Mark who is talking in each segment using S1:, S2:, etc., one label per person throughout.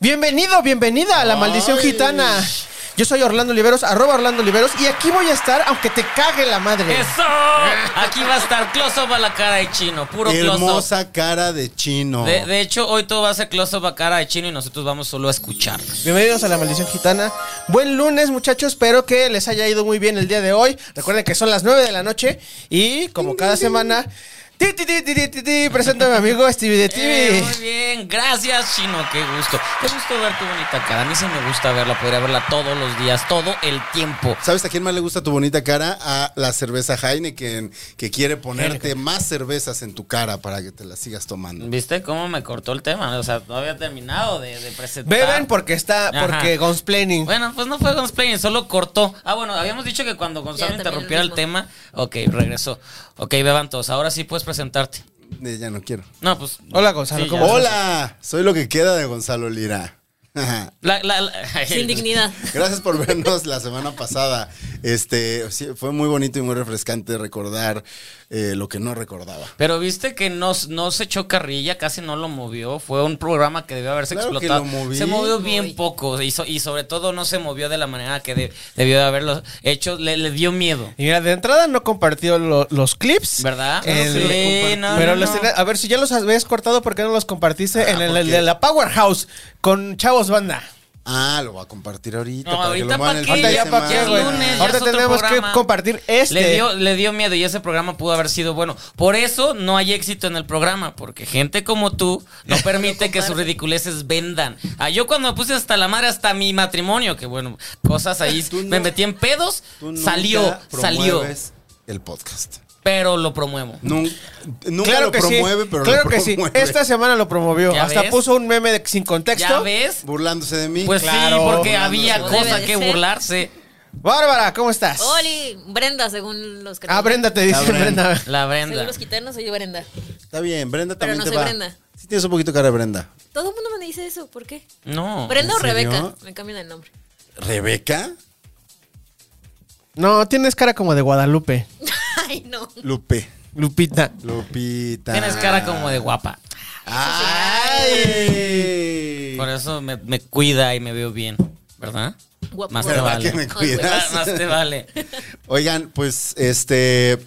S1: Bienvenido, bienvenida a la maldición gitana. Yo soy Orlando Liberos, arroba Orlando Liberos, y aquí voy a estar aunque te cague la madre.
S2: ¡Eso! Aquí va a estar close-up a la cara de chino, puro close-up.
S3: Hermosa cara de chino.
S2: De, de hecho, hoy todo va a ser close-up a cara de chino y nosotros vamos solo a escuchar.
S1: Bienvenidos a la maldición gitana. Buen lunes, muchachos. Espero que les haya ido muy bien el día de hoy. Recuerden que son las 9 de la noche y como cada semana. Ti, ti, ti, ti, ti, ti, ti, presento a mi amigo Stevie de
S2: Eh, muy
S1: TV.
S2: bien, gracias chino, qué gusto. Qué gusto ver tu bonita cara. A mí sí me gusta verla, podría verla todos los días, todo el tiempo.
S3: ¿Sabes a quién más le gusta tu bonita cara? A la cerveza Heineken, que quiere ponerte más cervezas en tu cara para que te las sigas tomando.
S2: ¿Viste cómo me cortó el tema? O sea, no había terminado de, de presentar.
S1: Beben porque está,
S2: Ajá.
S1: porque Gonsplanning.
S2: Bueno, pues no fue Gonzplaining, solo cortó. Ah, bueno, habíamos dicho que cuando Gonzalo interrumpiera el tema. Ok, regresó. Ok, beban todos. Ahora sí puedes presentarte.
S3: Eh, ya no quiero.
S2: No, pues.
S1: Hola, Gonzalo,
S2: ya.
S1: ¿cómo estás?
S3: Hola, soy lo que queda de Gonzalo Lira.
S2: La- la- la-
S4: Sin dignidad.
S3: Gracias por vernos la semana pasada. Este sí, fue muy bonito y muy refrescante recordar eh, lo que no recordaba.
S2: Pero viste que no, no se echó carrilla, casi no lo movió. Fue un programa que debió haberse
S3: Claro que
S2: explotado.
S3: lo moví.
S2: Se movió bien poco y, so- y sobre todo no se movió de la manera que de- debió de haberlo hecho. Le, le dio miedo.
S1: Y mira, de entrada no compartió lo- los clips.
S2: ¿Verdad?
S1: El-
S2: Sí, no,
S1: pero
S2: no,
S1: los
S2: no.
S1: tenía- a ver si ya los habías cortado, ¿por qué no los compartiste en el, el de la Powerhouse con Chavos Banda?
S3: Ah, lo voy a compartir ahorita.
S2: No,
S3: para que
S2: ahorita
S3: lo manden
S2: para
S3: el
S2: qué,
S3: fin de
S1: ya pa' qué,
S2: es
S1: güey.
S3: semana.
S2: lunes, ya
S1: Ahorita
S2: es otro
S1: tenemos que
S2: programa.
S1: compartir este.
S2: Le dio, le dio miedo y ese programa pudo haber sido bueno. Por eso no hay éxito en el programa, porque gente como tú no permite que sus ridiculeces vendan. Ah, yo cuando me puse hasta la madre, hasta mi matrimonio, que bueno, cosas ahí,
S3: Tú no-
S2: me metí en pedos,
S3: Tú nunca
S2: salió, salió,
S3: promueves El podcast.
S2: pero lo promuevo.
S3: Nun- Nunca
S1: Claro
S3: lo
S1: que
S3: promueve,
S1: sí.
S3: pero
S1: claro
S3: lo
S1: que sí.
S3: promueve.
S1: Esta semana lo promovió.
S2: ¿Ya
S1: Hasta
S2: ves?
S1: puso un meme de- sin contexto.
S2: ¿Ya ves?
S3: burlándose de mí.
S2: Pues
S1: Claro.
S2: sí, porque había
S4: Como
S2: cosa
S4: debe de
S2: que
S4: ser.
S2: burlarse.
S1: Bárbara, ¿cómo estás?
S4: Oli, Brenda, según los que
S1: Ah, Brenda te
S3: Ah,
S1: dice
S3: Brenda.
S1: Brenda.
S2: La
S4: Según
S2: Brenda.
S4: los quitanos, soy Brenda.
S3: Está bien, Brenda
S4: Pero
S3: también
S4: no
S3: te
S4: soy
S3: va.
S4: Brenda.
S3: Sí tienes un poquito cara de Brenda.
S4: Todo el mundo me dice eso, ¿por qué?
S2: No.
S4: Brenda o
S3: ¿en serio?
S4: Rebeca, me cambian el nombre.
S3: ¿Rebeca?
S1: No, tienes cara como de Guadalupe.
S4: Ay, no.
S3: Lupe.
S1: Lupita.
S3: Lupita.
S2: Tienes cara como de guapa.
S3: ¡Ay!
S2: Por eso me, me cuida y me veo bien, ¿verdad?
S4: Guapo.
S2: Más te
S3: ¿Verdad
S2: vale.
S3: que me
S2: Más
S3: cuidas?
S2: más te vale.
S3: Oigan, pues este.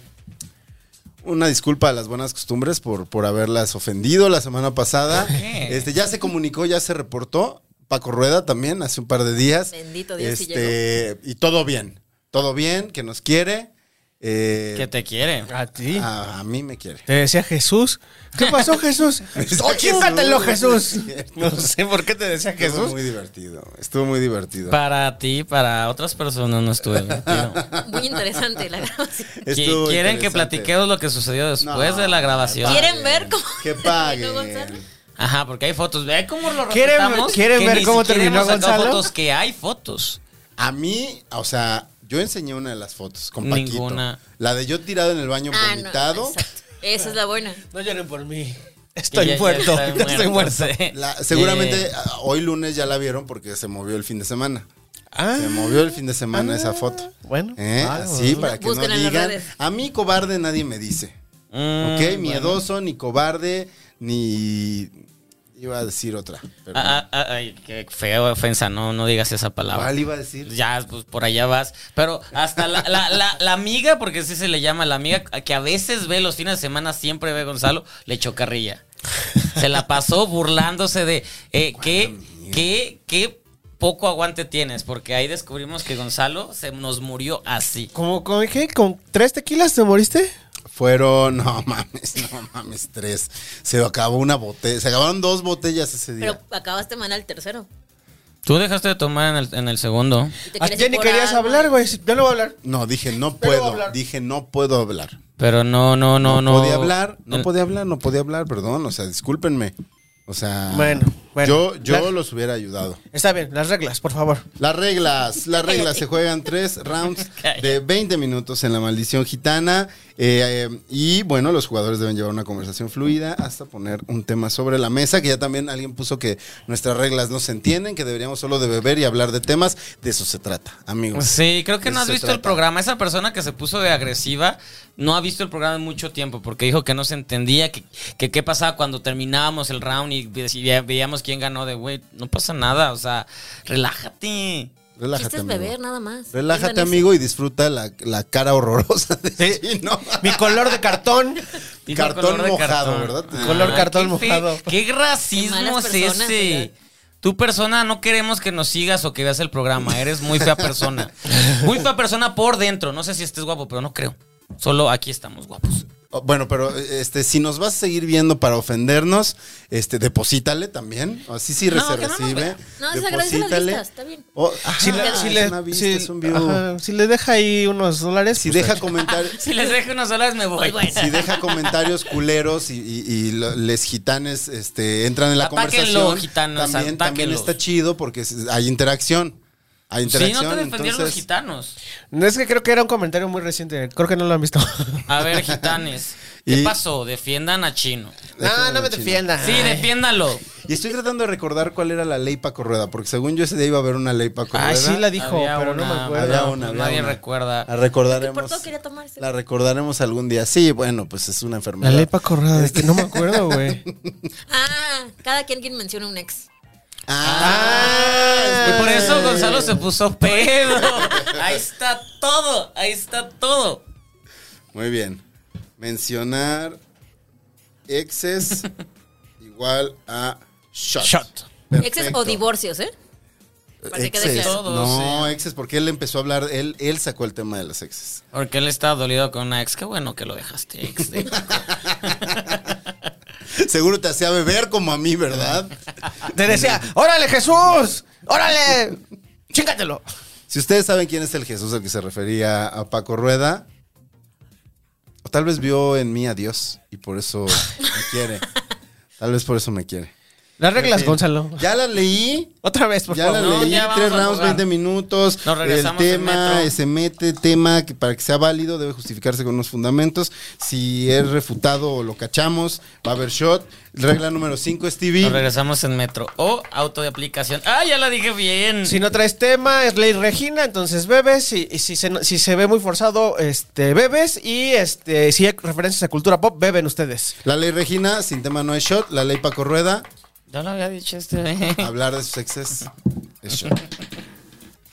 S3: Una disculpa a las buenas costumbres por, por haberlas ofendido la semana pasada.
S2: qué?
S3: Este, ya se comunicó, ya se reportó. Paco Rueda también hace un par de días.
S4: Bendito Dios, sí
S3: Este, y todo bien. Todo bien, que nos quiere. eh,
S2: Que te quiere.
S1: A ti.
S3: a- a mí me quiere.
S1: Te decía Jesús. ¿Qué pasó, Jesús?
S3: decía
S1: ¡Oh, chingatelo,
S3: Jesús!
S1: Jesús! No sé por qué te decía
S3: Estuvo
S1: Jesús.
S3: muy divertido. Estuvo muy divertido.
S2: Para ti, para otras personas no estuve. metido.
S4: Muy interesante la grabación.
S2: Qui-
S3: Estuvo
S2: ¿Quieren que
S3: interesante.
S2: platiquemos lo que sucedió después
S3: No,
S2: de la grabación?
S4: ¿Quieren? ver cómo
S3: Que
S4: terminó
S3: paguen.
S4: Gonzalo?
S2: Ajá, porque hay fotos. ¿Ve cómo lo
S1: ¿Quieren-
S2: respetamos?
S1: quieren
S2: Que
S1: ver
S2: ni
S1: cómo
S2: siquiera
S1: terminó
S2: hemos sacado
S1: Gonzalo?
S2: fotos, que hay fotos.
S3: A mí, o sea, yo enseñé una de las fotos con Paquito.
S2: Ninguna.
S3: La de yo tirado en el baño
S4: Ah, no,
S3: vomitado.
S4: exacto. Esa es la buena.
S1: No lloren por mí.
S2: Que
S1: Estoy
S2: ya- ya
S1: muerto.
S2: está
S1: Ya estoy muerto.
S2: sí.
S3: La- seguramente
S2: Eh,
S3: ah, hoy lunes ya la vieron porque se movió el fin de semana.
S1: Ah.
S3: Se movió el fin de semana
S2: Ah,
S3: esa foto.
S1: bueno.
S3: ¿Eh?
S1: Ah,
S3: Así,
S1: bueno.
S3: para que
S4: Busquen
S3: no
S4: en las
S3: digan.
S4: redes.
S3: A mí cobarde nadie me dice.
S2: mm,
S3: ¿Ok? Miedoso, ni cobarde, ni... Iba a decir otra. pero-
S2: ah, ah, ah, ay, qué feo ofensa, no, no digas esa palabra.
S3: ¿Cuál iba a decir?
S2: Ya, pues por allá vas. Pero hasta la, la- la- la amiga, porque así se le llama la amiga, que a veces ve los fines de semana, siempre ve a Gonzalo, le echó carrilla. Se la pasó burlándose de eh, qué, qué, qué poco aguante tienes, porque ahí descubrimos que Gonzalo se nos murió así.
S1: ¿Cómo, con, qué? ¿Con tres tequilas te moriste?
S3: Fueron, no mames, no mames, tres. Se acabó una botella, se acabaron dos botellas ese día.
S4: Pero acabaste mal al tercero.
S2: Tú dejaste de tomar en el, en el segundo.
S4: Y te
S1: Ah,
S4: querías
S1: Ya ni
S4: ir por
S1: querías
S4: algo.
S1: hablar, güey. Ya no voy a hablar.
S3: No, dije, no
S1: Pero
S3: puedo.
S1: hablar.
S3: Dije, no puedo hablar.
S2: Pero no, no, no, no.
S3: podía hablar, no
S2: El-
S3: podía hablar, no podía hablar, perdón. O sea, discúlpenme. O sea,
S1: Bueno, bueno.
S3: yo, yo
S1: La-
S3: los hubiera ayudado.
S1: Está bien, las reglas, por favor.
S3: Las reglas, las reglas. Se juegan tres rounds de 20 minutos en la maldición gitana. Eh, eh, y bueno, los jugadores deben llevar una conversación fluida hasta poner un tema sobre la mesa. Que ya también alguien puso que nuestras reglas no se entienden, que deberíamos solo de beber y hablar de temas. De eso se trata, amigos.
S2: Sí, creo que
S3: Pues De
S2: no
S3: eso
S2: has
S3: se
S2: visto el
S3: trata.
S2: programa. Esa persona que se puso de agresiva no ha visto el programa en mucho tiempo porque dijo que no se entendía, que que qué pasaba cuando terminábamos el round y ve- veíamos quién ganó de, güey, no pasa nada, o sea, relájate.
S3: Relájate,
S4: Chiste es
S3: amigo.
S4: beber, nada más. Tengan
S3: Relájate,
S4: eso.
S3: amigo, y disfruta la, la cara horrorosa de Gino.
S1: Mi color de cartón.
S2: Dijo
S3: Cartón
S2: color de Ah,
S3: mojado, ¿verdad?
S1: Color cartón
S2: qué fe-
S1: mojado.
S2: Qué
S4: Qué
S2: racismo
S4: malas
S2: es
S4: personas,
S2: ese.
S4: ¿verdad?
S2: Tu persona, no queremos que nos sigas o que veas el programa. Eres muy fea persona. Muy fea persona por dentro. No sé si estés guapo, pero no creo. Solo aquí estamos guapos.
S3: Oh, Bueno, pero este, si nos vas a seguir viendo para ofendernos, este, deposítale también. Así sí
S2: No, que
S3: se
S2: no nos
S3: recibe.
S2: vea.
S4: No, se agradece las vistas, está bien.
S3: Oh, ajá,
S1: Ah, Si le,
S3: es
S1: si le-
S3: una vista,
S1: si-
S3: es un view.
S1: ajá, si le deja ahí unos dólares.
S3: Si
S1: pues,
S3: deja comentarios.
S2: Si les dejo unas horas, me voy.
S4: Pues bueno.
S3: Si deja comentarios culeros y, y- y lo- les gitanes este, entran en la
S2: Atáquenlo,
S3: conversación,
S2: gitanos,
S3: también, también
S2: atáquenlos.
S3: está chido porque es- hay interacción. Hay
S2: Sí, no
S3: interacción.
S2: te defendieron los
S3: entonces-
S2: gitanos.
S1: Es que creo que era un comentario muy reciente. Creo que no lo han visto.
S2: A ver, gitanes. ¿Qué
S3: Y-
S2: pasó? Defiendan a Chino.
S1: no, no me
S3: Chino.
S1: defiendas.
S2: Sí, defiéndalo.
S3: Y estoy tratando de recordar cuál era la ley Paco Rueda, porque según yo ese día iba a haber una ley Paco
S2: Ah,
S3: Rueda.
S1: Ay, sí la dijo,
S2: Había
S1: pero no me
S2: una,
S1: acuerdo.
S3: había una, había
S2: Nadie
S3: una.
S2: recuerda.
S3: La
S4: Por todo
S3: recordaremos.
S4: quería tomarse.
S3: La recordaremos algún día. Sí, bueno, pues es
S1: La
S3: una enfermedad.
S1: lepa corrada, de que no me acuerdo, güey.
S4: Ah, cada quien quien menciona un ex.
S3: Ah,
S2: Y por eso Gonzalo se puso pedo. Ahí está todo, ahí está todo.
S3: Muy bien. Mencionar exes igual a shot.
S2: Shot.
S4: Exes o divorcios, ¿eh? Para que quede
S3: Exes.
S4: claro.
S2: Todo,
S3: no, exes, porque él empezó a hablar, él, él sacó el tema de las exes.
S2: Porque él está dolido con una ex. Qué bueno que lo dejaste, ex. de-
S3: Seguro te hacía beber como a mí, ¿verdad?
S1: Te decía, ¡Órale, Jesús! ¡Órale! ¡Chingatelo!
S3: Si ustedes saben quién es el Jesús al que se refería a Paco Rueda, o tal vez vio en mí a Dios y por eso me quiere. Tal vez por eso me quiere.
S1: Las reglas, Gonzalo.
S3: Ya la leí.
S1: Otra vez, por
S3: ya
S1: favor.
S3: la
S2: No,
S3: leí,
S2: ya vamos
S3: tres
S2: a
S3: rounds,
S2: jugar.
S3: 20 minutos.
S2: Nos
S3: el
S2: regresamos en
S3: tema
S2: metro.
S3: se mete, tema que para que sea válido debe justificarse con unos fundamentos. Si es refutado o lo cachamos, va a haber shot. Regla número 5,
S2: Nos
S3: Stevie.
S2: regresamos en metro. O auto de aplicación. Ah, ya la dije bien.
S1: Si no traes tema, es ley Regina, entonces bebes. Y, y si, se, no- si se ve muy forzado, este, bebes. Y este, si hay referencias a cultura pop, beben ustedes.
S3: La ley Regina, sin tema no es shot. La ley Paco Rueda,
S2: Ya lo había dicho este. ¿eh?
S3: hablar de sus exes es shot.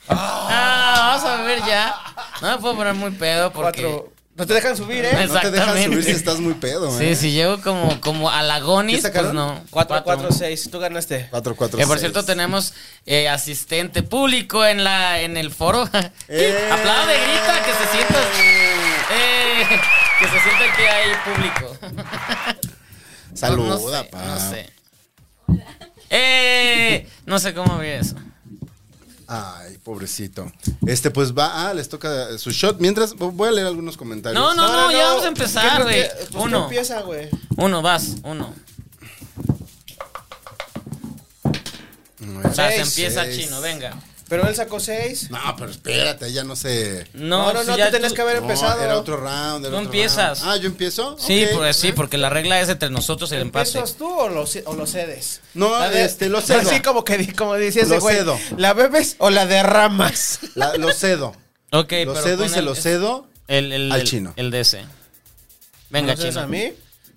S2: Ah, vamos a ver ya. No me puedo poner muy pedo porque.
S1: Cuatro. No te dejan subir, ¿eh?
S2: Es-
S3: No te dejan subir
S2: Exactamente.
S3: si estás muy pedo,
S2: Sí,
S3: ¿eh?
S2: si llego como, como a la
S3: ¿Qué
S2: Gonis,
S3: sacaron?
S2: pues no.
S1: 4, 4, 6. Tú ganaste.
S3: 4, 4,
S2: Que por cierto tenemos eh, asistente público en la en el foro.
S3: ¡Eh!
S2: Aplaude, grita, que se sienta. Eh, que se sienta que hay público.
S3: Mm. Saluda,
S2: no sé,
S3: pa.
S2: No sé. Eh, no sé cómo abrir eso.
S3: Ay, pobrecito. Este, pues va, ah, les toca su shot. Mientras, voy a leer algunos comentarios.
S2: No, no, no, ya vamos a empezar,
S1: ¿Qué-
S2: güey.
S1: qué- pues, tú
S2: Uno,
S1: empieza, güey.
S2: uno, vas, uno. O sea, se
S1: Seis.
S2: empieza
S3: Seis.
S2: chino, venga.
S1: Pero él sacó 6.
S3: No, pero espérate, ya no sé.
S1: No,
S2: No,
S1: no,
S2: si
S1: no,
S2: ya
S1: tú tenías que haber
S3: No,
S1: empezado.
S3: Era otro round. era
S2: Tú
S3: otro
S2: empiezas.
S3: round. Ah, yo empiezo.
S2: Sí,
S3: Ok.
S2: pues sí, porque la regla es entre nosotros el empate.
S1: ¿Empiezas tú o lo, ce- o lo cedes?
S3: No,
S1: La de-
S3: este, lo cedo.
S1: Así como, que, di- como decía ese
S3: Lo
S1: güey.
S3: cedo.
S1: ¿La bebes o la derramas?
S3: La- lo cedo.
S2: Ok,
S3: lo
S2: pero
S3: cedo y
S2: pon
S3: se
S2: el-
S3: lo cedo.
S2: El, el,
S3: Al
S2: el-
S3: chino.
S2: El DC. Venga,
S1: ¿No cedes
S2: chino.
S1: a mí?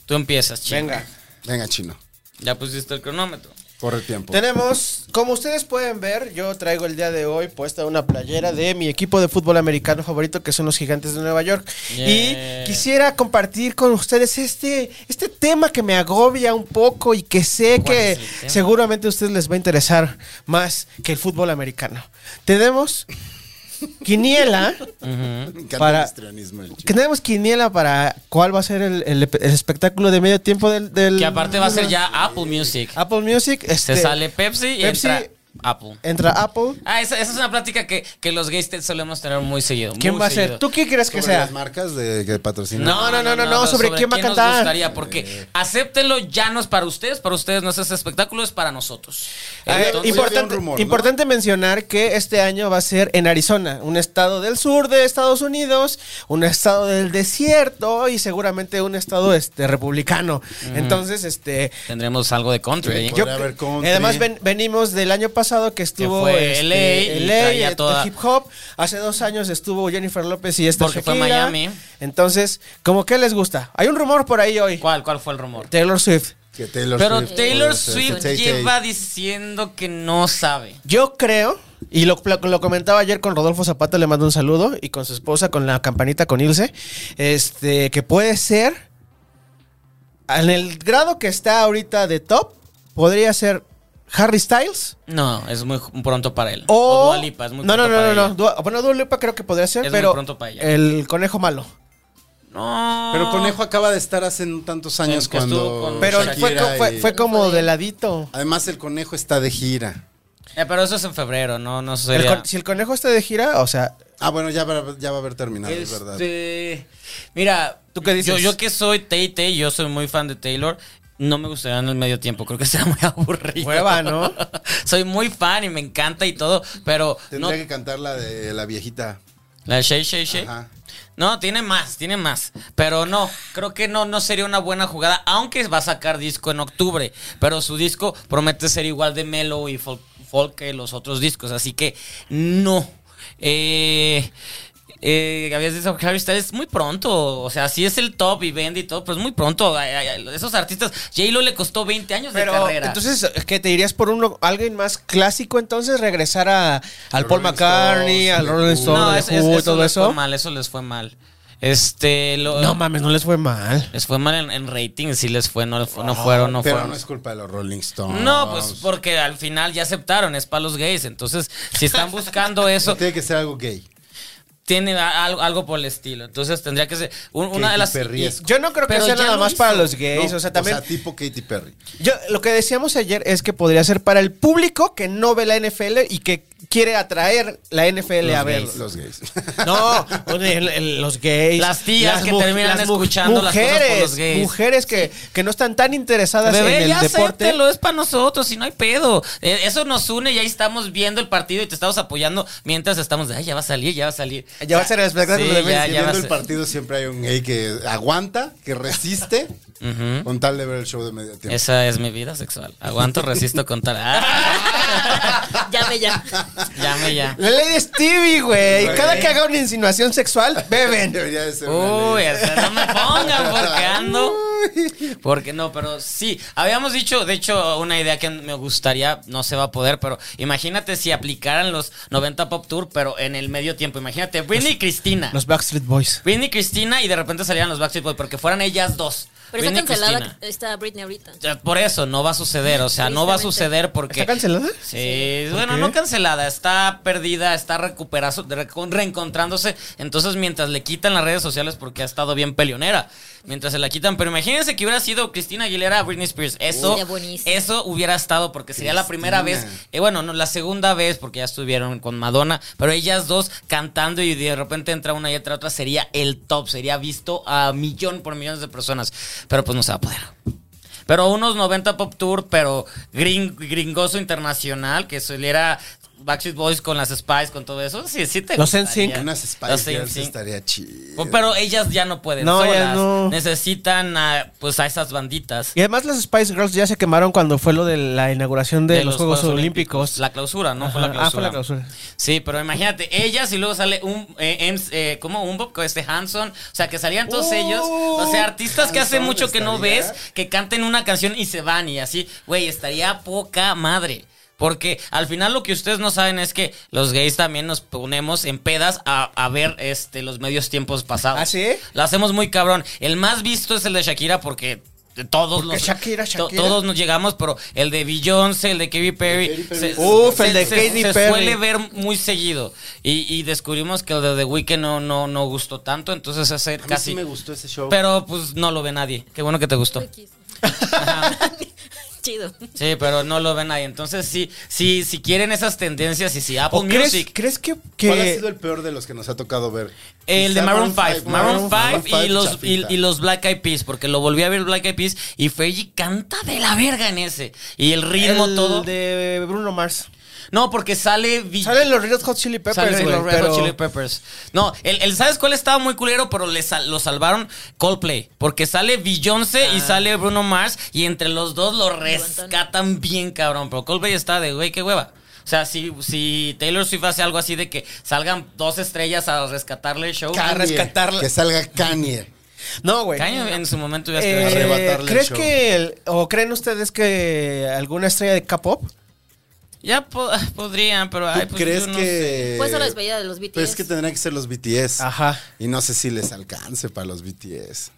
S2: Tú empiezas, chino.
S1: Venga.
S3: Venga, chino.
S2: Ya pusiste el cronómetro.
S3: Corre el tiempo.
S1: Tenemos, como ustedes pueden ver, yo traigo el día de hoy puesta una playera de mi equipo de fútbol americano favorito, que son los Gigantes de Nueva York.
S2: Yeah.
S1: Y quisiera compartir con ustedes este, este tema que me agobia un poco y que sé
S2: ¿Cuál
S1: que
S2: es el tema?
S1: seguramente a ustedes les va a interesar más que el fútbol americano. Tenemos Quiniela.
S3: Me encanta
S1: para-
S3: el histrionismo del
S1: que
S3: chino.
S1: tenemos quiniela para cuál va a ser el, el- el espectáculo de medio tiempo del, del-
S2: Que aparte va a ser ya Apple Music.
S1: Apple Music.
S2: Se
S1: este,
S2: sale Pepsi y
S1: Pepsi
S2: entra Apu.
S1: Entra Apple.
S2: Ah, esa, esa es una plática que, que los gays te- solemos tener muy seguido.
S1: ¿Quién
S2: muy
S1: va a ser?
S2: seguido.
S1: ¿Tú qué crees que
S3: Sobre
S1: sea?
S3: las marcas de, que patrocinan.
S2: No, no, no, no, no, sobre, quién va a
S1: cantar.
S2: Nos gustaría, porque acéptenlo ya no es para ustedes, para ustedes no es ese espectáculo, es para nosotros.
S1: A ver,
S2: Entonces-
S3: import-
S1: importante,
S3: había un rumor, ¿no?
S1: Ah, eh, importante mencionar que este año va a ser en Arizona, un estado del sur de Estados Unidos, un estado del desierto y seguramente un estado este republicano. Entonces, este
S2: tendremos algo de country. ahí.
S3: Podría haber country.
S1: además ven- venimos del año pasado que estuvo
S2: Que fue
S1: este,
S2: LA y traía
S1: eh,
S2: toda-
S1: hip hop. Hace dos años estuvo Jennifer López y esta
S2: Porque fue
S1: Shakira.
S2: Miami.
S1: Entonces, ¿cómo que les gusta? Hay un rumor por ahí hoy.
S2: ¿Cuál, ¿Cuál fue el rumor?
S1: Taylor Swift.
S3: Que Taylor
S2: Pero
S3: Swift
S2: Taylor
S3: podría ser.
S2: Swift
S3: Tay-Tay.
S2: lleva diciendo que no sabe.
S1: Yo creo, y lo, lo comentaba ayer con Rodolfo Zapata, le mando un saludo, y con su esposa, con la campanita, con Ilse, este, que puede ser, en el grado que está ahorita de top, podría ser Harry Styles.
S2: No, es muy ju- pronto para él.
S1: O,
S2: Dua Lipa, es muy
S1: no, no,
S2: pronto
S1: no, no,
S2: para
S1: no,
S2: ella.
S1: Dua- bueno, Dua Lipa creo que podría ser,
S2: Es muy
S1: pero
S2: pronto para ella.
S1: el conejo malo.
S2: No.
S3: Pero Conejo acaba de estar hace no tantos años
S2: que estuvo
S3: cuando.
S2: con
S1: Pero fue,
S3: Pues Shakira
S1: co- fue-
S3: y-
S1: fue como de ladito.
S3: Además, el Conejo está de gira.
S2: Eh, pero eso es en febrero, no, no
S1: El
S2: sería.
S1: con- si el conejo está de gira, o sea,
S3: Ah, bueno, ya, va- ya va a haber terminado, es verdad.
S2: Este, mira,
S1: Ah, ¿Tú qué dices?
S2: Yo, yo que soy Tay Tay, yo soy muy fan de Taylor. No me gustaría en el medio tiempo, creo que será muy aburrido.
S1: Hueva, ¿no?
S2: soy muy fan y me encanta y todo, pero no,
S3: Tendría que cantar la de la viejita.
S2: la de Shay Shay Shay.
S3: Ajá.
S2: No, tiene más, tiene más. Pero no, creo que no, no sería una buena jugada, aunque va a sacar disco en octubre. Pero su disco promete ser igual de melo y folk, folk que los otros discos. Así que no. Eh, eh, habías dicho Harry Styles muy pronto. O sea, sí es el top y vende y todo, pero es muy pronto. Ay, ay, ay, esos artistas, J-Lo le costó 20 años
S1: Pero,
S2: de carrera.
S1: entonces, ¿qué te dirías por uno, alguien más clásico entonces? Regresar a, al
S3: Rolling
S1: Paul McCartney,
S3: Stones,
S1: al
S3: The
S1: Rolling
S3: Who.
S1: Stone,
S2: no,
S1: The
S2: es- es-
S1: Who,
S2: eso
S1: todo
S2: les
S1: eso.
S2: fue mal, eso les fue mal. Este, lo-
S1: No mames, no les fue mal.
S2: les fue mal en, en rating, sí les fue, no, no fueron, no
S3: Ah, Pero
S2: fueron.
S3: no es culpa de los Rolling Stones.
S2: No, pues porque al final ya aceptaron, es para los gays. Entonces, si están buscando eso,
S3: Tiene que ser algo gay.
S2: tiene a- al- algo por el estilo. Entonces tendría que ser un- una
S3: Katy
S2: de las.
S3: Perry es-
S1: Yo no creo que
S2: Pero
S1: sea
S2: ya
S1: nada
S2: lo
S1: más
S2: hizo.
S1: para los gays,
S3: No,
S1: o sea, también...
S3: tipo Katy Perry.
S1: yo, lo que decíamos ayer es que podría ser para el público que no ve la NFL y que quiere atraer la NFL a
S3: Los
S1: ver.
S3: gays, los gays.
S1: No, pues, el- el- los gays.
S2: Las tías que
S1: mu-
S2: terminan
S1: mu-
S2: escuchando las cosas por los gays.
S1: Mujeres que, que no están tan interesadas
S2: Bebé,
S1: en
S2: ya
S1: el deporte.
S2: acéptelo, es para nosotros y no hay pedo. Eh, Eso nos une y ahí estamos viendo el partido y te estamos apoyando mientras estamos de, ay, ya va a salir, ya va a salir.
S1: Ya va a ser el espectáculo
S2: Sí,
S1: de
S2: ya,
S1: Messi,
S2: ya va a
S3: Viendo el
S2: ser.
S3: partido siempre hay un gay que aguanta, que resiste,
S2: Ujú.
S3: con tal de ver el show de medio tiempo.
S2: Esa es mi vida sexual. Aguanto, resisto con tal.
S4: Llame ya.
S2: Llame ya.
S1: La Lady Stevie, güey. Cada que haga una insinuación sexual, beben.
S3: Debería de ser una
S2: Uy,
S3: ley.
S2: hasta no me pongan pues. porque ando. Porque no, pero sí, habíamos dicho, de hecho, una idea que me gustaría, no se va a poder, pero imagínate si aplicaran los 90 Pop Tour, pero en el medio tiempo. Imagínate, Britney y Cristina.
S1: Los Backstreet Boys.
S2: Britney y Cristina y de repente salieran los Backstreet Boys porque fueran ellas dos.
S4: Pero
S2: Britney
S4: está
S2: y
S4: cancelada
S2: Cristina.
S4: esta Britney ahorita.
S2: Ya, Por eso no va a suceder, o sea, no va a
S4: Tristemente.
S2: suceder porque...
S1: ¿Está cancelada?
S2: Sí, bueno,
S1: qué?
S2: no cancelada, está perdida, está recuperazo- de- recon- reencontrándose. Entonces, mientras le quitan las redes sociales porque ha estado bien peleonera, mientras se la quitan. Pero imagínense que hubiera sido Cristina Aguilera, Britney Spears. Eso,
S4: Sería buenísimo.
S2: eso hubiera estado porque sería la primera vez,
S3: Cristina.
S2: eh, bueno, no, la segunda vez porque ya estuvieron con Madonna, pero ellas dos cantando y de repente entra una y entra otra, sería el top, sería visto a millón por millones de personas. Pero pues no se va a poder. Pero unos 90 Pop Tour, pero gring- gringoso internacional, que soliera Backstreet Boys con las Spice, con todo eso. Sí, sí te
S1: Los
S2: gustaría.
S1: NSYNC.
S3: Unas Spice
S2: Los
S3: Girls
S2: NSYNC.
S3: estaría chido.
S2: Pero ellas ya no pueden
S1: No, ya
S2: solas.
S1: no.
S2: Necesitan a, pues a esas banditas.
S1: Y además las Spice Girls ya se quemaron cuando fue lo de la inauguración de, los, Juegos, Olímpicos.
S2: La clausura, ¿no? fue
S1: Ajá.
S2: la clausura.
S1: Ah, fue la clausura.
S2: Sí, pero imagínate, ellas y luego sale un. Eh, Ems- eh, ¿Cómo? Un Bob con este Hanson. O sea, que salían todos
S3: Uh,
S2: ellos. O sea, artistas que hace
S3: Hanson
S2: mucho que no
S3: estaría.
S2: ves, que canten una canción y se van y así. Güey, estaría poca madre. Porque al final lo que ustedes no saben es que los gays también nos ponemos en pedas a, a ver este, los medios tiempos pasados.
S1: ¿Ah, sí?
S2: Lo hacemos muy cabrón. El más visto es el de Shakira porque todos
S1: Porque
S2: los
S1: Shakira,
S2: to-
S1: Shakira.
S2: todos nos llegamos, pero el de Beyoncé, el de Katy Perry,
S3: Katy Perry.
S1: Uf, el de Katy
S2: se
S1: Perry.
S2: suele ver muy seguido y, y descubrimos que el de The Weeknd no no no gustó tanto, entonces ese
S3: A mí
S2: casi
S3: sí me gustó ese show.
S2: pero pues no lo ve nadie. Qué bueno que te gustó.
S4: X. chido.
S2: Sí, pero no lo ven ahí. Entonces, sí, sí, si quieren esas tendencias y si Apple
S1: ¿O crees,
S2: Music,
S1: crees que,
S3: ¿Cuál ha sido
S1: que
S3: el peor de los que nos ha tocado ver?
S2: el de
S3: Quizá
S2: Maroon 5, Maroon 5 y
S3: Maroon
S2: los, y,
S3: chafita.
S2: y los Black Eyed Peas, porque lo volví a ver Black Eyed Peas y Fergie canta de la verga en ese. Y el ritmo
S1: el
S2: todo.
S1: de Bruno Mars?
S2: No, porque sale... vi-
S1: Salen los Red Hot Chili
S2: Salen
S1: Peppers,
S2: los
S1: güey,
S2: Red Hot
S1: pero
S2: Chili Peppers. No, el, el- ¿sabes cuál estaba muy culero? Pero le sal- lo salvaron Coldplay. Porque sale Beyoncé
S1: Ah.
S2: y sale Bruno Mars. Y entre los dos lo rescatan bien, cabrón. Pero Coldplay está de, güey, qué hueva. O sea, si, si Taylor Swift hace algo así de que salgan dos estrellas a rescatarle el show.
S1: Ca- A rescatarla.
S3: Que salga Kanye.
S1: no, güey.
S2: Caño, en su momento iba a
S1: Eh,
S2: estar-
S3: Arrebatarle el
S1: ¿Crees
S3: show.
S1: que el- o creen ustedes que alguna estrella de K-pop?
S2: Ya po- podrían, pero...
S3: ¿Tú
S2: ay, pues,
S3: crees
S2: yo no sé.
S3: que...?
S4: Pues a la despedida de los BTS.
S3: Eh, Pues es que tendrían que ser los BTS.
S1: Ajá.
S3: Y no sé si les alcance para los BTS.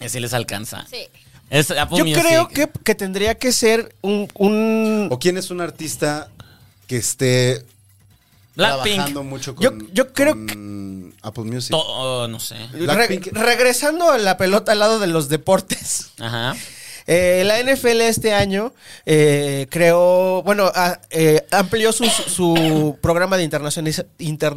S2: Eh, Si les alcanza.
S4: Sí.
S2: Es Apple
S1: Yo
S2: Music.
S1: creo que, que tendría que ser un, un-
S3: ¿O quién es un artista que esté
S2: Blackpink.
S3: trabajando mucho con,
S1: Yo- yo creo
S3: con Apple Music?
S2: To- oh, no sé.
S1: re-
S3: Blackpink.
S1: regresando a la pelota al lado de los deportes.
S2: Ajá.
S1: Eh, la NFL este año eh, creó, bueno, a- eh, amplió su, su programa de internacionaliza-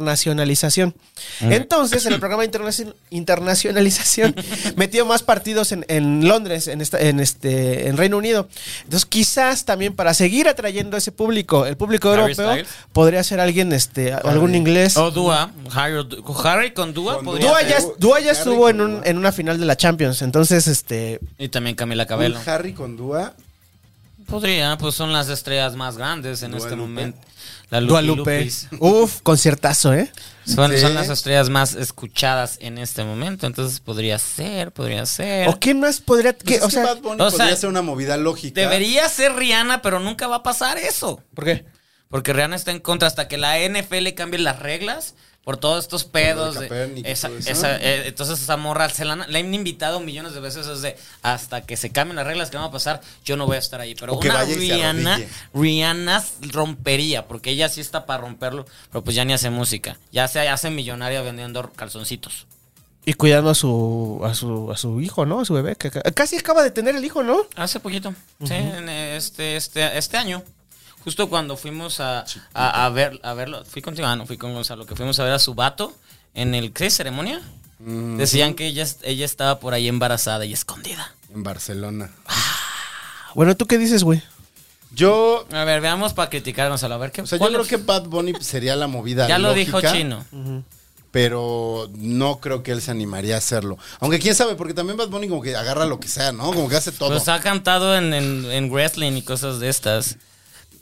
S1: internacionalización.
S3: Mm.
S1: Entonces, en el programa de internaci- internacionalización metió más partidos en, en Londres, en, esta- en, este, en Reino Unido. Entonces, quizás también para seguir atrayendo a ese público, el público
S2: Harry
S1: europeo,
S2: Styles.
S1: podría ser alguien, este, algún inglés.
S2: O Dua. Harry, o Du- Harry con Dua.
S3: Con
S2: podría
S1: Dua
S2: ser.
S1: ya, Dua ya
S3: Harry
S1: estuvo en,
S3: con
S1: un-
S3: Dua.
S1: en una final de la Champions, entonces, este,
S2: Y también Camila
S3: Un
S2: Cabello.
S3: Harry con Dua.
S2: Podría, pues son las estrellas más grandes en
S3: Dua
S2: este
S3: Lipa.
S2: momento. La Lu-
S1: Dua Lupe.
S2: Lupis.
S1: Uf, conciertazo, ¿eh?
S2: Son,
S3: Sí.
S2: son las estrellas más escuchadas en este momento. Entonces podría ser, podría ser.
S1: ¿O quién más podría.?
S3: Pues
S1: qué,
S3: es
S1: o
S3: que
S1: sea,
S3: Bad Bunny
S2: o
S3: podría
S2: sea,
S3: ser una movida lógica.
S2: Debería ser Rihanna, pero nunca va a pasar eso.
S1: ¿Por qué?
S2: Porque Rihanna está en contra hasta que la NFL cambie las reglas por todos estos pedos.
S3: Lo de
S2: de-
S3: Kaepernick y
S2: esa-
S3: todo eso.
S2: esa- eh, entonces esa morra se la, han- la han invitado millones de veces desde hasta que se cambien las reglas que van a pasar, yo no voy a estar ahí. Pero
S3: O que
S2: una
S3: vaya y se
S2: Rihanna,
S3: arrodille.
S2: Rihanna rompería, porque ella sí está para romperlo, pero pues ya ni hace música. Ya se hace millonaria vendiendo calzoncitos.
S1: Y cuidando a su, a su, a su hijo, ¿no? A su bebé. Que, ca- casi acaba de tener el hijo, ¿no?
S2: Hace poquito, sí, en este, este, este año. Justo cuando fuimos a, a, a ver, a verlo, fui contigo, ah, no, fui con Gonzalo, que fuimos a ver a su vato en el, ¿qué? ¿Ceremonia?
S3: Mm.
S2: Decían que ella, es- ella estaba por ahí embarazada y escondida.
S3: En Barcelona.
S2: Ah,
S1: Bueno, ¿tú qué dices, güey?
S3: Yo,
S2: A ver, veamos para criticar a Gonzalo, a ver qué
S3: o sea, yo
S2: cuál
S3: creo
S2: es-
S3: que Bad Bunny sería la movida
S2: Ya lo
S3: lógica,
S2: dijo Chino.
S3: Pero no creo que él se animaría a hacerlo. Aunque quién sabe, porque también Bad Bunny como que agarra lo que sea, ¿no? Como que hace todo.
S2: Pues ha cantado en, en- en wrestling y cosas de estas.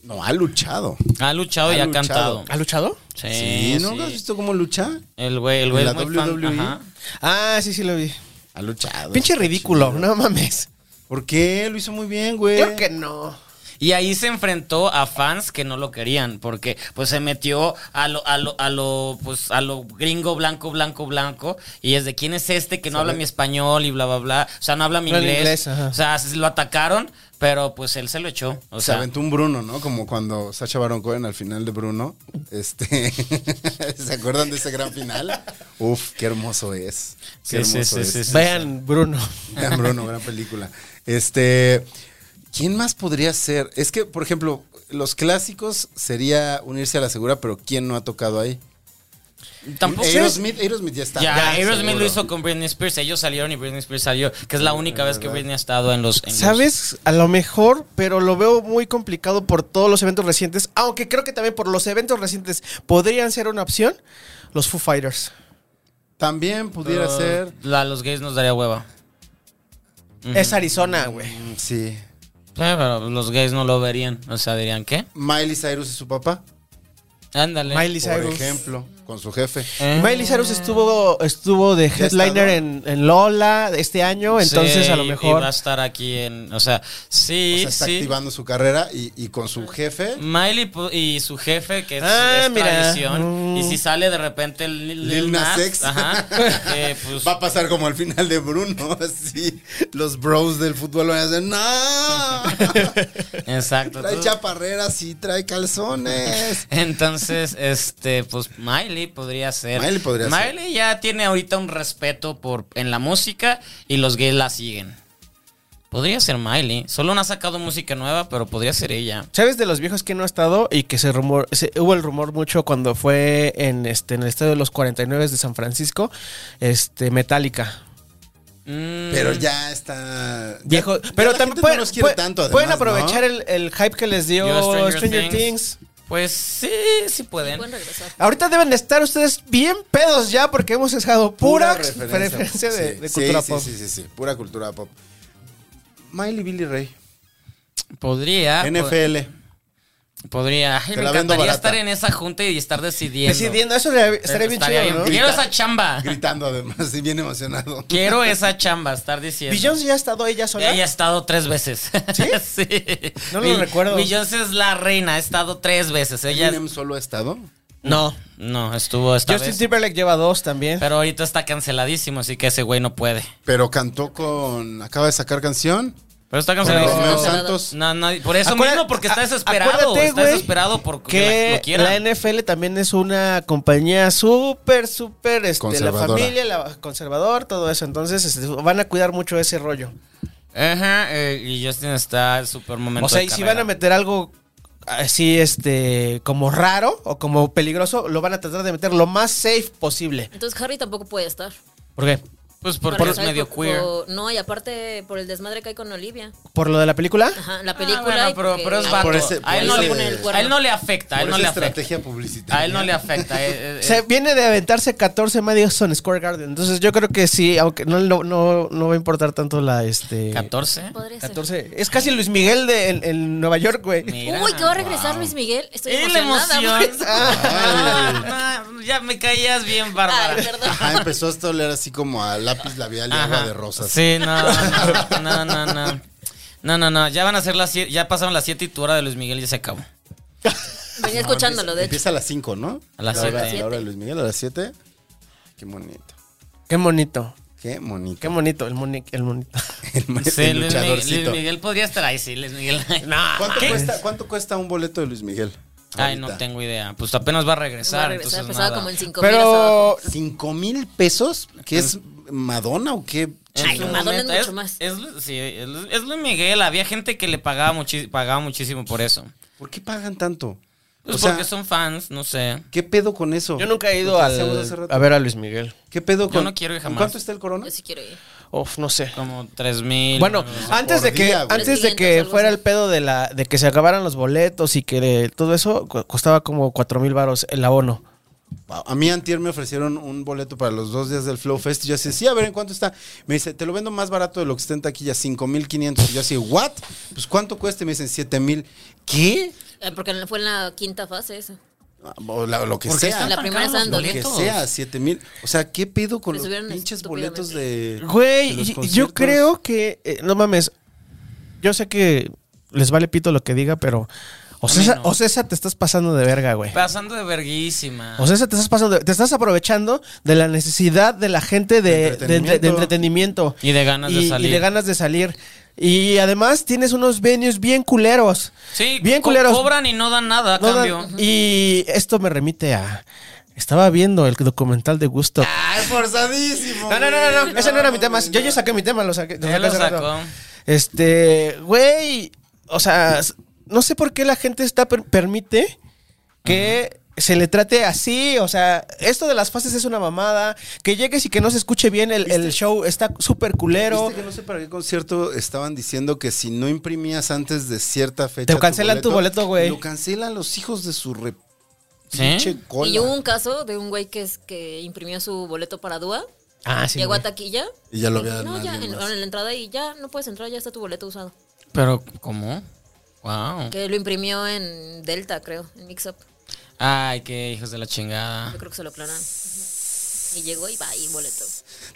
S3: no, ha luchado.
S2: Ha luchado
S3: Ha
S2: y ha
S3: luchado. Ah,
S2: cantado.
S1: ¿Ha luchado?
S2: Sí,
S3: Sí, ¿no?
S2: sí.
S3: ¿Has visto cómo lucha?
S2: El güey, el güey
S3: ¿En
S2: es
S3: la E.
S2: muy fan,
S3: WWE?
S2: ajá.
S1: Ah, sí, sí lo vi.
S3: Ha luchado.
S1: Pinche
S3: Está
S1: ridículo,
S3: chido.
S1: no mames.
S3: ¿Por qué? Lo hizo muy bien, güey.
S1: Creo que no.
S2: Y ahí se enfrentó a fans que no lo querían, porque pues se metió a lo, a lo, a lo, pues a lo gringo blanco, blanco, blanco, y es de quién es este que no habla mi español y bla, bla, bla, o sea, no habla mi
S1: No habla
S2: inglés,
S1: inglés, ajá.
S2: o sea, se lo atacaron, pero pues él se lo echó, o
S3: se
S2: sea,
S3: aventó un Bruno, ¿no? Como cuando Sacha Baron Cohen al final de Bruno. Este, ¿Se acuerdan de ese gran final? Uf, qué hermoso es. Qué
S2: Sí, sí,
S3: hermoso
S2: sí,
S3: es.
S2: sí, sí.
S1: Vean, Bruno.
S3: Gran Bruno, gran película. Este, ¿quién más podría ser? Es que, por ejemplo, los clásicos sería unirse a la segura, pero ¿quién no ha tocado ahí? Eh,
S2: tampoco
S3: Aerosmith, Aerosmith ya está.
S2: Ya, Aerosmith
S3: seguro.
S2: lo hizo con Britney Spears, ellos salieron y Britney Spears salió, que es la única vez que Britney ha estado en los... en los-
S1: ¿Sabes? A lo mejor, pero lo veo muy complicado por todos los eventos recientes. Aunque creo que también por los eventos recientes podrían ser una opción los Foo Fighters.
S3: También pudiera
S2: pero
S3: ser.
S2: la- los gays nos daría hueva.
S1: Es Arizona, güey.
S3: mm, Sí.
S2: Sí, Eh, pero los gays no lo verían, o sea, dirían, ¿qué?
S3: Miley Cyrus y su papá,
S2: Ándale.
S1: Miley
S3: por
S1: Cyrus.
S3: ejemplo, con su jefe.
S2: Eh.
S1: Miley Cyrus estuvo, estuvo de
S3: Ya
S1: headliner
S3: estaba.
S1: en, en Lola este año, entonces
S2: Sí,
S1: a lo
S2: y-
S1: mejor.
S2: Y va a estar aquí en. O sea,
S3: O
S2: sí,
S3: sea, está
S2: sí.
S3: activando su carrera y, y con su jefe.
S2: Miley pu- y su jefe, que es,
S1: Ah,
S2: es
S1: mira.
S2: tradición.
S1: Mm.
S2: Y si sale de repente el Lil,
S3: Lil Nas X.
S2: Ajá. que, pues,
S3: Va a pasar como al final de Bruno, así. Los bros del fútbol van a decir, ¡No!
S2: exacto.
S3: Trae
S2: tú.
S3: chaparreras y trae calzones.
S2: Entonces, este, pues Miley podría ser.
S3: Miley podría ser.
S2: Miley ya tiene ahorita un respeto por en la música y los gays la siguen. Podría ser Miley. Solo no ha sacado música nueva, pero podría ser ella.
S1: ¿Sabes de los viejos que no ha estado y que se rumor, se- hubo el rumor mucho cuando fue en este en el estadio de los 49 de San Francisco, este Metallica.
S2: Mm,
S3: Pero ya está. ya-
S1: Viejo,
S3: ya
S1: pero
S3: la gente
S1: también
S3: no
S1: pueden,
S3: los quiere
S1: pue-
S3: tanto, además,
S1: pueden
S3: ¿no?
S1: aprovechar el, el hype que les dio
S2: Yo,
S1: Stranger,
S2: Stranger
S1: Things.
S2: Things. Pues sí, sí pueden.
S4: Pueden regresar.
S1: Ahorita deben de estar ustedes bien pedos ya porque hemos dejado pura, referencia, de,
S3: Sí,
S1: de
S3: sí,
S1: cultura
S3: sí,
S1: pop.
S3: Sí, sí, sí, pura cultura pop. Miley Billy Ray. Ah,
S2: Podría. po-
S3: NFL.
S2: podría. Ay,
S3: Te
S2: me
S3: la vendo
S2: encantaría
S3: barata.
S2: estar en esa junta y estar decidiendo.
S1: Decidiendo, eso estaría estaría bien
S2: Estaría
S1: chido, ¿no?
S2: bien. Quiero esa chamba.
S3: Gritando además, y bien emocionado.
S2: Quiero esa chamba, estar diciendo.
S1: Beyoncé ya ha estado ella sola.
S2: Ella ha estado tres veces. ¿Sí?
S1: No lo
S2: Bill-
S1: recuerdo.
S2: Beyoncé es la reina, ha estado tres veces. Ella.
S3: Eminem solo ha estado.
S2: No, no, estuvo esta
S1: Justin
S2: vez.
S1: Timberlake lleva dos también.
S2: Pero ahorita está canceladísimo, así que ese güey no puede.
S3: Pero cantó con. Acaba de sacar canción.
S2: Pero está
S3: Con Romeo
S2: canceladísimo.
S3: Santos.
S2: No, no, por eso
S1: Acuérdate-
S2: mismo, porque está
S1: a-
S2: desesperado.
S1: acuérdate,
S2: Está
S1: güey,
S2: desesperado porque
S1: que
S2: lo quieran.
S1: la NFL también es una compañía súper, súper, este, la
S3: Conservadora.
S1: familia, la conservador, todo eso. Entonces este, van a cuidar mucho ese rollo.
S2: Ajá, eh, y Justin está en súper momento.
S1: O sea,
S2: de
S1: y si
S2: carrera.
S1: van a meter algo así, este, como raro o como peligroso, lo van a tratar de meter lo más safe posible.
S4: Entonces Harry tampoco puede estar.
S1: ¿Por qué?
S2: Pues porque
S4: Para
S2: es
S4: saber
S2: medio
S4: por-
S2: queer.
S4: por- no, y aparte por el desmadre que hay con Olivia.
S1: ¿Por lo de la película?
S4: Ajá, la
S2: Ah,
S4: película.
S2: bueno,
S4: y
S2: pero,
S4: porque-
S2: pero es
S4: Ay,
S2: vato.
S3: Por ese-
S2: a, él no
S4: por ese-
S2: le,
S4: Ponen el cuerno.
S2: a él no le afecta, a él
S3: Por
S2: no
S3: esa
S2: le afecta.
S3: estrategia publicitaria.
S2: A él no le afecta. eh, eh,
S1: Se viene de aventarse 14 Madison Square Garden. Entonces yo creo que sí, aunque no, no, no, no va a importar tanto la este.
S2: 14.
S4: Podría ser.
S1: 14. Es casi Luis Miguel de, en, en Nueva York, güey.
S2: Mira,
S4: Uy, que va a regresar
S2: wow.
S4: Luis Miguel. Estoy
S2: ¡Eh, la
S4: emocionada. por
S2: emoción!
S4: eso.
S2: Ah, no, ya me caías bien, Bárbara.
S4: Ay, perdón.
S3: Ajá, empezó a oler así como a lápiz labial y agua
S2: Ajá.
S3: de rosas.
S2: Sí, no, no, no, no, no. No, no, no, ya van a ser las siete, ya pasaron las 7 y tu hora de Luis Miguel ya se acabó.
S4: Venía escuchándolo, de hecho.
S3: Empieza a las 5, ¿no?
S2: A las
S3: La hora-
S2: siete.
S3: La hora de Luis Miguel, a las 7. Qué bonito.
S1: Qué bonito.
S3: Qué bonito.
S1: Qué bonito el moni- el monito.
S3: El, ma-
S2: Sí, Luis
S3: el
S2: Miguel, Luis
S3: luchadorcito.
S2: Miguel podría estar ahí, sí, Luis Miguel. No,
S3: ¿Cuánto cuesta, ¿Cuánto cuesta un boleto de Luis Miguel?
S2: Ay, no tengo idea. Pues apenas va a regresar,
S4: Va a
S2: entonces
S4: regresar, empezaba
S2: nada.
S4: como en 5
S1: Pero
S3: 5 mil pesos, ¿qué es Madonna o qué?
S4: Ay,
S2: su
S4: Madonna
S2: momento,
S4: es mucho más.
S2: es- sí, es, es Luis Miguel, había gente que le pagaba, muchi- pagaba muchísimo por eso.
S3: ¿Por qué pagan tanto?
S2: Pues
S3: o sea,
S2: porque son fans, no sé.
S3: ¿qué pedo con eso?
S1: yo nunca he ido
S3: Lo que
S1: al-
S3: hacíamos hace rato.
S1: a ver a Luis Miguel.
S3: ¿Qué pedo
S2: Yo
S3: con
S2: no quiero ir
S3: ¿En
S2: jamás.
S3: ¿Cuánto está el corona?
S4: Yo sí quiero ir.
S1: Uf, no sé.
S2: Como 3 mil.
S1: Bueno, antes de
S3: por
S1: que
S3: día, güey.
S1: antes de que
S4: 300
S1: fuera
S4: algo
S1: el pedo de la de que se acabaran los boletos y que de todo eso cu- costaba como cuatro mil varos el abono.
S3: A mí antier me ofrecieron un boleto para los dos días del Flow Fest y yo así, sí, a ver, ¿en cuánto está? Me dice, te lo vendo más barato de lo que está en taquilla, 5.500. Y yo así, ¿what? Pues, ¿cuánto cuesta? Y me dicen, 7.000. ¿Qué?
S4: Eh, Porque fue en la quinta fase eso.
S3: O la- lo que
S2: ¿Por qué
S3: sea.
S2: están
S4: La
S2: tan
S4: primera
S2: caros los
S4: es
S3: Lo que
S2: boletos?
S3: sea, 7.000. O sea, ¿qué pedo con
S4: Le
S3: los
S4: subieron
S3: pinches boletos de de
S1: Güey,
S3: los
S1: y- yo
S3: conciertos?
S1: creo que eh, no mames. Yo sé que les vale pito lo que diga, pero Ocesa,
S2: no.
S1: Ocesa te estás pasando de verga, güey.
S2: Pasando de verguísima.
S1: O sea, se te estás pasando, te estás aprovechando de la necesidad de la gente de, de,
S3: De
S1: entre- de
S3: entretenimiento.
S1: entretenimiento.
S2: Y de ganas de
S1: Y-
S2: salir.
S1: Y de ganas de salir. Y además tienes unos venues bien culeros.
S2: sí,
S1: bien
S2: co-
S1: culeros.
S2: cobran y no dan nada a
S1: No dan-
S2: cambio.
S1: y esto me remite a. Estaba viendo el documental de gusto.
S2: Ah,
S3: ¡Ay, forzadísimo!
S1: No, no, no, no, no.
S3: güey.
S1: Ese no era mi tema.
S3: güey,
S1: Yo
S3: no.
S1: ya saqué mi tema, lo saqué. lo
S2: Él
S1: saqué
S2: lo
S1: hace rato.
S2: sacó.
S1: Este, güey. O sea, s- no sé por qué la gente está per- permite que se le trate así. O sea, esto de las fases es una mamada. Que llegues y que no se escuche bien el, el show está súper culero.
S3: ¿Viste que no sé para qué concierto estaban diciendo que si no imprimías antes de cierta fecha.
S1: Te cancelan tu boleto, güey. ¿Eh?
S3: Lo cancelan los hijos de su re.
S2: ¿Sí?
S3: pinche cola.
S4: Y hubo un caso de un güey que, es, que imprimió su boleto para Dúa.
S1: Ah, sí.
S4: llegó
S1: güey.
S4: a taquilla.
S3: Y ya lo había
S4: No,
S3: dado
S4: ya,
S3: a alguien
S4: en,
S3: más.
S4: en la entrada y ya no puedes entrar, ya está tu boleto usado.
S2: Pero, ¿cómo? Wow.
S4: Que lo imprimió en Delta, creo, en Mix Up.
S2: Ay, qué hijos de la chingada.
S4: Yo creo que se lo clonaron. Ujú. Y llegó y va y boleto.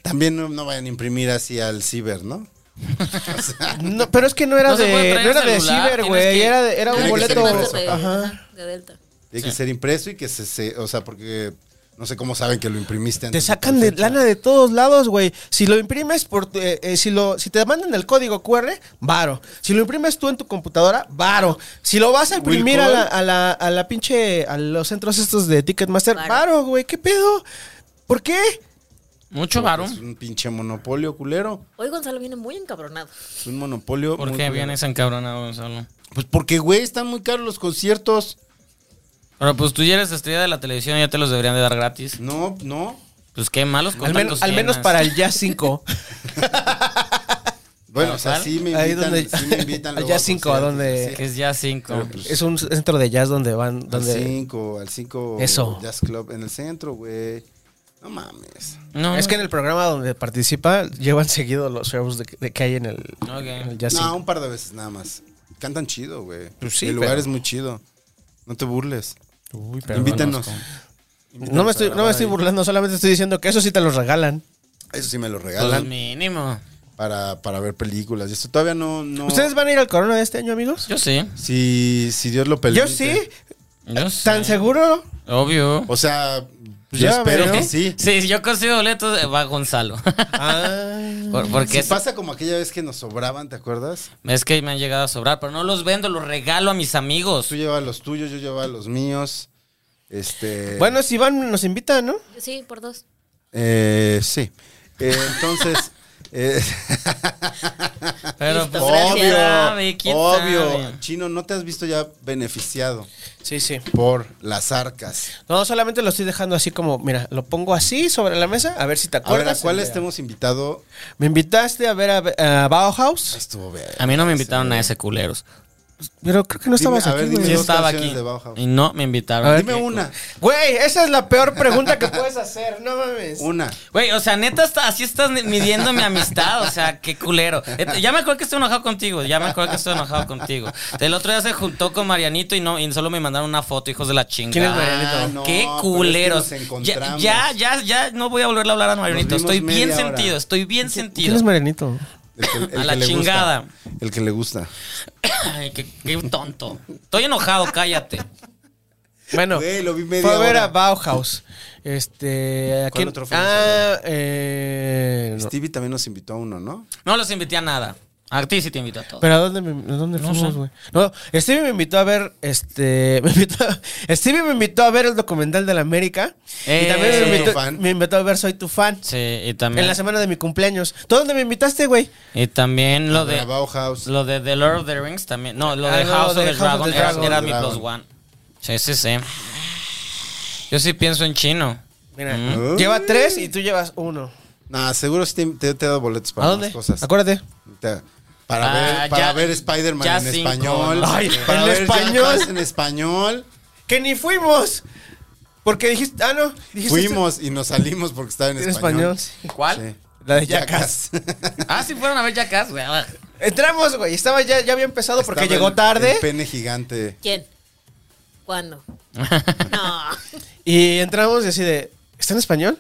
S3: También no, no vayan a imprimir así al ciber, ¿no? O sea,
S1: No, pero es que no era
S2: No se
S1: de,
S2: puede traer
S1: no era de
S2: celular,
S1: ciber,
S2: tienes
S1: güey.
S2: que-
S1: Era, de- era
S4: Ah,
S1: un
S3: Tiene que ser
S1: boleto.
S3: impreso.
S4: de,
S1: Ajá.
S4: ajá, de Delta.
S3: tiene que ser impreso y que se, se- O sea, porque no sé cómo saben que lo imprimiste
S1: Te
S3: antes.
S1: sacan de
S3: tal fecha.
S1: lana de todos lados, güey. Si lo imprimes por tu- eh, eh, si lo si te mandan el código QR, varo. Si lo imprimes tú en tu computadora, varo. Si lo vas a imprimir a la, a la- a la pinche a los centros estos de Ticketmaster,
S4: Varo.
S1: varo, güey, ¿qué pedo? ¿Por qué?
S2: Mucho varo.
S3: pues, Es un pinche monopolio culero.
S4: Hoy Gonzalo viene muy encabronado.
S3: Es un monopolio.
S2: ¿Por
S3: muy
S2: qué
S3: culero.
S2: vienes encabronado, Gonzalo?
S3: Pues porque, güey, están muy caros los conciertos.
S2: Pero pues tú ya eres estrella de la televisión, ya te los deberían de dar gratis.
S3: No, no.
S2: Pues qué malos
S1: Al, men-
S2: contactos
S1: al menos
S2: tienes.
S1: para el Jazz 5.
S3: Bueno, o sea,
S2: ¿Cuál?
S3: sí me
S1: Ahí
S3: invitan.
S1: donde-
S3: sí me invitan luego
S1: Allá cinco,
S3: conciertos,
S1: donde-
S2: Que es ya cinco.
S3: Pero, pues,
S1: es un centro de jazz donde
S3: Ah,
S1: van. Donde...
S3: Al 5, al 5
S1: Eso.
S3: Jazz Club en el centro, güey. No mames.
S2: No,
S1: Es que en el programa donde participa llevan seguido los shows de, de que hay en el,
S2: Ok.
S1: en el Jazz
S3: no,
S1: 5.
S3: un par de veces nada más. Cantan chido, güey.
S1: Pues sí,
S3: el lugar
S1: pero-
S3: es muy chido. No te burles.
S1: Uy,
S3: Invítanos.
S1: No me, estoy, no me estoy burlando, solamente estoy diciendo que eso sí te los regalan.
S3: Eso sí me lo
S2: pues
S3: regalan
S2: mínimo.
S3: para, para ver películas. Y esto todavía no. no-
S1: ¿Ustedes van a ir al corona de este año, amigos?
S2: Yo sí.
S3: Si, si Dios lo
S1: Yo
S3: permite.
S1: sí,
S2: Yo sí.
S1: tan seguro.
S2: Obvio.
S3: Ah, O sea, yo
S1: Pues Ya
S3: espero
S1: veré.
S3: que sí. Ah.
S2: Sí, yo consigo boletos, eh, va Gonzalo. Por-
S3: Si
S2: porque
S3: pasa como aquella vez que nos sobraban, ¿te acuerdas?
S2: es que me han llegado a sobrar, pero no los vendo, los regalo a mis amigos.
S3: Tú llevabas los tuyos, yo llevaba los míos. Este.
S1: Bueno, si van, nos invitan, ¿no?
S4: Sí, por dos.
S3: Eh, sí. Eh, entonces. eh,
S2: Pero
S4: Listo.
S2: pues,
S3: obvio.
S2: ¿quién sabe? ¿Quién
S3: obvio.
S2: sabe?
S3: Chino, no te has visto ya beneficiado
S1: Sí, sí.
S3: por las arcas.
S1: No, solamente lo estoy dejando así como, mira, lo pongo así sobre la mesa, a ver si te
S3: A
S1: acuerdas.
S3: ver, ¿a cuáles
S1: Mira.
S3: te hemos invitado?
S1: Me invitaste a ver a, a Bauhaus,
S3: Estuvo bien.
S2: A mí no me invitaron a ese culeros.
S1: pero creo que no
S3: Dime,
S1: estabas
S3: a ver,
S1: aquí,
S3: dime
S2: Sí
S1: güey.
S3: dos.
S2: estaba
S3: canciones
S2: aquí.
S3: de Bauhaus.
S2: Y no me invitaron.
S3: Dime
S2: Qué
S3: una,
S1: Güey, esa es la peor pregunta que puedes hacer, no mames.
S3: una.
S2: Güey, o sea, neta, hasta así estás midiendo mi amistad. O sea, qué culero. Et- Ya me acuerdo que estoy enojado contigo. Ya me acuerdo que estoy enojado contigo. El otro día se juntó con Marianito y no y solo me mandaron una foto, hijos de la chingada.
S1: ¿Quién es Marianito?
S2: Ah,
S3: no,
S2: qué
S3: pero es que
S2: culeros.
S3: nos
S2: ya,
S3: encontramos.
S2: ya, ya, ya no voy a volverle a hablar a Marianito.
S3: Nos vimos
S2: Estoy bien
S3: media hora.
S2: sentido, estoy bien
S1: ¿Quién
S2: sentido.
S1: es Marianito?
S3: El que- el
S2: A la
S3: que le gusta.
S2: chingada.
S3: El que le gusta.
S2: Ay, qué, qué tonto. Estoy enojado, cállate.
S1: Bueno,
S3: Güey, lo vi media
S1: fue a ver
S3: hora.
S1: a Bauhaus. Este, ¿a
S3: ¿Cuál
S1: quién?
S3: otro fuimos a ver? Este,
S1: ah, eh, no.
S3: Stevie también nos invitó a uno, ¿no?
S2: No los invité a nada. A ti sí te invito a todos.
S1: Pero ¿a dónde, me, a dónde
S2: No
S1: fuimos,
S2: sé.
S1: güey? No, Stevie me invitó a ver, este, me invitó, Stevie me invitó a ver el documental de la América.
S2: Eh, Ah.
S1: y también
S2: Soy
S1: me
S2: tu
S1: invitó,
S3: fan.
S1: me invitó a ver Soy tu fan.
S2: sí, y también.
S1: En la semana de mi cumpleaños. ¿Tú dónde me invitaste, güey?
S2: Y también lo
S3: A ver,
S2: de.
S3: a Bauhaus.
S2: Lo de The Lord of the Rings también. No, lo
S1: Ah,
S2: de
S1: no,
S2: House
S1: de
S2: of the
S1: House of
S2: Dragon,
S1: the
S2: era-
S1: Dragon.
S2: era, mi
S3: Dragon.
S2: plus one. Sí, sí, sí. Yo sí pienso en chino.
S1: Mira,
S3: Mm.
S1: lleva tres y tú llevas uno.
S3: Nah, seguro sí te, te, te he dado boletos para
S1: ¿A
S3: más
S1: dónde?
S3: cosas.
S1: Acuérdate.
S3: Te- para
S2: Ah,
S3: ver, para
S2: ya-
S3: ver Spider-Man
S2: ya
S3: en
S2: cinco,
S3: español.
S2: ¿no?
S1: Ay,
S3: para
S1: en
S3: ver Jack
S1: español.
S3: Bass en español.
S1: Que ni fuimos. Porque dijiste, ah, no. dijiste-
S3: Fuimos y nos salimos porque estaba en
S1: En
S3: español.
S1: español.
S2: ¿Cuál?
S3: Sí.
S1: La de Jackass.
S2: Ah, sí fueron a ver Jackass, güey. Ah,
S1: Entramos, güey. Estaba ya, ya había empezado porque
S3: Estaba
S1: llegó
S3: el-
S1: tarde.
S3: El pene gigante.
S4: ¿Quién? ¿Cuándo? No.
S1: Y entramos y así de, ¿está en español?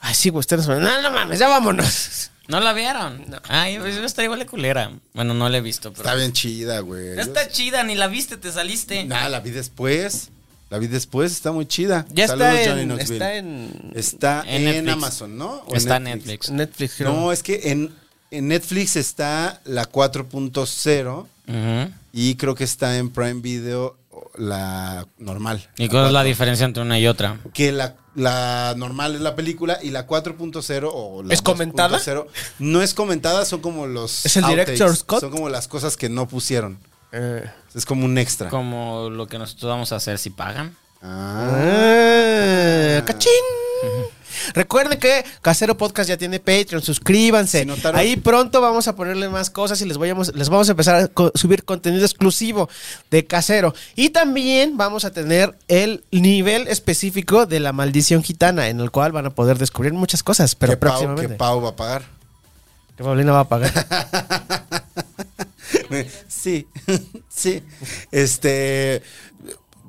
S1: Ah, sí, güey, está en español. No, no mames, ya vámonos.
S2: ¿No la vieron? Ay, pues yo estaría igual de culera. Bueno, no la he visto, pero.
S3: Está bien chida, güey.
S2: No está chida, ni la viste, te saliste.
S3: Nah, la vi después. La vi después, está muy chida.
S1: Ya
S3: Saludos,
S1: está,
S3: Johnny
S1: en,
S3: Knoxville.
S1: está en
S3: Está
S2: En
S3: en,
S2: Netflix.
S3: Amazon, ¿no? ¿O
S2: Está en Netflix.
S1: Netflix. creo.
S3: No, es que en, en Netflix está la 4.0
S2: Ujú.
S3: y creo que está en Prime Video la normal.
S2: ¿Y cuál es la diferencia entre una y otra?
S3: que la, la normal es la película y la 4.0 o la
S1: ¿Es comentada?
S3: 2.0, No es comentada, son como los.
S1: ¿Es el director's cut?
S3: Son como las cosas que no pusieron.
S1: Eh.
S3: Es como un extra.
S2: Como lo que nosotros vamos a hacer si pagan.
S3: Ah,
S1: Ah, ¡Cachín! Recuerden que Casero Podcast ya tiene Patreon, suscríbanse.
S3: Si notaron-
S1: Ahí pronto vamos a ponerle más cosas y les, vayamos- les vamos a empezar a co- subir contenido exclusivo de Casero. Y también vamos a tener el nivel específico de la maldición gitana, en el cual van a poder descubrir muchas cosas, pero
S3: que Pau, que
S1: próximamente.
S3: Pau va a pagar.
S1: Que Paulina va a pagar.
S3: sí, sí. Este.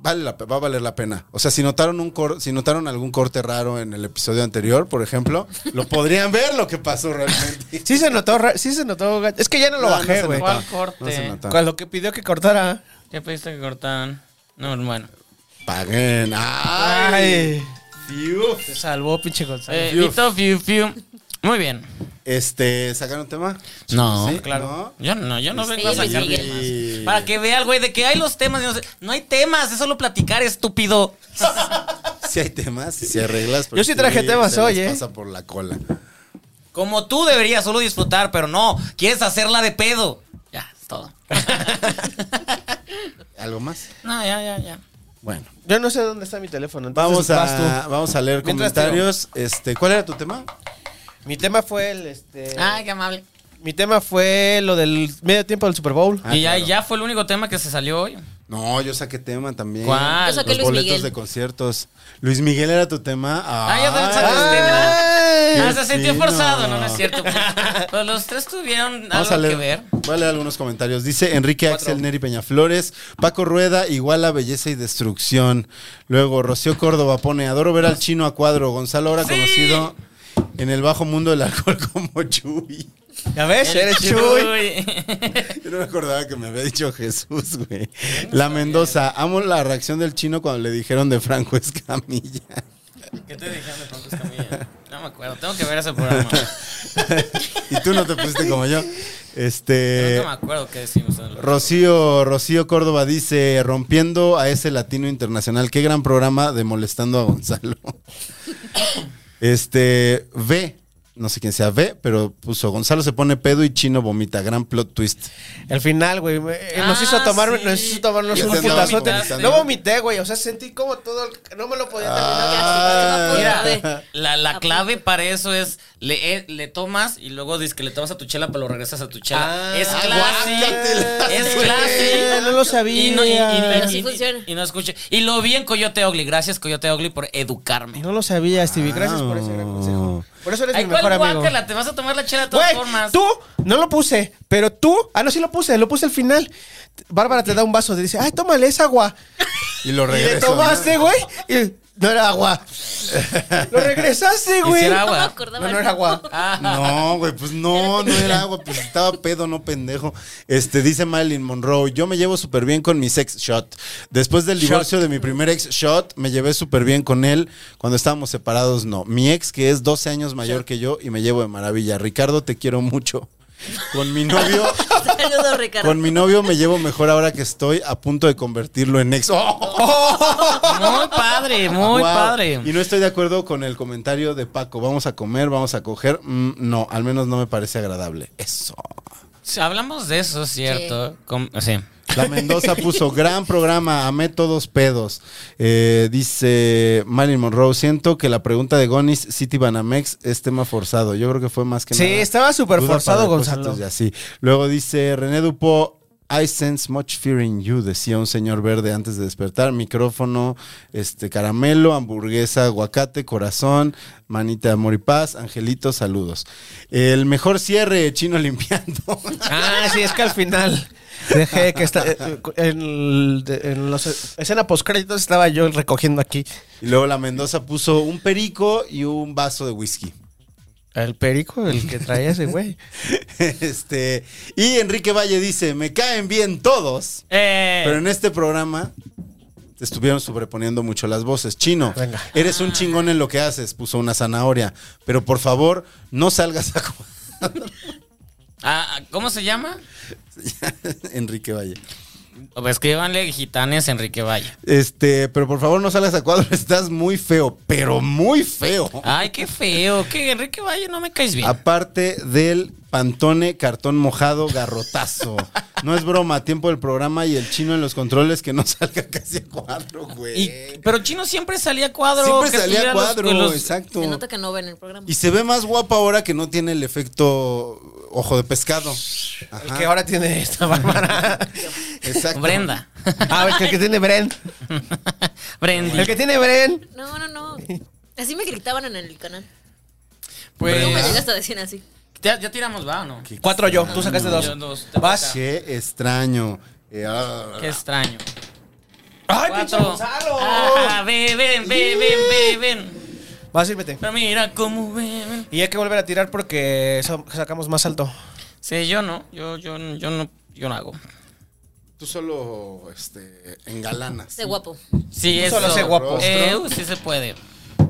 S3: Vale la pe- va a valer la pena. O sea, si notaron un cor- si notaron algún corte raro en el episodio anterior, por ejemplo, lo podrían ver lo que pasó realmente.
S1: Sí se notó, ra- sí se notó. gacho. Es que ya no lo
S3: No, no
S1: bajé,
S3: se
S1: güey.
S3: notó.
S2: ¿Cuál corte?
S3: No se notó.
S1: Cuando que pidió que cortara.
S2: ¿Qué pediste que cortaran? No, bueno.
S3: Paguen. Ay.
S1: Ay.
S3: Fiu.
S1: Se salvó, pinche Gonzalo.
S2: Eh,
S3: Fiu.
S2: Vito, fiu, fiu. Muy bien.
S3: Este, ¿sacaron tema?
S2: No,
S3: ¿Sí?
S2: claro. Yo no, yo no
S4: Sí,
S2: vengo a sacar
S4: sigue.
S2: temas. Para que vea el güey de que hay los temas. y No, sé- no hay temas, es solo platicar, estúpido.
S3: Si hay temas, si hay reglas.
S1: Yo sí traje temas
S3: se les
S1: hoy, ¿eh?
S3: pasa por la cola.
S2: Como tú deberías solo disfrutar, pero no, quieres hacerla de pedo. Ya, es todo.
S3: ¿Algo más?
S2: no, ya, ya, ya.
S3: Bueno.
S1: Yo no sé dónde está mi teléfono. entonces
S3: Vamos
S1: vas
S3: a, vamos a leer
S1: Mientras,
S3: comentarios. Este, ¿Cuál era tu tema?
S1: tú. Mi tema fue el, este...
S2: Ay, qué amable.
S1: Mi tema fue lo del medio tiempo del Super Bowl.
S3: Ah,
S2: y ya,
S3: claro.
S2: ya fue el único tema que se salió hoy.
S3: No, yo saqué tema también.
S2: ¿Cuál? Yo
S3: Los
S4: saqué Luis
S3: boletos
S4: Miguel.
S3: de conciertos. Luis Miguel era tu tema.
S2: Ah, ya también sacaste
S3: Ay,
S2: tema. Ah,
S3: qué
S2: se sintió
S3: fino.
S2: forzado, no, no es cierto. Pues, Pues los tres tuvieron
S3: Vamos a
S2: algo
S3: leer,
S2: que ver.
S3: voy a leer algunos comentarios. Dice Enrique Axel Neri Peñaflores, Paco Rueda, igual a belleza y destrucción. Luego Rocío Córdoba pone, adoro ver al chino a cuadro. Gonzalo, ahora
S2: Sí.
S3: conocido en el bajo mundo del alcohol como Chuy.
S1: ¿Ya ves? Eres chuy.
S2: Chuy.
S3: Yo no me acordaba que me había dicho Jesús, güey. La Mendoza, amo la reacción del chino cuando le dijeron de Franco Escamilla.
S2: ¿Qué te dijeron de Franco Escamilla? No me acuerdo, tengo que ver ese programa.
S3: y tú no te pusiste como yo. Este.
S1: Eh,
S2: Pero no me acuerdo qué decimos. en el-
S3: Rocío, Rocío Córdoba dice, rompiendo a ese latino internacional, qué gran programa de molestando a Gonzalo. Este, V, no sé quién sea V, pero puso, Gonzalo se pone pedo y chino vomita, gran plot twist.
S1: El final, güey. me- eh, nos
S2: Ah,
S1: hizo tomar,
S2: sí.
S1: nos hizo tomarnos
S3: Yo
S1: un
S3: te andaba
S1: putazote.
S3: vomitando.
S1: No vomité, güey. O sea, sentí como todo. el- No me lo podía terminar.
S4: Ah.
S2: Mira, la, la clave
S4: pues,
S2: para eso es le, eh, le tomas y luego dices que le tomas a tu chela, pero lo regresas a tu chela.
S1: Ah,
S2: es classy.
S3: guácatelas,
S2: Es
S1: güey.
S2: classy.
S1: No lo sabía.
S2: Y no, y- y-
S4: Pero
S2: y-
S4: sí
S2: y-
S4: funciona.
S2: y no escuché. Y lo vi en Coyote Ogly. Gracias, Coyote Ogly, por educarme.
S1: No lo sabía,
S3: Ah.
S1: Stevie. Gracias por ese gran consejo. Por eso eres
S2: Ay,
S1: mi
S2: ¿cuál
S1: mejor amigo.
S2: guácala? Te vas a tomar la chela de todas
S1: Güey,
S2: formas.
S1: tú no lo puse, pero tú. Ah, no, sí lo puse, lo puse al final. Bárbara te da un vaso, te dice, ay, tómale, es agua.
S3: Y lo
S1: Y le
S3: regresó.
S1: tomaste, güey. y no era agua. Lo regresaste,
S2: ¿Y si
S1: güey.
S2: era
S4: No me
S2: agua?
S4: acordaba.
S1: No, no era agua.
S2: Ah,
S3: No, güey, pues no, no era agua, pues estaba pedo, no pendejo. Este, dice Marilyn Monroe, yo me llevo súper bien con mis ex shot. Después del divorcio de mi primer ex shot, me llevé súper bien con él. Cuando estábamos separados, no. Mi ex, que es 12 años mayor que yo y me llevo de maravilla. Ricardo, te quiero mucho. Con mi novio,
S4: Saludos, Ricardo.
S3: con mi novio me llevo mejor ahora que estoy a punto de convertirlo en ex. ¡Oh!
S2: muy padre, muy
S3: Wow.
S2: padre.
S3: Y no estoy de acuerdo con el comentario de Paco. Vamos a comer, vamos a coger. Mm, no, al menos no me parece agradable. Eso.
S2: Sí, hablamos de eso, ¿cierto? Com- sí.
S3: La Mendoza puso gran programa, amé todos pedos. Eh, dice Marilyn Monroe, siento que la pregunta de Gonis City Banamex es tema forzado. Yo creo que fue más que
S1: Sí,
S3: nada.
S1: estaba súper
S3: duda
S1: forzado,
S3: para depósitos
S1: Gonzalo.
S3: y así. Luego dice René Dupo. I sense much fear in you, decía un señor verde antes de despertar. Micrófono, este caramelo, hamburguesa, aguacate, corazón, manita de amor y paz, angelito, saludos. El mejor cierre, chino limpiando.
S1: Ah, sí, es que al final dejé que está eh, en, el- de- en los eh, escena post créditos estaba yo recogiendo aquí
S3: Y luego la Mendoza puso un perico y un vaso de whisky.
S1: el perico, el que traía ese güey.
S3: Este, y Enrique Valle dice, me caen bien todos,
S2: Eh,
S3: pero en este programa te estuvieron sobreponiendo mucho las voces. Chino,
S1: Venga.
S3: eres un chingón en lo que haces, puso una zanahoria, pero por favor, no salgas a cu-
S2: ah, ¿Cómo se llama?
S3: Enrique Valle.
S2: O Escríbanle Gitanes Enrique Valle.
S3: Este, pero por favor no salgas a cuadro, estás muy feo, pero muy feo.
S2: Ay, qué feo. Que Enrique Valle no me caes Ah,
S3: Ah,
S2: bien.
S3: Aparte del pantone, cartón mojado, garrotazo. No es broma, tiempo del programa y el chino en los controles que no salga casi a cuadro, güey.
S2: Y- pero Chino siempre salía a cuadro.
S3: Siempre
S2: que
S3: salía
S2: estuviera
S3: a
S2: los-
S3: cuadro,
S2: los-
S3: exacto.
S4: Se nota que no ven el programa.
S3: Y se ve más guapa ahora que no tiene el efecto ojo de pescado.
S1: El que ahora tiene esta Bárbara.
S3: Exacto.
S2: Brenda.
S1: Ah, el que- el que tiene Bren.
S2: Brendi.
S1: El que tiene Bren.
S4: No, no, no. Así me gritaban en el canal.
S2: Pues,
S4: Me llegaste a decir así.
S2: ya, ya tiramos, ¿va o no?
S1: Cuatro yo, tú sacaste
S2: Yo
S1: dos.
S2: dos, te
S1: Vas.
S2: toca.
S3: Qué extraño. Eh, ah,
S2: Qué extraño.
S1: ¡Ay, pinche
S2: Cuatro. Ah,
S1: Gonzalo!
S2: ven, ven, ven, ven, ven, ven.
S1: Vas, sírvete.
S2: Pero mira cómo ven.
S1: Y hay que volver a tirar porque so- sacamos más alto.
S2: Sí, yo no. Yo, yo, yo no. Yo no hago.
S3: Tú solo este, engalanas.
S4: Sé guapo.
S2: Sí,
S1: Tú solo
S2: eso.
S1: sé guapo.
S2: Eh, uh, sí se puede.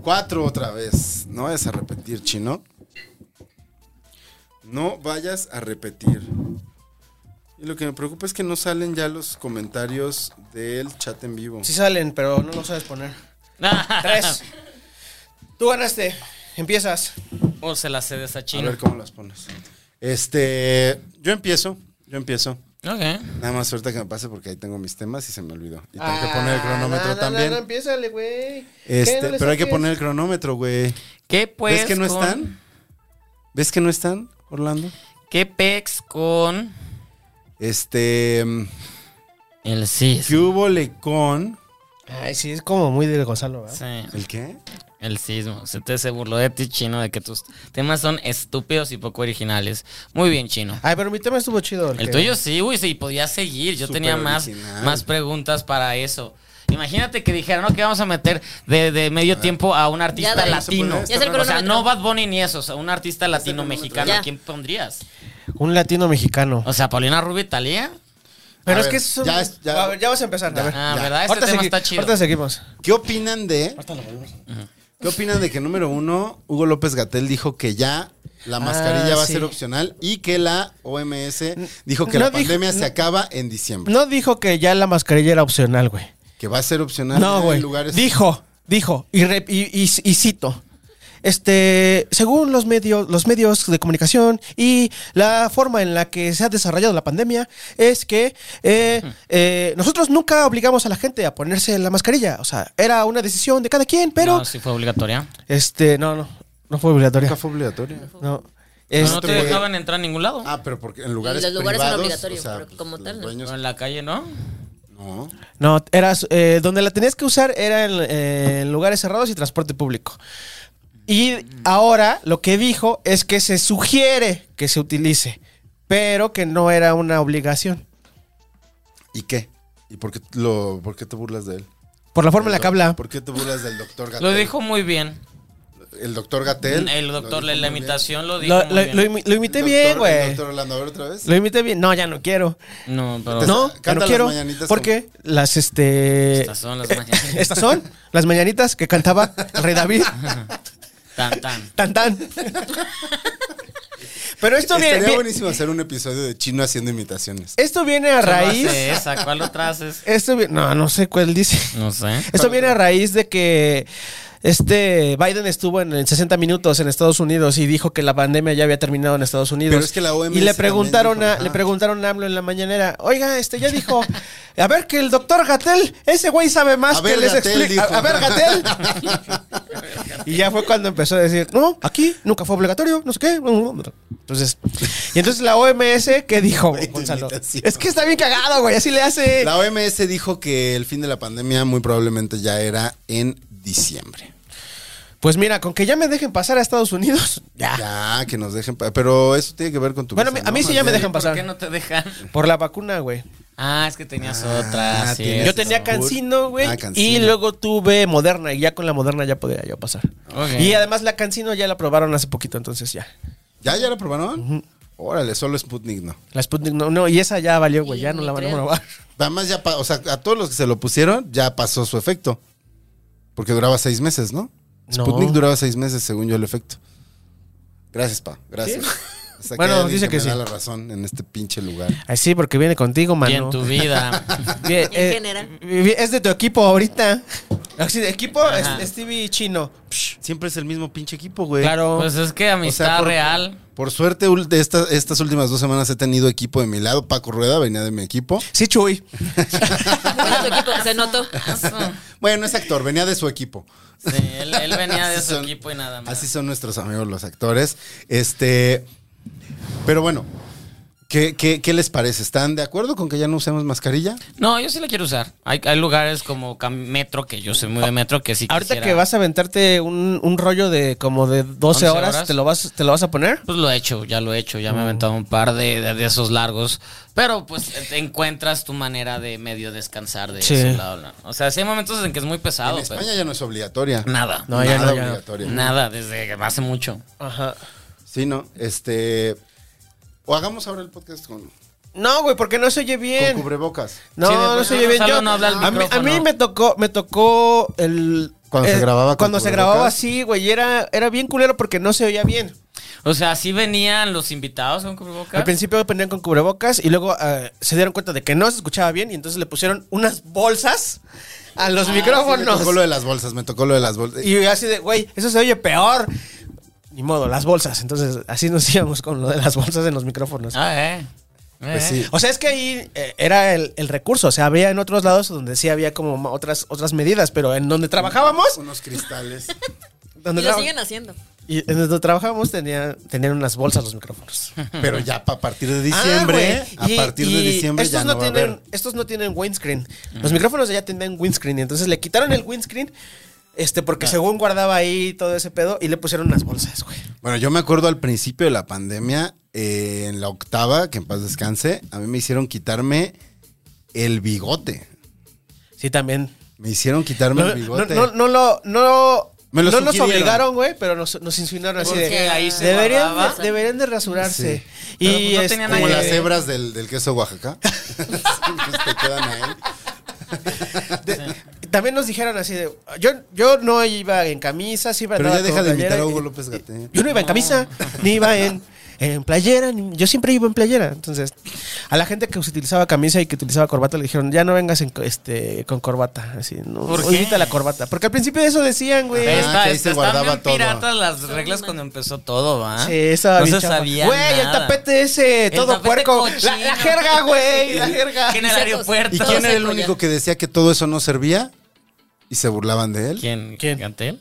S3: Cuatro otra vez. No vayas a repetir, chino. No vayas a repetir. Y lo que me preocupa es que no salen ya los comentarios del chat en vivo.
S1: Sí salen, pero no lo sabes poner. Tres. Tú ganaste. Empiezas.
S2: O Oh, se la cedes a
S3: A
S2: Chino.
S3: ver cómo las pones. Este, yo empiezo, yo empiezo.
S2: Ok.
S3: Nada más suerte que me pase porque ahí tengo mis temas y se me olvidó. Y tengo
S1: Ah,
S3: que poner el cronómetro
S1: no, no,
S3: también.
S1: No, no, empiézale, güey.
S3: Este,
S1: ¿Qué? No le
S3: pero hay que
S1: saques.
S3: poner el cronómetro, güey.
S2: ¿Qué pues?
S3: ¿Ves que no
S2: con-
S3: están? ¿Ves que no están, Orlando?
S2: ¿Qué pex con
S3: Este, mm,
S2: el CIS?
S3: ¿qué hubo le con
S1: Ay, sí, es como muy de Gonzalo, ¿verdad?
S2: Sí,
S3: el qué?
S2: el sismo. Se te se burló de ti, chino, de que tus temas son estúpidos y poco originales. Muy bien,
S3: Ah,
S2: chino.
S1: Ay, pero mi tema estuvo chido.
S2: El
S1: que-
S2: tuyo sí, uy, sí, podía seguir. Yo
S3: Súper
S2: tenía más,
S3: original.
S2: más preguntas para eso. Imagínate que dijeran, ¿no? Que vamos a meter de, de medio
S3: Ah.
S2: tiempo a un artista
S4: Ya, ya
S2: latino.
S4: se puede, ya se
S2: o sea,
S4: cronómetro.
S2: no Bad Bunny ni eso, o sea, un artista latino mexicano.
S4: Ya.
S2: ¿A quién pondrías?
S1: Un latino mexicano.
S2: O sea, Paulina Rubio Talía.
S1: Pero
S3: A
S1: es
S3: ver,
S1: que es un-
S3: ya es- ya-
S1: A ver, ya vas a empezar. A ver.
S2: Ah,
S3: Ya.
S2: ¿verdad? Este
S1: Ahorita
S2: tema
S1: segui-
S2: está chido.
S1: Ahorita seguimos.
S3: ¿Qué opinan de? ¿Qué opinan de que número uno, Hugo López Gatel dijo que ya la mascarilla
S1: Ah,
S3: va a
S1: sí.
S3: ser opcional y que la OMS dijo que
S1: no
S3: la
S1: dijo-
S3: pandemia se
S1: no-
S3: acaba en diciembre?
S1: No dijo que ya la mascarilla era opcional, güey.
S3: Que va a ser opcional
S1: No,
S3: en
S1: güey.
S3: lugares.
S1: Dijo, dijo, y, re- y, y- y cito. Este, según los medios, los medios de comunicación y la forma en la que se ha desarrollado la pandemia, es que eh, eh, nosotros nunca obligamos a la gente a ponerse la mascarilla. O sea, era una decisión de cada quien, pero
S2: No, sí fue obligatoria.
S1: este, no, no, no fue
S3: Nunca
S1: obligatoria.
S3: fue obligatoria.
S1: No,
S2: No,
S1: Este,
S2: no te
S3: Este-
S2: dejaban entrar a ningún lado.
S3: Ah, pero porque en lugares
S4: los lugares son
S3: privados,
S4: obligatorios,
S3: o sea,
S4: pero
S3: pues,
S4: como
S3: los
S4: tal, no.
S3: dueños-
S2: Pero en la calle, ¿no?
S3: no.
S1: no, era eh, donde la tenías que usar era en, eh, en lugares cerrados y transporte público. Y
S3: Mm.
S1: ahora lo que dijo es que se sugiere que se utilice, pero que no era una obligación.
S3: ¿Y qué? ¿Y por qué, lo, por qué te burlas de él?
S1: Por la forma en la que habla.
S3: ¿Por qué te burlas del doctor Gatel?
S2: Lo dijo muy bien.
S3: El doctor Gatel.
S2: El doctor, la, la imitación lo dijo.
S1: Lo,
S2: muy
S1: lo-
S2: bien.
S1: lo imi- lo imité bien, güey.
S3: Doctor Orlando, a ver otra vez.
S1: Lo imité bien. No, ya no quiero.
S2: No, pero.
S3: Te-
S1: No,
S3: Canta
S1: ya no
S3: las
S1: quiero.
S3: mañanitas
S1: Porque las, este...
S2: Estas son las mañanitas.
S1: Estas son las mañanitas que cantaba el Rey David.
S2: Tan, tan.
S1: Tan, tan. Pero esto
S3: Estaría
S1: viene, viene-
S3: buenísimo hacer un episodio de chino haciendo imitaciones.
S1: esto viene a
S2: ¿Cuál
S1: raíz.
S2: hace esa? ¿Cuál otra haces?
S1: Esto Este vi- no, no sé cuál dice.
S2: No sé.
S1: Esto viene a raíz de que este Biden estuvo en, en 60 minutos en Estados Unidos y dijo que la pandemia ya había terminado en Estados Unidos.
S3: Pero es que la OMS
S1: y le
S3: también
S1: preguntaron
S3: dijo, "Ah".
S1: a
S3: ajá.
S1: le preguntaron a AMLO en la mañanera, "Oiga, este ya dijo, a ver que el doctor Gatel, ese güey sabe más
S3: A
S1: que
S3: ver,
S1: les
S3: Gatel,
S1: explica.
S3: dijo.
S1: A, a ver, Gatel." y ya fue cuando empezó a decir, "No, aquí nunca fue obligatorio, no sé qué." Entonces, y entonces la OMS qué dijo,
S3: Güey, de
S1: Gonzalo?
S3: imitación.
S1: Es que está bien cagado, güey, así le hace.
S3: La OMS dijo que el fin de la pandemia muy probablemente ya era en diciembre.
S1: Pues mira, con que ya me dejen pasar a Estados Unidos, ya.
S3: Ya, que nos dejen. pa- Pero eso tiene que ver con tu.
S1: Bueno, a mí- a mí sí ya me dejan
S2: ¿Por
S1: pasar.
S2: qué no te dejan?
S1: Por la vacuna, güey.
S2: Ah, es que tenías
S3: Ah,
S2: otra. sí,
S3: tienes
S2: es
S1: Yo tenía
S2: cierto.
S1: Cancino, güey.
S3: Ah, Cancino.
S1: y luego tuve Moderna. Y ya con la Moderna ya podía yo pasar.
S2: Ok.
S1: Y además la Cancino ya la probaron hace poquito, entonces ya.
S3: ¿Ya, ya la probaron? Órale, solo Sputnik no.
S1: La Sputnik no, no, y esa ya valió, güey.
S4: Y
S1: Ya no
S4: ni
S1: la van a
S4: creo.
S1: probar.
S3: Además, ya, pa- o sea, a todos los que se lo pusieron, ya pasó su efecto. Porque duraba seis meses, ¿no?
S1: No.
S3: Sputnik duraba seis meses, según yo, el efecto. Gracias, pa. Gracias. O sea,
S1: Bueno,
S3: hay alguien
S1: dice que
S3: me da
S1: sí.
S3: la razón en este pinche lugar.
S1: Ay, sí, porque viene contigo,
S2: Y
S1: mano.
S2: en tu vida.
S1: Bien,
S4: En general.
S1: bien, Es de tu equipo ahorita. Así de equipo
S2: Ajá.
S1: es- Stevie Chino. Psh,
S3: Siempre es el mismo pinche equipo, güey.
S1: Claro.
S2: Pues es que amistad
S3: por-
S2: real.
S3: Por suerte, ul- de esta- estas últimas dos semanas he tenido equipo de mi lado. Paco Rueda venía de mi equipo.
S1: Sí, Chuy.
S4: Bueno, tu equipo, se notó.
S3: Bueno, es actor, venía de su equipo.
S2: Sí, él, él venía de
S3: Así
S2: su
S3: son-
S2: equipo y nada más.
S3: Así son nuestros amigos los actores. Este, pero bueno, ¿qué, qué, qué les parece? ¿Están de acuerdo con que ya no usemos mascarilla?
S2: No, yo sí la quiero usar. Hay, hay lugares como Cam- Metro, que yo soy muy de Metro, que sí
S1: Ahorita
S2: quisiera-
S1: que vas a aventarte un, un rollo de como de 12
S2: 11
S1: horas,
S2: horas.
S1: ¿te, lo vas, ¿te lo vas a poner?
S2: Pues lo he hecho, ya lo he hecho,
S1: Mm.
S2: ya me he aventado un par de, de- de esos largos. Pero pues te encuentras tu manera de medio descansar de
S1: Sí.
S2: ese lado. ¿no? O sea, sí hay momentos en que es muy
S1: Ah,
S2: pesado,
S3: en
S2: pero
S3: España ya no es obligatoria.
S2: nada.
S1: No, ya
S3: Nada
S1: no, ya no.
S3: obligatoria.
S2: Nada, desde que hace mucho.
S1: Ajá.
S3: Sí, no. Este, o hagamos ahora el podcast con, con
S1: No, güey, porque no se oye bien.
S3: cubrebocas.
S1: No,
S2: Sí, de-
S1: no se oye bien.
S2: Gonzalo
S1: Yo,
S2: no habla al
S1: a, mí, a
S2: micrófono.
S1: mí me tocó, me tocó el.
S3: Cuando se grababa con
S1: Cuando se
S3: cubrebocas.
S1: grababa así, güey. y Era, era bien culero porque no se oía bien.
S2: O sea, sí venían los invitados con
S1: Al
S2: cubrebocas.
S1: principio ponían con ah, cubrebocas y luego eh, se dieron cuenta de que no se escuchaba bien y entonces le pusieron unas bolsas a los
S3: Ah, Me
S1: micrófonos.
S3: tocó lo de las bolsas, me tocó lo de las bolsas.
S1: Y así de, güey, eso se oye peor. Ni modo, las bolsas. Entonces, así nos íbamos con lo de las bolsas en los micrófonos.
S2: Ah, eh.
S3: Pues sí.
S1: O sea, es que ahí eh, era el, el recurso. O sea, había en otros lados donde sí había como ma- otras, otras medidas, pero en donde trabajábamos.
S3: Unos cristales.
S1: Donde
S4: Y lo
S1: traba-
S4: siguen haciendo.
S1: y en donde trabajábamos tenía, tenían unas bolsas los micrófonos.
S3: Pero ya pa- a partir de diciembre,
S1: Ah, güey.
S3: a
S1: Y-
S3: partir de
S1: y
S3: diciembre
S1: estos
S3: ya no, va a
S1: tienen,
S3: haber.
S1: Estos no tienen windscreen. Los micrófonos ya tenían windscreen. Entonces le quitaron el windscreen. Este, porque
S3: Ah.
S1: según guardaba ahí todo ese pedo y le pusieron unas bolsas, güey.
S3: Bueno, yo me acuerdo al principio de la pandemia, eh, en la octava, que en paz descanse, a mí me hicieron quitarme el bigote.
S1: Sí, también.
S3: Me hicieron quitarme
S1: No,
S3: el bigote.
S1: no- no- no lo, no,
S3: Me lo
S1: no nos
S3: sugirieron.
S1: obligaron, güey, pero nos, nos insinuaron así
S2: Porque
S1: de.
S2: ahí se
S1: deberían,
S2: guardaba.
S1: de, deberían de rasurarse. Y
S2: Pero, pues, no tenía
S1: este,
S3: Como
S2: Ay,
S3: las
S2: eh.
S3: hebras del, del queso Oaxaca. Pues te quedan ahí.
S1: También nos dijeron así de. Yo, yo no iba en camisa, sí iba
S3: Pero
S1: andaba
S3: ya deja
S1: con
S3: de imitar
S1: playera
S3: a
S1: y-
S3: Hugo López Gatell.
S1: Yo no iba en camisa, ni iba en, en playera, ni- yo siempre iba en playera. Entonces, a la gente que utilizaba camisa y que utilizaba corbata le dijeron, ya no vengas en co- este, con corbata. Así, no,
S2: ¿Por
S1: Oye,
S2: qué?
S1: quita la corbata. Porque al principio eso decían, güey.
S3: Ajá.
S2: Está,
S3: que ahí
S2: está-
S3: se
S2: están
S3: guardaba
S2: bien
S3: todo.
S2: piratas las reglas cuando empezó todo, ¿va?
S1: Sí, estaba
S2: ¿Ah? no
S1: bien
S2: se
S1: chafa.
S2: sabía
S1: Güey, el
S2: nada.
S1: tapete ese,
S2: El
S1: todo
S2: tapete
S1: puerco. La,
S2: cochino.
S1: la jerga, güey, la jerga.
S2: Que en el
S4: Secos.
S2: aeropuerto.
S3: ¿Y
S4: Todo
S3: quién era el
S4: seco ya.
S3: único que decía que todo eso no servía? Y se burlaban de él.
S2: ¿Quién?
S1: ¿Quién?
S2: ¿Gantel?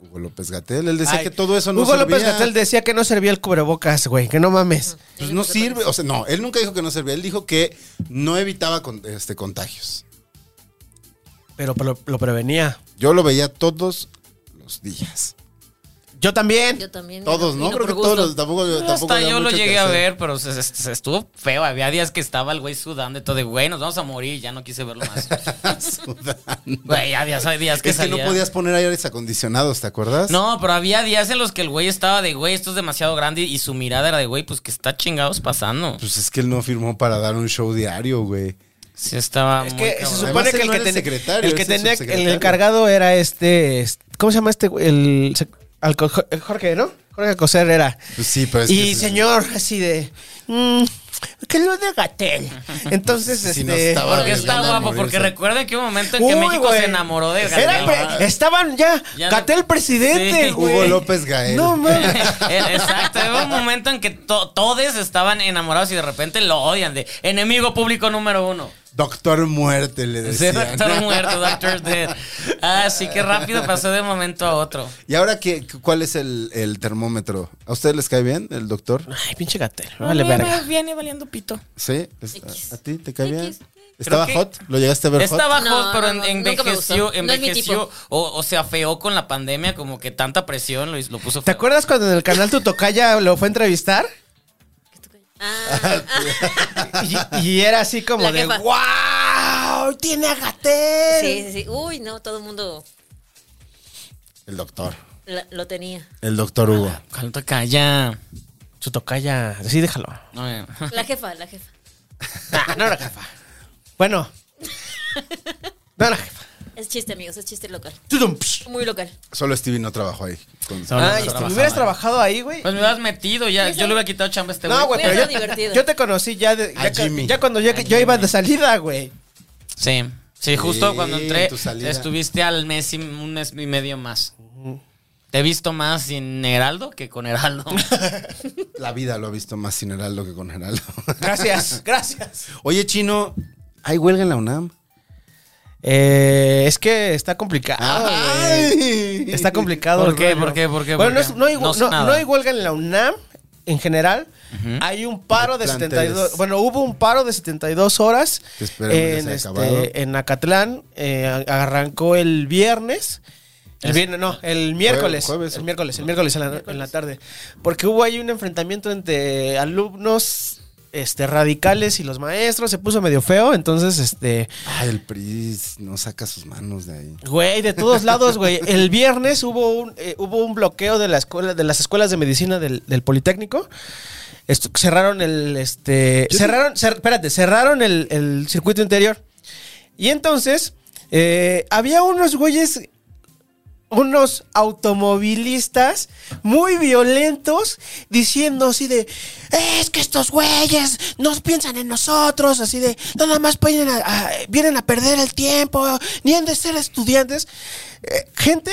S3: Hugo López Gatel. Él decía
S1: Ay,
S3: que todo eso no
S1: Hugo
S3: servía.
S1: López Gatel decía que no servía el cubrebocas, güey, que no mames.
S3: Pues no sirve. O sea, no, él nunca dijo que no servía. Él dijo que no evitaba con- este, contagios.
S1: Pero lo, lo prevenía.
S3: Yo lo veía todos los días.
S1: Yo también.
S4: Yo también.
S3: Todos, ¿no?
S4: vino
S3: Creo que
S4: por gusto.
S3: todos los. Tampoco, tampoco
S2: Hasta
S3: había
S2: yo lo
S3: mucho que
S2: llegué a
S3: hacer.
S2: ver, pero se, se- se estuvo feo. Había días que estaba el güey sudando y todo de, güey, nos vamos a morir. Ya no quise verlo más.
S3: Sudando.
S2: Güey, había había días que
S3: Es que no
S2: salía.
S3: podías poner aires acondicionados, ¿te acuerdas?
S2: No, pero había días en los que el güey estaba de, güey, esto es demasiado grande. Y su mirada era de, güey, pues que está chingados pasando.
S3: Pues es que él no firmó para dar un show diario, güey.
S2: Sí, estaba
S1: Es
S2: muy
S1: que
S2: cabrón.
S1: se
S3: Además,
S1: supone
S3: él
S1: que el
S3: no
S1: que,
S3: era
S1: tenía-
S3: secretario,
S1: el que
S3: es el
S1: tenía el
S3: subsecretario.
S1: encargado era este, este- ¿cómo se llama este güey? el sec- alco- Jorge, ¿no? Jorge Coser era.
S3: Pues sí, pero es
S1: y
S3: que-
S1: señor así de mm, que lo de Gatel. Entonces
S3: Si
S1: este
S3: no estaba
S2: Porque está
S3: Anda a
S2: guapo,
S3: morirse.
S2: porque recuerden que hubo un momento en que
S1: Uy,
S2: México
S1: güey.
S2: se enamoró de
S1: Era
S2: Gatel.
S1: pre- estaban ya,
S2: Ya no-
S1: Gatel presidente,
S2: Sí.
S1: güey.
S3: Hugo López Gael.
S1: No mames.
S2: Eh, Exacto, hubo un momento en que to- todos estaban enamorados y de repente lo odian de enemigo público número uno.
S3: Doctor Muerte le decían.
S2: Doctor muerto, Doctor Dead. Así que rápido pasó de un momento a otro.
S3: ¿Y ahora qué, cuál es el, el termómetro? ¿A ustedes les cae bien el doctor?
S1: Ay, pinche Gatel. Vale verga.
S2: Viene valiendo pito.
S3: ¿Sí? ¿A, a ti te cae bien?
S4: X.
S3: ¿Estaba
S2: Creo que-
S3: hot? ¿Lo llegaste a ver hot?
S2: Estaba
S4: No,
S2: hot, pero
S4: no, no,
S2: en-
S4: nunca me
S2: envejeció,
S4: gustó. No es mi
S2: envejeció
S4: tipo.
S2: o, o se afeó con la pandemia, como que tanta presión lo, hizo- lo puso
S1: ¿Te
S2: feo.
S1: acuerdas cuando en el canal tu tocaya lo fue a entrevistar?
S4: Ah,
S1: Y, y era así como
S4: La
S1: de
S4: jefa.
S1: wow, tiene a Gatel.
S4: sí, sí, sí. Uy, no, todo el mundo
S3: El doctor.
S4: la- lo tenía.
S3: El doctor Hugo.
S2: Calma, calla.
S1: Su tocaya, sí, déjalo.
S2: No, eh.
S4: La jefa, la jefa.
S1: Nah, no era jefa. Bueno. No era jefa.
S4: Es chiste, amigos, es chiste local.
S1: Tudum, psh.
S4: Muy local.
S3: Solo Stevie no trabajó ahí. Con-
S2: No, no,
S1: Ay,
S2: no
S1: si
S2: trabajaba.
S1: hubieras trabajado ahí, güey.
S2: Pues me hubieras metido ya. Yo le hubiera quitado chamba a este
S1: No, güey, pero
S4: Hubiera sido
S1: yo,
S4: divertido.
S1: yo te conocí ya, de-
S3: A
S1: Ah, ya, ca-
S3: Jimmy.
S1: ya cuando yo, yo iba de salida, güey.
S2: Sí. Sí, justo
S3: Sí,
S2: cuando entré,
S3: tu salida.
S2: estuviste al mes y un mes y medio más. Te he visto más sin Heraldo que con Heraldo.
S3: La vida lo ha visto más sin Heraldo que con Heraldo.
S1: Gracias, gracias.
S3: Oye, Chino, ¿hay huelga en la UNAM?
S1: Eh, es que está complicado, güey. Está complicado.
S2: ¿Por
S1: el
S2: qué?
S1: rollo.
S2: ¿Por qué? ¿Por qué?
S1: Bueno,
S2: ¿Por
S1: no,
S2: qué?
S1: es- no hay,
S2: No sé
S1: no-
S2: nada.
S1: no hay huelga en la UNAM en general. Hay un paro de,
S3: De planteles.
S1: 72. Bueno, hubo un paro de 72 horas
S3: Que esperemos que
S1: en,
S3: se haya
S1: este,
S3: acabado.
S1: en Acatlán. eh, a- arrancó el viernes. El
S2: Es-
S1: viernes, no, el miércoles.
S3: jueves,
S1: el
S3: ¿o?
S1: miércoles, el miércoles en la, en la tarde. Porque hubo ahí un enfrentamiento entre alumnos este, radicales y los maestros. Se puso medio feo. Entonces, este.
S3: Ay, el PRI no saca sus manos de ahí.
S1: Güey, de todos lados, güey. El viernes hubo un, eh, hubo un bloqueo de la escuela, de las escuelas de medicina del, del Politécnico. Estu- cerraron el, este, cerraron, cer- espérate, cerraron el, el circuito interior. Y entonces, eh, había unos güeyes unos automovilistas muy violentos diciendo así de, es que estos güeyes no piensan en nosotros, así de, nada más vienen a, a- vienen a perder el tiempo, ni han de ser estudiantes. Eh, gente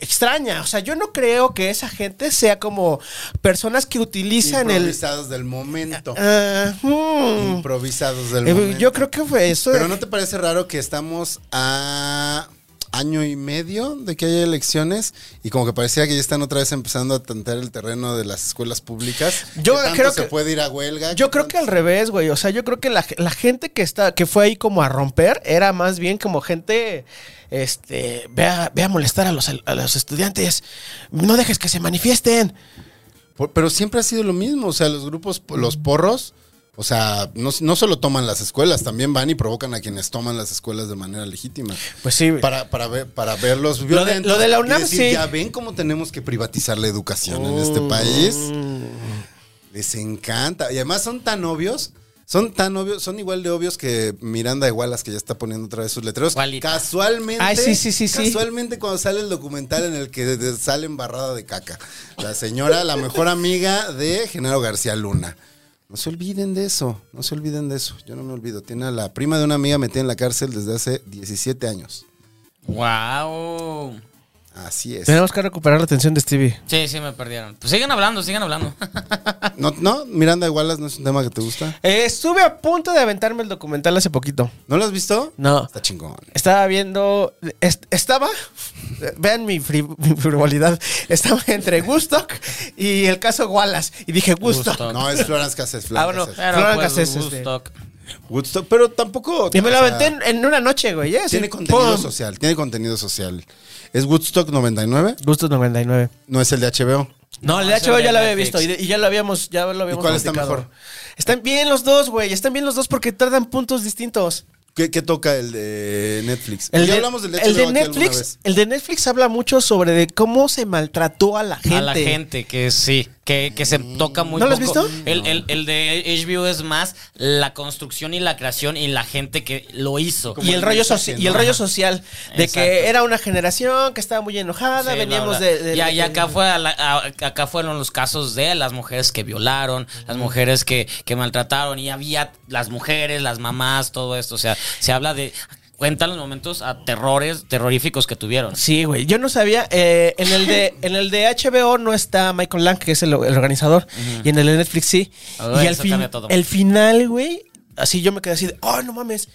S1: extraña, o sea, yo no creo que esa gente sea como personas que utilizan el...
S3: Improvisados del momento.
S1: Ah, mm.
S3: Improvisados del
S1: Eh,
S3: momento.
S1: yo creo que fue eso. eh,
S3: Pero ¿no te parece raro que estamos a año y medio de que haya elecciones y como que parecía que ya están otra vez empezando a tantear el terreno de las escuelas públicas?
S1: Yo
S3: tanto
S1: creo
S3: se
S1: que-
S3: puede ir a huelga.
S1: Yo creo que al revés, güey. O sea, yo creo que la, la gente que está, que fue ahí como a romper, era más bien como gente, este, ve a, ve a molestar a los, a los estudiantes. No dejes que se manifiesten.
S3: Por- pero siempre ha sido lo mismo, o sea, los grupos, los porros, o sea, no, no solo toman las escuelas, también van y provocan a quienes toman las escuelas de manera legítima.
S1: Pues sí.
S3: Para, para, ver, para verlos violentos.
S1: lo de la UNAM,
S3: y decir,
S1: sí. Oh.
S3: Ya ven cómo tenemos que privatizar la educación en este país. Les encanta. Y además son tan obvios. Son tan obvios, son igual de obvios que Miranda de Wallace, que ya está poniendo otra vez sus letreros.
S2: Igualito.
S3: Casualmente.
S1: Ay, sí, sí, sí, sí.
S3: Casualmente cuando sale el documental en el que de- de- sale embarrada de caca. La señora, la mejor amiga de Genaro García Luna. No se olviden de eso, no se olviden de eso. Yo no me olvido. Tiene a la prima de una amiga metida en la cárcel desde hace 17 años.
S2: Wow.
S3: Así es.
S1: Tenemos que recuperar la atención de Stevie.
S2: Sí, sí, me perdieron. Pues sigan hablando, sigan hablando.
S3: No, no, Miranda de Wallace no es un tema que te gusta.
S1: Eh, estuve a punto de aventarme el documental hace poquito.
S3: ¿No lo has visto?
S1: No.
S3: Está chingón.
S1: Estaba viendo. est- estaba. Vean mi, fri- mi frivolidad. Estaba entre Gustock y el caso Wallace. Y dije, Gustock.
S2: Woodstock.
S3: No, es Florence Cassés.
S1: Ah, bueno.
S3: Cassés.
S2: Pero
S1: Florent
S2: pues,
S1: Cassés, este.
S2: Woodstock.
S3: Woodstock, pero tampoco.
S1: Y me lo
S3: o sea,
S1: aventé en, en una noche, güey. ¿eh?
S3: Tiene
S1: Así,
S3: contenido
S1: ¡pum!
S3: social, tiene contenido social. ¿Es Woodstock 99?
S1: Gustock 99.
S3: No es el de HBO.
S1: No,
S3: Ah,
S1: el de
S2: No, eso
S1: HBO
S2: era
S1: ya lo
S2: de
S1: había
S2: Netflix.
S1: visto y, de- y ya lo habíamos, ya lo habíamos
S3: cuál está
S1: platicado.
S3: mejor?
S1: Están bien los dos, güey. Están bien los dos porque tardan puntos distintos.
S3: ¿Qué, qué toca el de Netflix?
S1: El
S3: ya
S1: de,
S3: hablamos del de
S1: el de
S3: HBO aquí alguna
S1: Netflix,
S3: vez.
S1: el de Netflix habla mucho sobre de cómo se maltrató a la gente.
S2: A la gente que sí, que, que se toca muy
S1: ¿No lo has
S2: poco.
S1: visto?
S2: El, el- el de HBO es más la construcción y la creación y la gente que lo hizo.
S1: Y el, rollo soci- y el rollo social de que
S2: Exacto.
S1: era una generación que estaba muy enojada,
S2: Sí,
S1: veníamos
S2: bla, bla.
S1: de, de-
S2: y, y
S1: de-
S2: acá fue a la- a- acá fueron los casos de las mujeres que violaron, las mujeres que, que maltrataron y había las mujeres, las mamás, todo esto, o sea, se habla de cuentan los momentos a terrores terroríficos que tuvieron.
S1: Sí, güey. Yo no sabía. eh, en, el de, en el de HBO no está Michael Lang, que es el, el organizador. Y en el de Netflix sí.
S2: Ah,
S1: y al
S2: eso
S1: fin,
S2: cambia todo.
S1: el final, güey. Así yo me quedé así de, oh, no mames.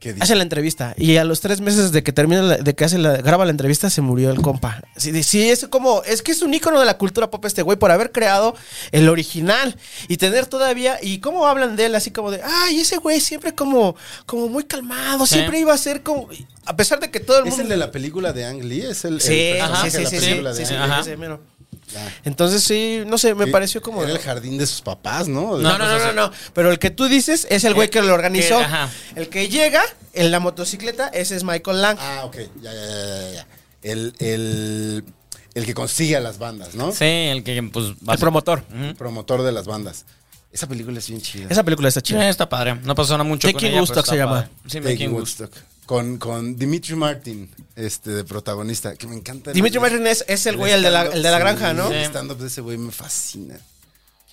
S3: ¿Qué dice?
S1: Hace la entrevista. Y a los tres meses de que termina, la- de que hace la, graba la entrevista, se murió el compa. Así de, sí, es como, es que es un ícono de la cultura pop este güey por haber creado el original y tener todavía, y cómo hablan de él, así como de, ay, ese güey siempre como, como muy calmado,
S2: Sí.
S1: siempre iba a ser como, a pesar de que todo el
S3: ¿Es
S1: mundo...
S3: el de la película de Ang Lee? ¿Es el, el
S1: Sí,
S3: personaje
S1: ajá,
S3: de
S1: sí,
S3: la
S1: sí, sí,
S3: película
S1: sí,
S3: de
S1: sí,
S3: Ang
S2: Ajá.
S1: sí, sí, mero.
S3: Lee? Ya.
S1: Entonces sí, no sé, me
S3: Sí,
S1: pareció como...
S3: Era el jardín de sus papás, ¿no?
S1: No, no, no, no, no. Pero el que tú dices es el güey que lo organizó.
S2: que- ajá.
S1: El que llega en la motocicleta, ese es Michael Lang.
S3: Ah, ok. Ya, ya, ya, ya, ya. El, el, el que consigue a las bandas, ¿no?
S2: Sí, el que pues
S1: el promotor.
S3: El promotor de las bandas. Esa película es bien chida.
S1: Esa película está
S2: Sí,
S1: chida.
S2: está padre. No pasó nada mucho.
S1: Taking
S2: con ella, pero
S1: Woodstock
S2: está
S1: se llama.
S2: padre. Sí,
S3: Taking
S2: Taking Woodstock.
S3: Woodstock. Con, con Dimitri Martin, este, de protagonista, que me encanta. el-
S1: Dimitri Martin es, es el güey, el de la, el de la
S3: stand-up,
S1: granja,
S3: sí,
S1: ¿no?
S3: El stand-up de ese güey me fascina.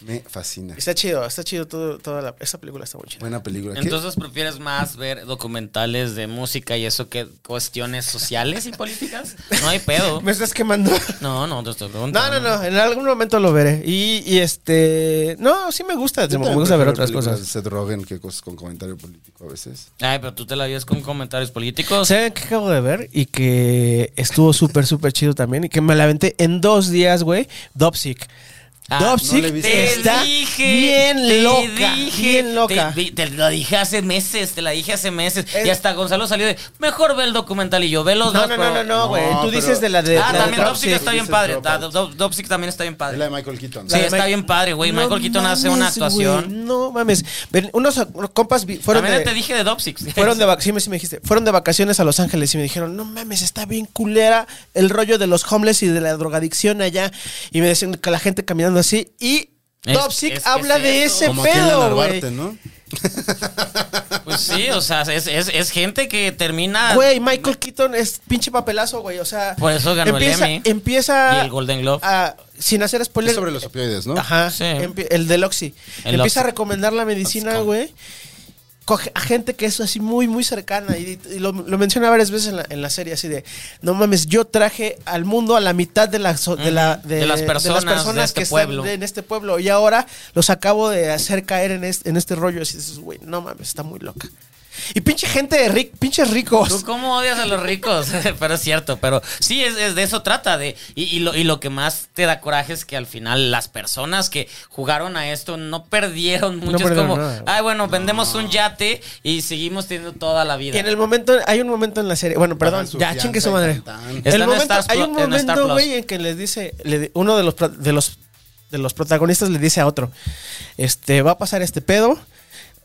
S3: Me fascina.
S1: Está chido, está chido todo, toda la, esa película está muy chida.
S3: Buena película. ¿Qué?
S2: Entonces prefieres más ver documentales de música y eso que cuestiones sociales y políticas? No hay pedo.
S1: Me estás quemando.
S2: No, no, te estoy
S1: No,
S2: preguntando.
S1: no, no, en algún momento lo veré. Y, y este, no, sí me gusta,
S3: Yo
S1: me
S3: también
S1: gusta ver
S3: prefiero
S1: otras
S3: películas
S1: cosas.
S3: de Seth Rogen que cosas con comentario político a veces.
S2: Ay, pero tú te la vives con comentarios políticos.
S1: ¿Saben qué acabo de ver? Y que estuvo súper, súper chido también. Y que me la aventé en dos días, güey. Dopsic.
S2: Ah,
S1: Dopsic
S3: no le he visto.
S2: Te
S1: está
S2: dije, te
S1: bien loca.
S2: dije,
S1: bien loca.
S2: Te, te lo dije hace meses, te la dije hace meses.
S1: Es-
S2: Y hasta Gonzalo salió de, mejor ve el documental y yo, ve los
S1: no,
S2: dos,
S1: no, no, no,
S2: pero-
S1: no, güey.
S3: No,
S1: Tú
S3: pero-
S1: dices de la de.
S2: Ah,
S1: la de
S2: también
S1: Dropsic.
S2: Dopsic está bien
S3: Dices
S2: padre. Ah,
S3: Dropout.
S2: Da- Dop- Dopsic también está bien
S3: Es la
S2: padre.
S3: de Michael Keaton.
S2: Sí,
S1: de
S2: está
S1: Mike-
S2: bien padre, güey.
S1: No
S2: Michael Keaton hace una
S1: mames,
S2: actuación.
S1: güey, no mames. Ven, unos compas vi- fueron
S2: También te
S1: de,
S2: dije de Dopsic.
S1: fueron de vac- sí, me- sí me dijiste, fueron de vacaciones a Los Ángeles y me dijeron, no mames, está bien culera el rollo de los homeless y de la drogadicción allá. Y me decían que la gente caminando así. Y
S2: Es-
S1: Dopsic
S2: es que
S1: habla
S2: es
S1: de
S2: eso.
S1: ese
S3: Como aquí en la
S1: pedo, güey.
S3: Narvarte, ¿no?
S2: Pues sí, o sea, es, es- es gente que termina.
S1: Güey, Michael Keaton es pinche papelazo, güey. O sea,
S2: Por eso ganó el
S1: empieza,
S2: Emmy.
S1: Empieza
S2: Y el Golden Globe.
S1: a- sin hacer spoiler.
S3: Es sobre los opioides, ¿no?
S1: Ajá,
S2: Sí.
S1: empie- el del Oxy.
S2: El
S1: empieza a
S2: Oxy.
S1: recomendar la medicina,
S2: Oxycontin.
S1: güey. coge- A gente que es así muy, muy cercana. Y, y lo, lo menciona varias veces en la, en la serie, así de: No mames, yo traje al mundo a la mitad de, la so- de, la-
S2: Ujú, de las personas de este
S1: que están
S2: pueblo".
S1: de- en este pueblo. Y ahora los acabo de hacer caer en este, en este rollo. Así dices, güey, no mames, está muy loca. Y pinche gente de ric- pinches ricos.
S2: ¿Tú cómo odias a los ricos? pero es cierto, pero sí, es, es de eso trata. de y, y lo, y lo que más te da coraje es que al final las personas que jugaron a esto no perdieron mucho. es
S1: perdieron
S2: como,
S1: nada.
S2: ay, bueno, vendemos un yate y seguimos teniendo toda la vida.
S1: Y en el momento, hay un momento en la serie, bueno, perdón,
S3: Pagan su
S1: ya
S3: fianza
S1: chingue su
S3: y
S1: madre.
S3: tan, tan.
S2: Está
S1: El
S2: en
S1: momento,
S2: Stars
S1: hay
S2: Plus-
S1: un
S2: en Star
S1: momento,
S2: Plus.
S1: güey, en que les dice, le di- uno de los, pro- de los de los protagonistas le dice a otro, este, va a pasar este pedo,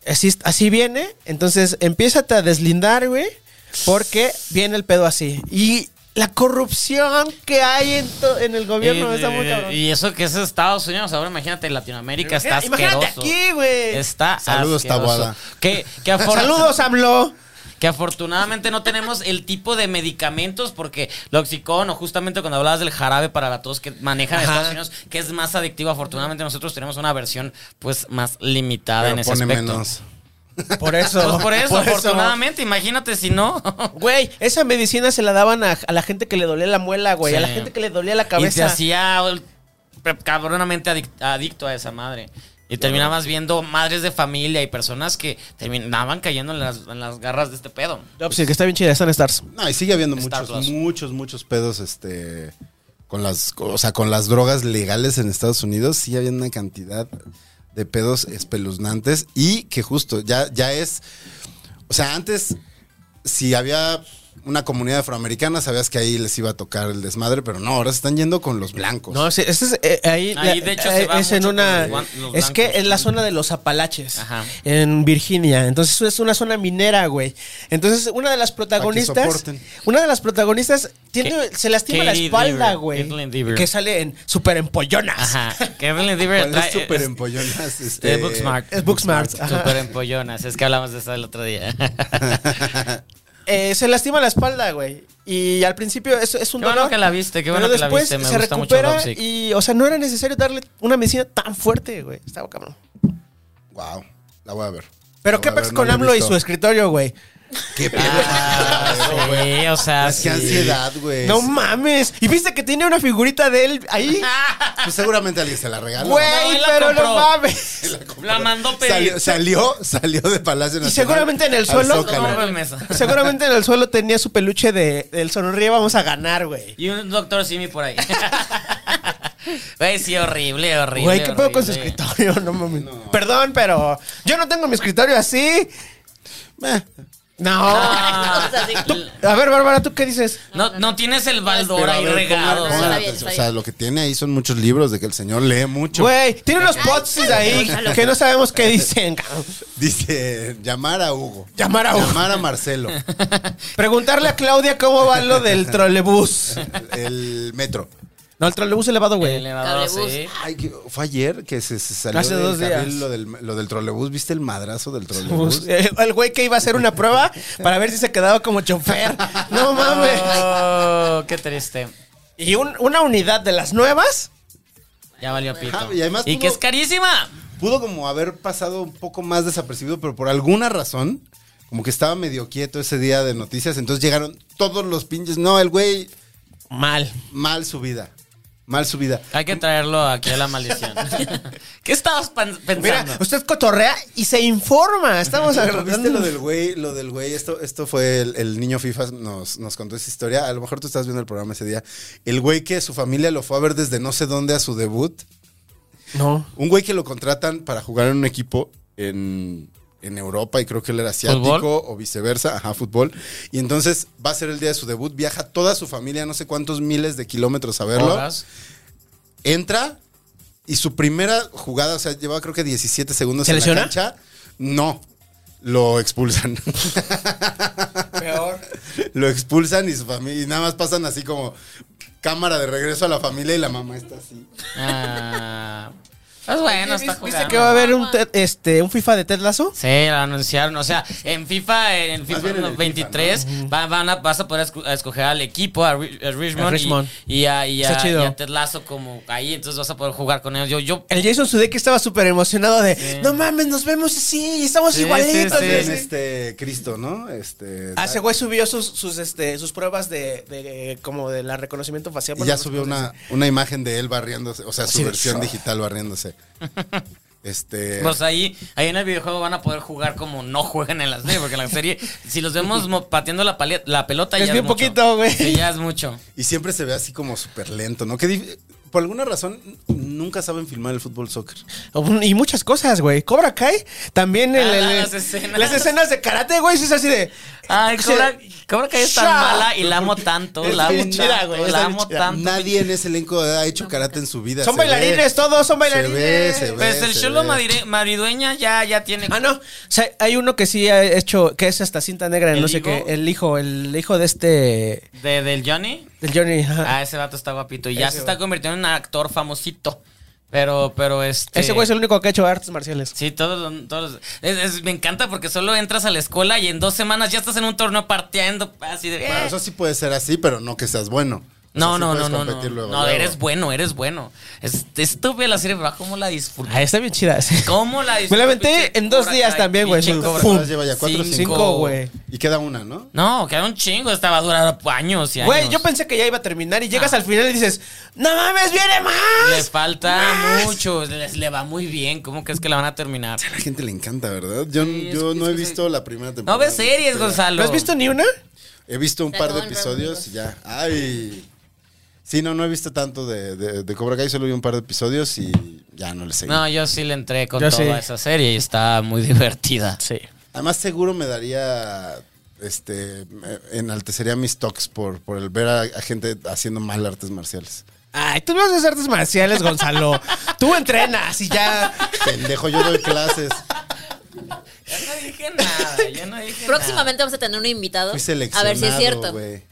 S1: así, así viene, entonces empiézate a deslindar, güey, porque viene el pedo así. Y la corrupción que hay en, to- en el gobierno está muy cabrón. Eh,
S2: y eso que es Estados Unidos, ahora imagínate Latinoamérica, está
S1: Imagínate
S2: asqueroso.
S1: aquí, güey.
S2: Está
S3: Saludos,
S2: asqueroso.
S3: Taboada.
S2: Que, que afor-
S1: Saludos, AMLO.
S2: Que afortunadamente no tenemos el tipo de medicamentos, porque Loxicón, o justamente cuando hablabas del jarabe para la tos que manejan en
S1: Ajá.
S2: Estados Unidos, que es más adictivo, afortunadamente nosotros tenemos una versión pues más limitada
S3: Pero
S2: en ese
S3: pone
S2: aspecto.
S3: menos.
S1: Por eso.
S2: Pues por eso, afortunadamente, imagínate si no.
S1: Güey, esa medicina se la daban a, a la gente que le dolía la muela, güey. A la
S2: Sí.
S1: gente que le dolía la
S2: Y te
S1: cabeza.
S2: hacía el- pre- cabronamente adic- adicto a esa madre. Y terminabas viendo madres de familia y personas que terminaban cayendo en las, en las garras de este pedo.
S1: No, pues, sí, que está bien chida, están Stars.
S3: No, y sigue habiendo
S2: Star Plus.
S3: muchos, muchos, muchos pedos, este. Con las, o sea, con las drogas legales en Estados Unidos, sí había una cantidad de pedos espeluznantes y que justo ya, ya es. O sea, antes, si había una comunidad afroamericana, sabías que ahí les iba a tocar el desmadre, pero no, ahora se están yendo con los blancos.
S1: No, sí, este es, eh, ahí,
S2: Ahí, de hecho, se va
S1: es en
S2: mucho
S1: una,
S2: con los guan- los
S1: es que
S2: blancos.
S1: es la zona de los Apalaches,
S2: Ajá.
S1: en Virginia. Entonces es una zona minera, güey. Entonces una de las protagonistas,
S3: soporten.
S1: una de las protagonistas tiene,
S2: Ke-
S1: se lastima la
S2: Katie
S1: espalda,
S2: Dever,
S1: güey,
S2: Caitlin Dever.
S1: que sale en super empollonas.
S2: Ajá. Kevin Dever
S3: ¿Cuál es
S2: trae-
S3: súper
S2: es-
S3: empollonas?
S2: de
S3: Este,
S2: Booksmart.
S1: eh, Es Booksmart, ajá.
S2: Súper empollonas. Es que hablamos de eso el otro día.
S1: Eh, se lastima la espalda, güey. Y al principio es, es un
S2: Qué bueno
S1: dolor.
S2: que la viste, qué bueno
S1: pero
S2: que la
S1: después
S2: viste, me
S1: se
S2: gusta mucho
S1: recupera
S2: Dropsic.
S1: y, o sea, no era necesario darle una medicina tan fuerte, güey. Estaba cabrón.
S3: Wow, la voy a ver.
S1: Pero
S3: La
S1: qué
S3: voy a
S1: pex
S3: ver,
S1: con
S3: no la he
S1: AMLO y
S3: visto.
S1: su escritorio, güey.
S3: Qué pedo.
S2: Ah, sí, o sea,
S3: Es
S2: sí.
S3: que ansiedad, güey.
S1: No mames. ¿Y viste que tiene una figurita de él ahí?
S3: Pues seguramente alguien se la regaló.
S1: Güey,
S2: Ah, él la
S1: pero no
S2: compró.
S1: mames.
S2: La mandó pedir.
S3: Salió, salió, salió de Palacio Nacional.
S1: seguramente en el
S3: al
S1: suelo.
S3: Zócalo.
S2: No, no, mesa.
S1: Seguramente en el suelo tenía su peluche de El Sonríe Vamos a Ganar, güey.
S2: Y un doctor Simi por ahí. Güey, sí, horrible, horrible.
S1: Güey, ¿qué pedo con su
S2: horrible.
S1: escritorio? No mames. Perdón, pero yo no tengo mi escritorio así.
S3: Eh,
S1: No.
S2: Ah,
S1: Tú- a ver, Bárbara, ¿tú qué dices?
S2: no, no tienes el baldor
S3: pero a
S2: ahí
S3: ver,
S2: regado. o
S3: pongan-
S2: sea.
S3: pongan
S4: Está bien,
S3: atención.
S4: está
S3: pues, O sea,
S4: bien.
S3: lo que tiene ahí son muchos libros de que el señor lee mucho.
S1: Güey, tiene unos pots ahí que no sabemos qué dicen. cabrón.
S3: Dice, llamar a Hugo.
S1: Llamar a Hugo.
S3: Llamar a Marcelo.
S1: Preguntarle a Claudia cómo va lo del trolebús.
S3: el metro.
S1: No, el trolebús elevado,
S2: El
S1: güey.
S2: elevador,
S4: Cablebus.
S2: sí.
S3: Ay, que- fue ayer que se, se salió
S1: Hace
S3: del
S1: dos días.
S3: carril Lo del, lo del trolebús. ¿Viste el madrazo del trolebús?
S1: Pues, eh, El güey que iba a hacer una prueba para ver si se quedaba como chofer. No mames.
S2: Oh, qué triste.
S1: Y un- una unidad de las nuevas.
S2: Ya valió pito.
S3: Ajá,
S2: y
S3: y además tuvo-
S2: que es carísima.
S3: pudo como haber pasado un poco más desapercibido, pero por alguna razón, como que estaba medio quieto ese día de noticias, entonces llegaron todos los pinches. No, el güey,
S1: Mal.
S3: mal su vida. Mal su vida.
S2: Hay que traerlo aquí a la maldición. ¿Qué estabas pan-
S1: Mira,
S2: pensando?
S1: usted cotorrea y se informa. Estamos
S3: ¿Viste lo
S1: agarrando.
S3: del güey? Lo del güey, esto, esto fue el, el niño FIFA nos, nos contó esa historia. A lo mejor tú estás viendo el programa ese día. El güey que su familia lo fue a ver desde no sé dónde a su debut.
S1: No.
S3: Un güey que lo contratan para jugar en un equipo en, en Europa y creo que él era asiático
S2: ¿Fútbol?
S3: o viceversa, ajá, fútbol. Y entonces va a ser el día de su debut, viaja toda su familia, no sé cuántos miles de kilómetros a verlo.
S2: Horas.
S3: Entra y su primera jugada, o sea, llevaba creo que 17 segundos
S1: ¿Se
S3: en
S1: lesiona?
S3: la cancha. No, lo expulsan.
S1: Peor.
S3: lo expulsan y su familia, y nada más pasan así como cámara de regreso a la familia y la mamá está así.
S2: Ah, Pues bueno, está
S1: ¿Viste,
S2: jugando.
S1: que va a haber un, Ted- este, un FIFA de Ted Lasso?
S2: Sí, lo anunciaron. O sea, en FIFA, en FIFA
S3: bien en el FIFA,
S2: 23, va- van a, vas a poder escu- a escoger al equipo, a, Ri- a Richmond,
S1: A Richmond.
S2: Y, y a, y,
S1: Está
S2: a,
S1: chido.
S2: y a Ted Lasso como ahí. Entonces vas a poder jugar con ellos. Yo, yo
S1: El Jason Sudeikis estaba súper emocionado de, no mames, nos vemos así, estamos
S2: Sí,
S1: igualitos.
S2: sí,
S1: y
S3: En
S1: así.
S3: este Cristo, ¿no? Este.
S1: Ah, ese güey subió sus, sus, este, sus pruebas de, de- como de la reconocimiento facial.
S3: Y
S1: por
S3: ya
S1: las
S3: subió una,
S1: respuestas.
S3: una imagen de él barriéndose, o sea, su
S1: pues, Sí,
S3: versión
S1: sí.
S3: digital barriéndose. Este.
S2: Pues ahí, ahí en el videojuego van a poder jugar como no juegan en la serie, porque en la serie, si los vemos mo- pateando la, pale- la pelota,
S1: Es
S2: ya
S1: bien
S2: es mucho.
S1: poquito, güey.
S2: Sí, ya es mucho.
S3: Y siempre se ve así como súper lento, ¿no? Que dif- por alguna razón nunca saben filmar el fútbol soccer.
S1: Y muchas cosas, güey. Cobra Kai, también el-
S2: Ah,
S1: el-
S2: las escenas.
S1: las escenas de karate, güey, sí es así de...
S2: Ay,
S1: sí,
S2: Cobra, Cobra Kai es tan
S1: Sha.
S2: mala y la amo tanto.
S1: Es
S2: La amo
S1: bien chida,
S2: tanto,
S1: güey, está
S2: la
S1: bien
S2: amo
S1: chida.
S2: tanto.
S3: Nadie en ese elenco ha hecho karate en su vida.
S1: Son
S3: Se ve.
S1: bailarines todos, son
S3: Se ve,
S1: bailarines.
S3: se ve.
S2: Pues el
S3: se
S2: chulo
S3: ve.
S2: madire- maridueña ya, ya tiene.
S1: Ah, no. O sea, hay uno que sí ha hecho, que es hasta cinta negra,
S2: ¿El
S1: no sé
S2: hijo?
S1: qué. El hijo, el hijo de este.
S2: De, del Johnny.
S1: Del Johnny. ajá.
S2: Ah, ese vato está guapito. Y ya
S1: Ese
S2: se está
S1: güey.
S2: convirtiendo en un actor famosito. Pero, pero este.
S1: Ese güey es el único que ha hecho artes marciales.
S2: Sí, todos, los- todos. los- es- es- me encanta porque solo entras a la escuela y en dos semanas ya estás en un torneo partiendo así de.
S3: Bueno,
S2: "Eh".
S3: eso sí puede ser así, pero no que seas bueno. O sea,
S2: no,
S3: sí
S2: no, no,
S3: puedes
S2: no, no.
S3: competir luego,
S2: No,
S3: luego.
S2: eres bueno, eres bueno. Es estúpida la serie, pero ¿cómo la disfruté?
S1: Ah, está bien chida. sí.
S2: ¿Cómo la disfruté?
S1: Me la aventé en dos
S2: Cobra
S1: días
S2: Kai,
S1: también, güey.
S2: pinche
S1: Fu-
S2: Cobra
S1: ¡Fum!
S2: Kai.
S3: Lleva ya cuatro,
S1: Cinco, güey.
S3: Y queda una, ¿no?
S2: No, queda un chingo. Esta va a durar años y años.
S1: Güey, yo pensé que ya iba a terminar y llegas al final y dices, ¡No mames, viene
S2: Le
S1: más!
S2: falta
S1: ¡Más!
S2: mucho, les, le va muy bien. ¿Cómo crees que la van a terminar?
S3: A la gente le encanta, ¿verdad? Yo,
S2: Sí, es
S3: yo
S2: que-
S3: no
S2: es
S3: he
S2: que
S3: visto la primera temporada.
S2: No ves series, Gonzalo.
S1: ¿No has visto ni una?
S3: He visto un par de
S4: Perdón,
S3: episodios y ya. Ay. Sí, no, no he visto tanto de, de- de Cobra Kai, solo vi un par de episodios y ya no le seguí.
S2: No, yo sí le entré con
S1: Yo
S2: toda
S1: sí.
S2: esa serie y está muy divertida.
S1: Sí.
S3: Además, seguro me daría. Este. me- Enaltecería mis toques por, por el ver a, a gente haciendo mal artes marciales.
S1: Ay, tú no haces artes marciales, Gonzalo. tú entrenas y ya.
S3: Pendejo, yo doy clases.
S2: Yo no dije nada, yo no dije
S4: Próximamente vamos a tener un invitado.
S3: Fui
S4: a
S3: seleccionado.
S4: ver si es cierto.
S3: güey.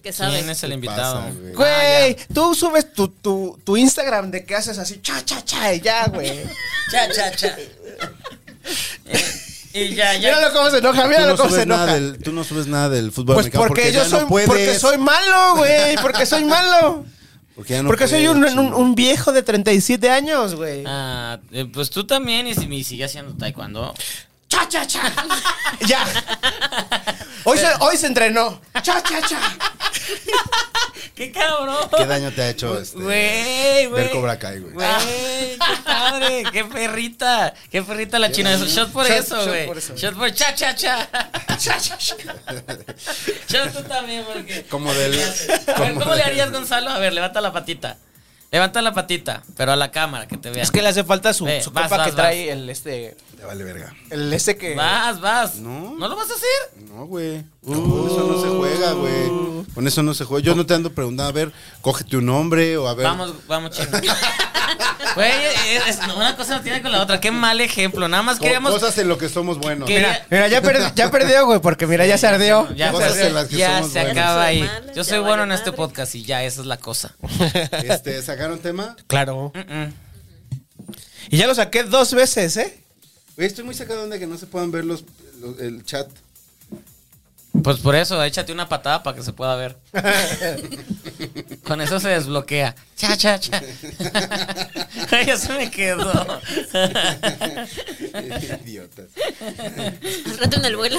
S4: Que
S2: nada. ¿Quién
S4: sabes.
S2: es el
S3: ¿Qué
S2: invitado?
S3: pasa, güey?
S1: Güey, tú subes tu, tu, tu Instagram de que haces así, cha, cha, cha, y ya, güey.
S2: Cha, cha, cha. Eh, y ya, ya.
S1: Míralo cómo se enoja,
S3: Tú
S1: míralo
S3: no,
S1: cómo se
S3: subes nada
S1: enoja.
S3: del, tú no subes nada del fútbol
S1: Pues
S3: americano
S1: porque, yo
S3: ya
S1: soy,
S3: no puedes.
S1: porque soy malo, güey, porque soy malo.
S3: Porque, ya no
S1: porque soy
S3: puedes,
S1: un, un-
S3: chingo.
S1: un viejo de 37 años, güey.
S2: Ah, eh, pues tú también y, si- y sigue haciendo taekwondo.
S1: Cha, cha, cha. ya. Hoy se, hoy se entrenó. Cha, cha, cha.
S2: ¡Qué cabrón!
S3: ¿Qué daño te ha hecho este?
S2: Güey, güey.
S3: Ver Cobra Kai, güey.
S2: Güey, qué padre, qué perrita, qué perrita la china. Shot por
S1: Shot-
S2: eso,
S1: shot
S2: güey.
S1: por eso.
S2: Shot por cha, cha, cha. Cha, cha, cha. Shot tú también, porque.
S3: Como del-
S2: A ver,
S3: como
S2: ¿cómo le
S3: del-
S2: harías, Gonzalo? A ver, levanta la patita. Levanta la patita, pero a la cámara, que te vean.
S1: Es que le hace falta su,
S2: Ve,
S1: su
S2: vas,
S1: copa
S2: vas,
S1: que trae el este.
S3: Te vale verga.
S1: El este que.
S2: Vas, vas.
S3: No.
S2: ¿No lo vas a hacer?
S3: No, güey. Con eso no se juega, güey. Con eso no se juega. Yo no te ando preguntando, a ver, cógete un hombre o a ver.
S2: Vamos, vamos, chino. Güey, es- es- una cosa no tiene con la otra. Qué mal ejemplo. Nada más
S3: co-
S2: queríamos.
S3: Cosas en lo que somos buenos.
S2: Quería-
S1: Mira, mira, ya, perdi- ya perdió, güey, porque mira, ya se ardió.
S2: Ya,
S3: Cosas
S2: se-
S3: en las que
S2: ya
S3: somos
S2: se
S3: buenos.
S2: acaba
S4: Ya soy
S2: ahí.
S4: mala,
S2: Yo
S4: ya
S2: soy bueno
S4: vale
S2: en este
S4: madre.
S2: podcast y ya, esa es la cosa.
S3: Este, ¿Sacaron tema?
S1: Claro.
S2: Mm-mm.
S1: Y ya lo saqué dos veces, ¿eh?
S3: Güey, estoy muy sacado de onda que no se puedan ver los, los- el chat.
S2: Pues por eso, échate una patada para que se pueda ver. Con eso se desbloquea. Cha, cha, cha. Ay, eso me quedó.
S3: Idiotas.
S4: Al rato en el vuelo.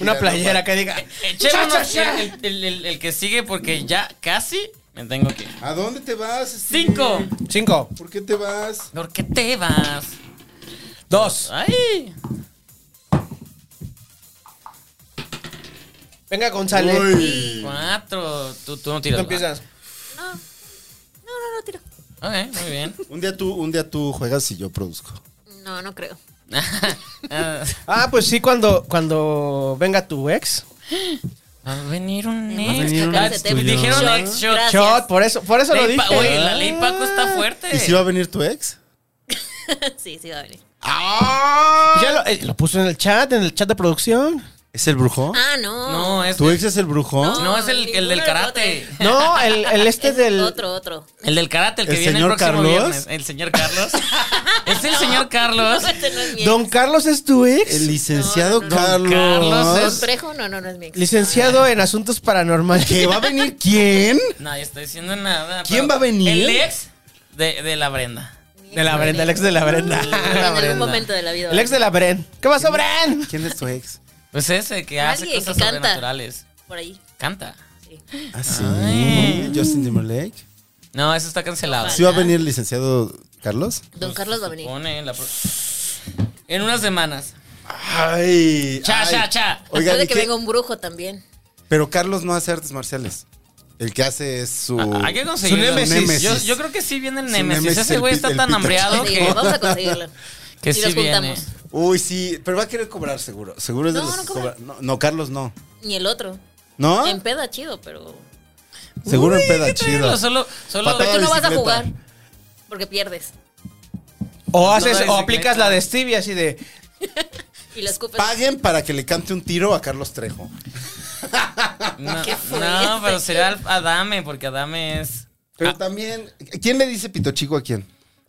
S1: Una
S3: Mira,
S1: playera que diga. Cha, cha,
S2: Echémonos
S1: cha.
S2: el, el- el- el que sigue porque ya casi me tengo que ir.
S3: ¿A dónde te vas? Steve?
S2: Cinco.
S1: Cinco,
S3: ¿Por qué te vas?
S2: ¿Por qué te vas?
S1: dos.
S2: Ay.
S1: Venga, González.
S3: Uy.
S2: Cuatro. Tú, tú no tiras.
S1: Tú
S2: ¿va?
S1: empiezas.
S4: No. No, no, no tiro.
S2: Ok, muy bien.
S3: Un día tú, un día tú juegas y yo produzco.
S4: No, no creo.
S2: Ah,
S1: Ah, pues sí, cuando, cuando venga tu ex.
S2: Va a venir un
S4: Va a
S2: ex.
S4: venir un
S2: Ah,
S4: ex tuyo.
S2: Dijeron
S4: Shot.
S2: ex shot.
S4: Gracias.
S1: Shot, por eso, por eso lo
S2: Ley
S1: dije.
S2: Pa- Oye, la ley Paco está fuerte.
S3: ¿Y si va a venir tu ex?
S4: sí, sí va a venir.
S1: Mm. Ya lo, eh, lo puso en el chat, en el chat de producción.
S3: ¿Es el brujo?
S4: Ah, no.
S2: No, es.
S3: ¿Tu ex es el brujo?
S2: No, es el- el
S4: ninguno
S2: del
S4: es
S2: karate.
S4: otro.
S1: No, el, el este
S4: Es
S1: del.
S4: Otro, otro.
S2: El del karate, el que
S3: ¿El
S2: viene el
S3: señor
S2: próximo
S3: Carlos?
S2: viernes. El señor Carlos. es el señor Carlos.
S4: No, este no es mi ex.
S1: ¿Don Carlos es tu ex?
S3: El licenciado
S4: No, no,
S3: Carlos.
S2: Carlos
S4: ¿Don Trejo? No, no, no es mi ex.
S1: Licenciado en Asuntos Paranormales.
S3: ¿Que va a venir quién?
S2: No, yo estoy diciendo nada.
S3: ¿Quién
S2: pero
S3: va a venir?
S2: El ex de, de la Brenda.
S1: De la Brenda, el ex de la Brenda.
S4: En
S2: la
S4: algún
S2: Brenda.
S4: momento de la vida.
S1: El ex de la Bren. ¿Qué pasó, Bren?
S3: ¿Quién es tu ex?
S2: Pues ese que hace
S4: Alguien que
S2: cosas
S4: canta.
S2: sobrenaturales.
S4: Por ahí.
S2: Canta.
S3: Ah, sí.
S2: Ay.
S3: Justin Timberlake.
S2: No, eso está cancelado.
S3: ¿Sí va a venir el licenciado Carlos?
S4: Don Carlos va a venir.
S2: Pone en, la pro- en unas semanas.
S3: Ay.
S2: Cha,
S3: ay.
S2: cha, cha.
S3: Oigan,
S4: Puede
S3: ¿y
S4: que
S3: qué?
S4: venga un brujo también.
S3: pero Carlos no hace artes marciales. El que hace es su.
S2: Ah, Hay que conseguirlo.
S3: Su némesis.
S2: Yo, yo creo que sí viene el
S3: Su
S2: Nemesis.
S3: némesis,
S2: Ese
S3: el
S2: güey
S3: pi-
S2: está
S3: el
S2: tan
S3: pitacho.
S2: hambreado
S4: Sí,
S2: que,
S4: vamos a conseguirlo.
S2: que
S4: Sí,
S2: sí
S4: los
S2: viene.
S4: juntamos.
S3: Uy, sí. Pero va a querer cobrar seguro. Seguro es de
S4: No,
S3: los
S4: no
S3: que
S4: cobra.
S3: cobra- No, no, Carlos no.
S4: Ni el otro.
S3: ¿No?
S4: En peda chido, pero.
S3: Seguro
S2: Uy,
S3: en peda
S2: qué
S3: chido.
S2: tranquilo, Solo, solo
S3: Patada
S4: Pero tú
S3: de
S4: no vas a
S3: bicicleta.
S4: jugar. Porque pierdes.
S1: O haces,
S2: no,
S1: o
S2: no,
S1: aplicas
S2: no.
S1: la de Stevie así de.
S4: Y la escupes.
S3: Paguen para que le cante un tiro a Carlos Trejo.
S2: No,
S4: ¿Qué fue
S2: no,
S4: eso?
S2: pero sería al- Adame, porque Adame es.
S3: Pero también. ¿Quién le dice pito chico a quién?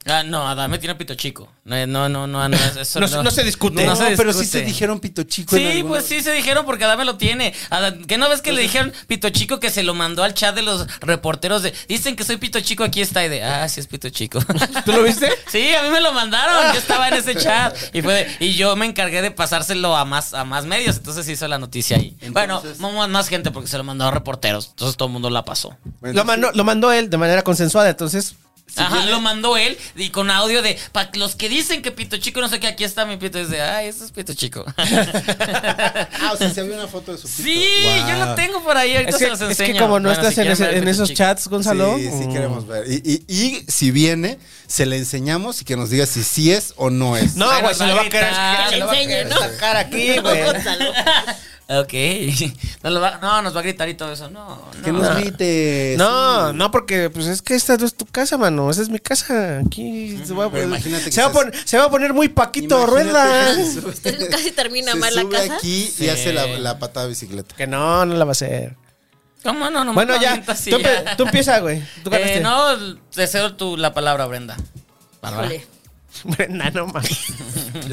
S2: Ah, no, Adame tiene pito chico. No, no, no, no, no, eso
S1: No se- no se discute.
S2: No,
S3: No,
S2: se
S3: pero sí
S2: discute.
S3: se dijeron pito chico. en
S2: Sí,
S3: algún-
S2: pues sí se dijeron porque Adame lo tiene. Ada- ¿Qué no ves que le dijeron Pito Chico que se lo mandó al chat de los reporteros de dicen que soy Pito Chico, aquí está y de ah, sí es Pito Chico.
S1: ¿Tú lo viste?
S2: Sí, a mí me lo mandaron, yo estaba en ese chat y fue de- y yo me encargué de pasárselo a más a más medios, entonces se hizo la noticia ahí. bueno, más, más gente porque se lo mandó a reporteros, entonces todo el mundo la pasó.
S3: Bueno,
S1: Lo mandó, lo mandó él de manera consensuada, entonces.
S2: Ajá, lo mandó él y con audio de para los que dicen que Pito Chico no sé qué, aquí está mi Pito, y es de ay, eso es Pito Chico.
S3: Ah, o sea, se había una foto de su pito.
S2: Sí, yo
S3: Wow.
S2: lo tengo por ahí, ahorita
S1: Es
S2: se
S1: que,
S2: los
S1: es que
S2: enseño.
S1: como no
S2: Bueno,
S1: estás
S2: si
S1: en,
S2: quieren
S1: ese-
S2: ver
S1: en
S2: Pito
S1: esos
S2: Chico.
S1: chats, Gonzalo.
S3: Sí, sí
S1: mm.
S3: queremos ver. Y, y- y si viene, se le enseñamos y que nos diga si sí es o no es.
S1: No,
S2: Bueno,
S1: güey, se lo va a querer.
S2: ahorita-
S1: se lo va a querer
S4: Enseñe, ¿no?
S1: sacar aquí, güey.
S4: Gonzalo.
S2: Ok. No, lo va- no, nos va a gritar y todo eso. No,
S3: Que
S2: no.
S3: nos grites.
S1: No, no, porque pues es que esta no es tu casa, mano. Esa es mi casa. Aquí se va a poner,
S3: Pero imagínate que
S1: se va a
S3: seas-
S1: poner, se va a poner muy Paquito
S3: Imagínate
S1: Rueda.
S3: que se sube-
S4: Casi termina
S3: se
S4: mal la
S3: sube
S4: casa.
S3: aquí y hace la, la patada de bicicleta.
S1: Que no, no la va a hacer.
S2: ¿Cómo no? no
S1: Bueno,
S2: me
S1: ya.
S2: aviento así,
S1: Tú,
S2: ya.
S1: empiezas, empieza, güey. Tú
S2: Eh,
S1: ganaste.
S2: no, te cedo tú la palabra, Brenda. Bárbara.
S4: Híjole,
S1: Brenda, no mames.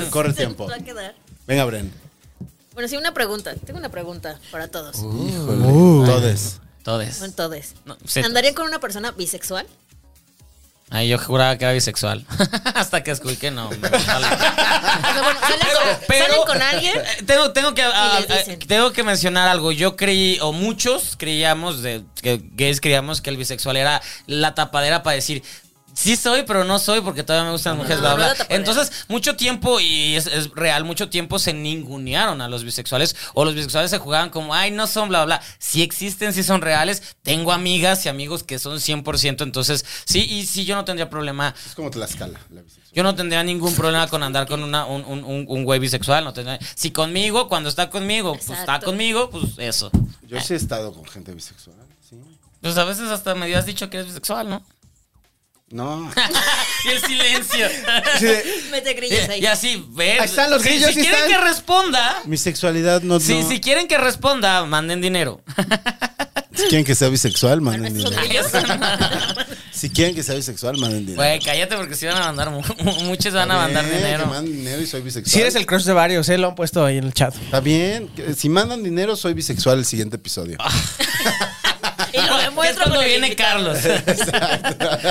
S3: Corre
S4: se nos
S3: tiempo.
S4: va a quedar.
S3: Venga, Bren.
S4: Bueno, sí, una pregunta. Tengo una pregunta para todos.
S3: Todes.
S2: Todes.
S4: Entonces,
S2: No, sí.
S4: ¿andarían con una persona bisexual?
S2: Ay, yo juraba que era bisexual. Hasta que descubrí que no. hombre.
S4: O sea, bueno, ¿salen, con, salen con alguien?
S2: eh, Tengo, tengo, que, ah,
S4: les dicen.
S2: ah, tengo que mencionar algo. Yo creí, o muchos creíamos, de, que gays creíamos que el bisexual era la tapadera para decir. Sí soy, pero no soy porque todavía me gustan las mujeres,
S4: no,
S2: bla,
S4: no
S2: bla.
S4: la tapadera.
S2: Entonces, mucho tiempo, y es, es real, mucho tiempo se ningunearon a los bisexuales o los bisexuales se jugaban como, ay, no son, bla, bla. Si existen, si son reales. Tengo amigas y amigos que son 100%, entonces, sí, y sí, yo no tendría problema
S3: Es como Tlaxcala. La bicicleta.
S2: yo no tendría ningún problema con andar con una, un, un, un, un güey bisexual. No tendría- si conmigo, cuando está conmigo, pues está
S4: Exacto.
S2: conmigo, pues eso.
S3: Yo sí he estado con gente bisexual. Sí.
S2: Pues a veces hasta me habías dicho que eres bisexual, ¿no?
S3: No.
S2: Y el silencio.
S4: Mete grillas ahí.
S2: y, y así, ven.
S1: Ahí están los
S2: Si-
S1: grillos,
S2: Si,
S1: ahí
S2: quieren
S1: están.
S2: que responda,
S3: Mi sexualidad no.
S2: si,
S3: no.
S2: si quieren que responda, manden dinero.
S3: Si quieren que sea bisexual, manden
S4: Bueno, eso
S3: dinero.
S4: es lo que yo-
S3: Si quieren que sea bisexual, manden dinero.
S2: Güey, cállate porque si van a mandar, mu- mu- muchos van a
S3: Está bien,
S2: mandar
S3: Que
S2: dinero.
S3: manden dinero y soy bisexual.
S1: Si eres el crush de varios, ¿eh? Lo han puesto ahí en el chat.
S3: Está bien. que- Si mandan dinero, soy bisexual el siguiente episodio.
S2: Ah.
S4: Y lo
S2: Que es
S4: demuestro
S2: cuando
S4: con el
S2: viene
S4: invitado.
S2: Carlos.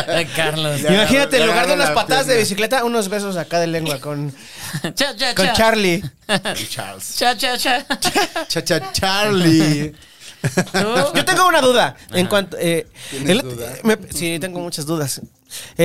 S2: Ay, Carlos.
S3: Ya.
S1: Imagínate, en
S3: le
S1: lugar de
S3: agarro
S1: unas
S3: la
S1: patadas de
S3: pierna.
S1: bicicleta, unos besos acá de lengua con,
S2: Cha, cha,
S1: con
S2: cha.
S1: Charlie.
S3: Charles.
S2: Cha, cha, cha.
S3: Cha, cha, Charlie.
S2: ¿Tú?
S1: Yo tengo una duda. En cuanto, eh,
S3: ¿Tienes
S1: el-
S3: duda?
S1: me- sí, tengo muchas dudas.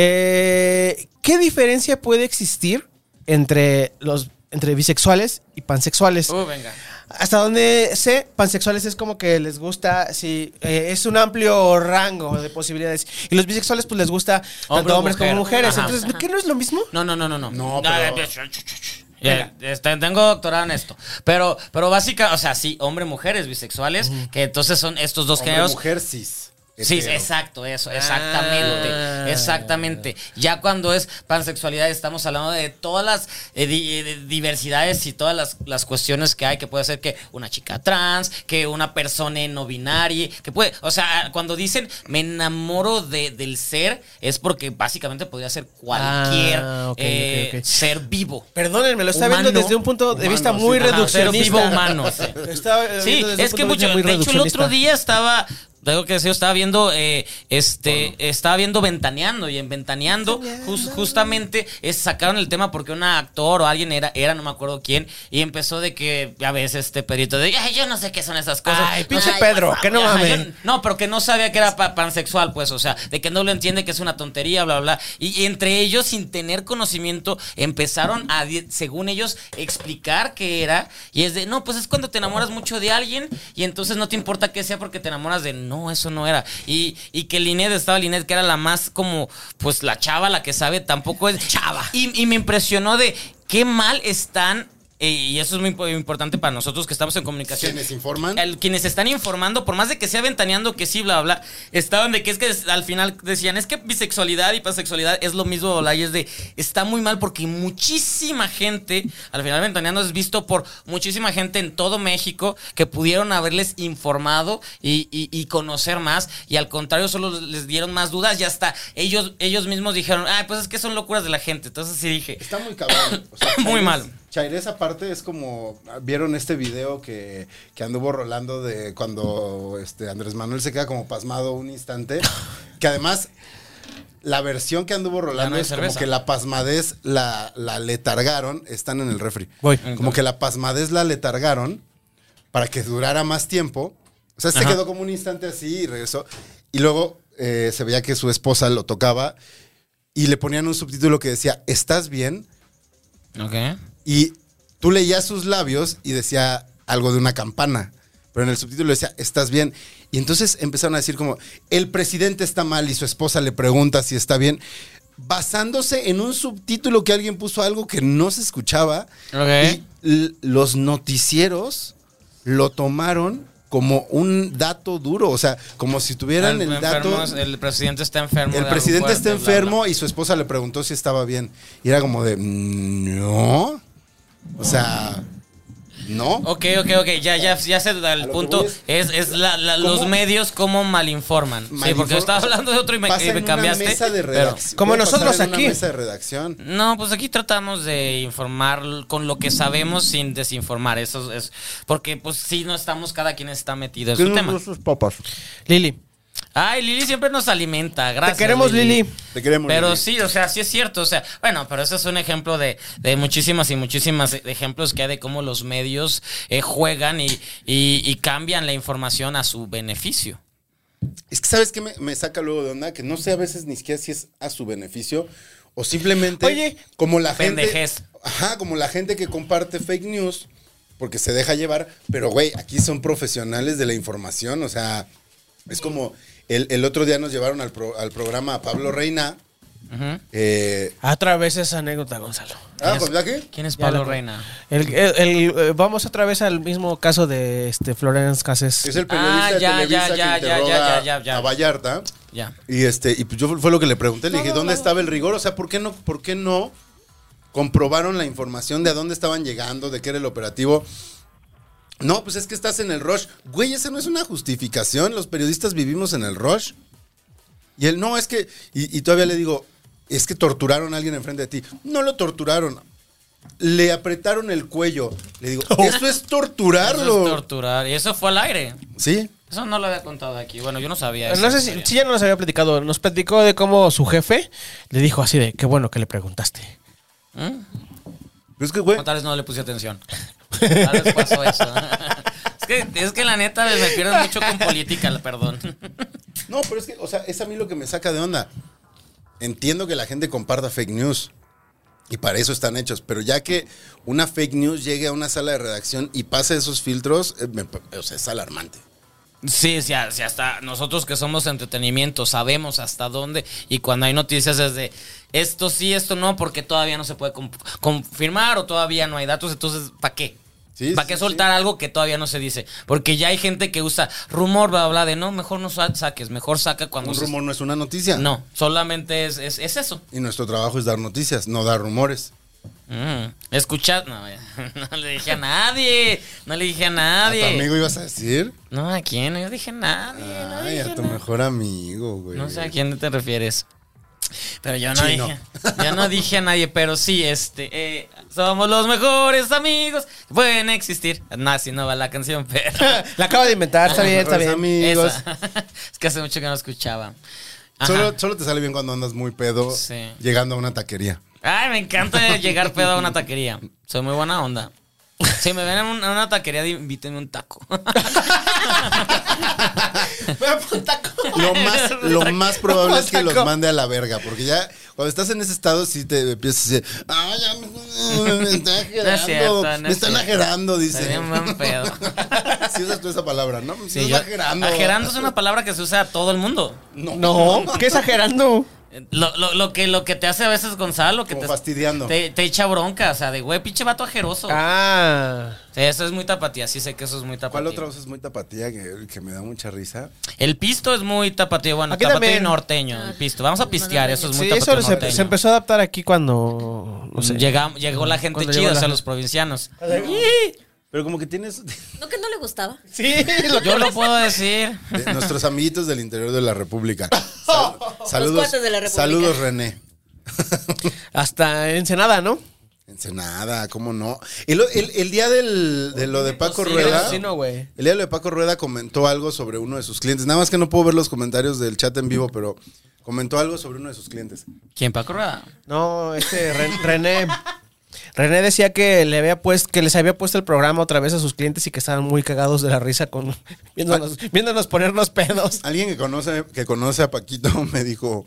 S1: Eh, ¿Qué diferencia puede existir entre los entre bisexuales y pansexuales?
S2: Uh, venga.
S1: Hasta donde sé, pansexuales es como que les gusta, sí, eh, es un amplio rango de posibilidades. Y los bisexuales pues les gusta
S2: Hombre
S1: tanto
S2: o
S1: hombres
S2: mujer.
S1: como mujeres.
S2: Ajá.
S1: Entonces, ¿qué no es lo mismo?
S2: No, no, no, no, no.
S3: No,
S2: Ah,
S3: pero-
S2: eh, sh- sh- sh- sh. Eh, este, tengo doctorado en esto. Pero, pero básica, o sea, sí, hombre, mujeres, bisexuales, que entonces son estos dos
S3: Hombre,
S2: géneros.
S3: mujer cis. Este,
S2: Sí,
S3: hetero.
S2: exacto, eso, exactamente,
S5: Ah.
S2: exactamente. Ya cuando es pansexualidad estamos hablando de todas las eh, di- eh, diversidades y todas las, las cuestiones que hay, que puede ser que una chica trans, que una persona no binaria, que puede, o sea, cuando dicen me enamoro de, del ser, es porque básicamente podría ser cualquier
S5: Ah, ok, ok,
S2: eh,
S5: ok.
S2: ser vivo.
S1: Perdónenme, lo está
S2: Humano,
S1: viendo desde un punto de
S3: humano,
S1: vista
S3: sí.
S1: muy
S2: Ajá, ser
S1: reduccionista.
S2: vivo humano. sí.
S1: Lo está, eh,
S2: Sí,
S1: viendo desde
S2: es
S1: un
S2: que
S1: punto
S2: mucho.
S1: vista muy
S2: De hecho, el otro
S1: reduccionista.
S2: día estaba. Tengo que decir, yo estaba viendo, eh, este, estaba viendo Ventaneando y en Ventaneando jus- justamente eh, sacaron el tema porque un actor o alguien era, era, no me acuerdo quién, y empezó de que, ya ves, este Pedrito, de, ay, yo no sé qué son esas cosas.
S1: Ay,
S2: No,
S1: pinche
S4: Ay,
S1: Pedro,
S4: por favor,
S1: que no
S2: Ajá, yo-
S1: mames.
S2: no, pero que no sabía que era pa- pansexual, pues, o sea, de que no lo entiende, que es una tontería, bla, bla. Y, y entre ellos, sin tener conocimiento, empezaron a, di- según ellos, explicar qué era. Y es de, no, pues es cuando te enamoras mucho de alguien y entonces no te importa qué sea porque te enamoras de, no, eso no era. Y, y que Linet estaba Linet, que era la más como, pues la chava, la que sabe, tampoco es. Chava. Y, y me impresionó de qué mal están. eh, Y eso es muy impo- importante para nosotros que estamos en comunicación.
S3: ¿Quiénes informan?
S2: El- quienes están informando, por más de que sea ventaneando que sí, bla, bla, estaban de que es que es- al final decían, es que bisexualidad y pansexualidad es lo mismo, bla, bla, y es de, está muy mal porque muchísima gente, al final ventaneando es visto por muchísima gente en todo México que pudieron haberles informado y, y- y conocer más, y al contrario solo les dieron más dudas y hasta ellos, ellos mismos dijeron, ah, pues es que son locuras de la gente, entonces sí dije,
S3: Está muy cabrón. O sea,
S2: Muy
S3: Chaires-
S2: mal.
S3: Chaires aparte es como, vieron este video que, que anduvo rolando de cuando este Andrés Manuel se queda como pasmado un instante, que además la versión que anduvo rolando
S2: no hay
S3: es como
S2: cerveza.
S3: que la pasmadez la, la letargaron, están en el refri.
S5: Voy.
S3: Como que la pasmadez la letargaron para que durara más tiempo. O sea, se quedó como un instante así y regresó. Y luego eh, se veía que su esposa lo tocaba y le ponían un subtítulo que decía, ¿estás bien?
S2: ok.
S3: Y tú leías sus labios y decía algo de una campana. Pero en el subtítulo decía, ¿estás bien? Y entonces empezaron a decir como, el presidente está mal y su esposa le pregunta si está bien. Basándose en un subtítulo que alguien puso algo que no se escuchaba.
S2: Ok.
S3: Y l- los noticieros lo tomaron como un dato duro. O sea, como si tuvieran el, dato.
S2: Enfermos, el presidente está enfermo.
S3: El
S2: de
S3: presidente
S2: algo
S3: está
S2: fuerte, bla, bla.
S3: enfermo y su esposa le preguntó si estaba bien. Y era como de, "Mm, no. O sea, no.
S2: Ok, ok, ok, ya, ya, ya sé el
S3: que
S2: punto.
S3: voy
S2: Es, es la- la-
S3: ¿Cómo?
S2: los medios cómo malinforman. sí,
S3: Malinform-
S2: porque yo estaba
S3: o sea,
S2: hablando de otro y me,
S3: pasa
S2: y me
S3: en una
S2: cambiaste.
S3: mesa de
S2: pero-
S3: redacción.
S1: Como
S3: Puede pasar
S1: nosotros
S3: en una
S1: aquí.
S3: mesa de redacción.
S2: no, pues aquí tratamos de informar con lo que sabemos sin desinformar. Eso es. Porque, pues, sí, no estamos, cada quien está metido en su tema.
S5: Lili.
S2: Ay, Lili siempre nos alimenta. Gracias.
S1: Te queremos, Lili.
S3: Te queremos.
S2: Pero
S3: Lili.
S2: sí, o sea, sí es cierto. O sea, bueno, pero ese es un ejemplo de, de muchísimas y muchísimas ejemplos que hay de cómo los medios eh, juegan y, y- y cambian la información a su beneficio.
S3: Es que sabes que me, me saca luego de onda que no sé a veces ni siquiera si es a su beneficio o simplemente
S1: Oye,
S3: como la gente
S2: pendejez.
S3: ajá, como la gente que comparte fake news porque se deja llevar, pero güey, aquí son profesionales de la información, o sea, es como el, el otro día nos llevaron al, pro- al programa a Pablo Reina. eh,
S5: Otra vez esa anécdota, Gonzalo.
S3: ah,
S2: Es-
S3: pues, ¿verdad que?
S2: ¿Quién es
S5: Ya
S2: Pablo
S5: la-
S2: Reina?
S5: El- el- el, eh, vamos otra vez al mismo caso de este Florence
S3: Es
S5: Cassés.
S3: el periodista
S2: Ah,
S3: de
S2: ya,
S3: Televisa
S2: ya, ya,
S3: que
S2: ya,
S3: interroga
S2: ya, ya, ya.
S3: a Vallarta.
S2: Ya.
S3: Y este, y pues yo fue lo que le pregunté, le dije, ¿dónde estaba el rigor? O sea, ¿por qué no, por qué no comprobaron la información de a dónde estaban llegando, de qué era el operativo? No, pues es que estás en el rush. Güey, esa no es una justificación. Los periodistas vivimos en el rush. Y él, no, es que. Y, y todavía le digo, es que torturaron a alguien enfrente de ti. No lo torturaron. Le apretaron el cuello. Le digo, eso es torturarlo.
S2: Oh. Eso es torturar. Y eso fue al aire.
S3: sí.
S2: Eso no lo había contado aquí. Bueno, yo no sabía.
S5: No sé si, si ya no nos había platicado. Nos platicó de cómo su jefe le dijo así de qué bueno que le preguntaste.
S3: Pero es que, güey,
S2: O tal vez no le puse atención. Tal vez pasó eso. es, que, es que la neta me pierdo mucho con política, la- perdón.
S3: No, pero es que, o sea, es a mí lo que me saca de onda. Entiendo que la gente comparta fake news y para eso están hechos, pero ya que una fake news llegue a una sala de redacción y pase esos filtros, eh, me pa- o sea, es alarmante.
S2: Sí, sí, a- sí, hasta nosotros que somos entretenimiento sabemos hasta dónde y cuando hay noticias es de esto sí, esto no, porque todavía no se puede com- confirmar o todavía no hay datos, entonces, ¿para qué?
S3: Sí,
S2: ¿Para
S3: sí,
S2: qué
S3: sí.
S2: soltar algo que todavía no se dice? Porque ya hay gente que usa rumor, bla, bla, bla, de no, mejor no sa- saques, mejor saca cuando...
S3: Un
S2: se-
S3: rumor no es una noticia.
S2: No, solamente es, es, es eso.
S3: Y nuestro trabajo es dar noticias, no dar rumores.
S2: Mm, Escuchar... No, eh, no le dije a nadie, no le dije a
S3: ¿A tu
S2: nadie.
S3: amigo Ah, ibas a decir?
S2: No, ¿a quién? Yo dije a nadie, no
S3: Ay,
S2: dije
S3: a tu
S2: nada.
S3: mejor amigo, güey.
S2: No sé a quién te refieres. Pero yo no
S3: Pues. Chino.
S2: dije. Yo no dije a nadie, pero sí, este. eh, somos los mejores amigos. que Pueden existir. No, así no va la canción, pero.
S5: La acabo de inventar, está bien, está
S3: Mejores
S5: bien.
S3: amigos.
S2: esa. es que hace mucho que no escuchaba. Ajá.
S3: Solo, solo te sale bien cuando andas muy pedo
S2: Sí.
S3: llegando a una taquería.
S2: Ay, me encanta llegar pedo a una taquería. Soy muy buena onda. Si me ven en un- en una taquería, invítenme un taco.
S3: Lo más, lo más probable es que los
S5: Saco.
S3: mande a la verga, porque ya cuando estás en ese estado sí te empiezas a decir, ah, ya me, me están ajerando,
S2: No es cierto, no
S3: me
S2: es
S3: están
S2: cierto.
S3: ajerando, dice.
S2: Sería un buen pedo.
S3: Si usas tú esa palabra, ¿no? Me
S2: Sí,
S3: estás
S2: yo-
S3: ajerando.
S2: ajerando es una palabra que se usa a todo el mundo.
S3: No.
S5: No, qué exagerando.
S2: Eh, Lo, lo- lo que, lo que te hace a veces Gonzalo, que
S3: Como
S2: te,
S3: fastidiando.
S2: te, te echa bronca, o sea, de güey, pinche vato ajeroso.
S5: Ah.
S2: Sí, eso es muy tapatía, sí sé que eso es muy tapatía.
S3: ¿Cuál otra cosa es muy tapatía que, que me da mucha risa?
S2: El pisto es muy tapatío, bueno,
S5: Aquí
S2: tapatío
S5: también.
S2: y norteño, el pisto. Vamos a pistear, eso es Pues muy
S5: Sí,
S2: tapatío
S5: eso se,
S2: norteño.
S5: se empezó a adaptar aquí cuando. No sé.
S2: Llegam- llegó la gente
S5: Cuando
S2: chida,
S5: llegó
S2: o
S5: la-
S2: sea, los provincianos.
S3: Pero como que tienes
S4: No, que no le gustaba.
S5: Sí,
S2: Yo lo puedo decir.
S3: de nuestros amiguitos del interior de la República. Sal- saludos,
S4: cuates de la República.
S3: saludos René.
S5: Hasta Ensenada, ¿no?
S3: Ensenada, ¿cómo no? El, el- el día del- de lo de Paco
S2: Sí,
S3: Rueda,
S5: Sí, no, güey.
S3: el día de lo de Paco Rueda comentó algo sobre uno de sus clientes. Nada más que no puedo ver los comentarios del chat en vivo, pero comentó algo sobre uno de sus clientes.
S2: ¿Quién, Paco Rueda?
S5: No, este Ren- René. René decía que le había puesto, que les había puesto el programa otra vez a sus clientes y que estaban muy cagados de la risa con viéndonos, viéndonos ponernos pedos.
S3: Alguien que conoce, que conoce a Paquito me dijo,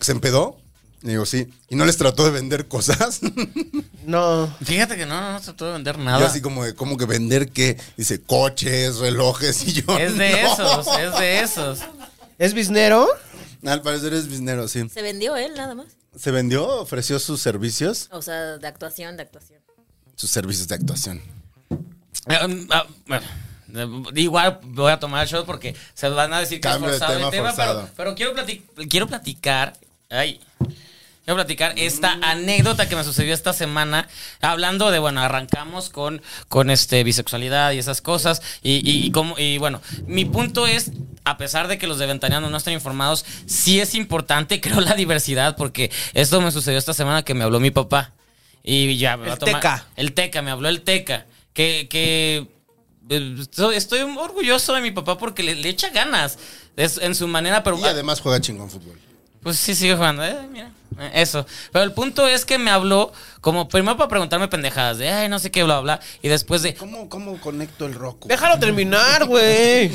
S3: ¿se empedó? Y digo, sí. ¿Y no les trató de vender cosas?
S5: No.
S2: Fíjate que no, no, no se puede vender
S3: Yo
S2: nada.
S3: así como de, ¿cómo que vender qué? Dice, coches, relojes y yo.
S2: Es de
S3: "No".
S2: esos, es de esos.
S5: ¿Es bisnero?
S3: Al parecer es bisnero, sí.
S4: Se vendió él nada más.
S3: ¿Se vendió? ¿Ofreció sus servicios?
S4: O sea, de actuación, de actuación.
S3: Sus servicios de actuación.
S2: Eh, mm, ah, bueno, eh, Igual voy a tomar el shot porque se van a decir que
S3: Cambio
S2: es
S3: de
S2: forzado el
S3: tema
S2: tema,
S3: forzado.
S2: pero, pero quiero, plati- quiero platicar. Ay. Quiero platicar esta
S5: Mm.
S2: anécdota que me sucedió esta semana, hablando de, bueno, arrancamos con, con este, bisexualidad y esas cosas, y, y, y cómo- y bueno, mi punto es, a pesar de que los de Ventaneando no estén informados, sí es importante, creo, la diversidad, porque esto me sucedió esta semana que me habló mi papá, y ya me
S5: El
S2: va a tomar...
S5: Teca.
S2: El Teca, me habló el Teca, que, que eh, so- estoy orgulloso de mi papá porque le, le echa ganas es- en su manera, pero
S3: Y además juega chingón fútbol.
S2: pues sí, sigue jugando. eh, mira, eh, eso. Pero el punto es que me habló como primero para preguntarme pendejadas de, ay, no sé qué, bla, bla. Y después de...
S3: ¿Cómo, cómo conecto el roco?
S5: Déjalo terminar, güey.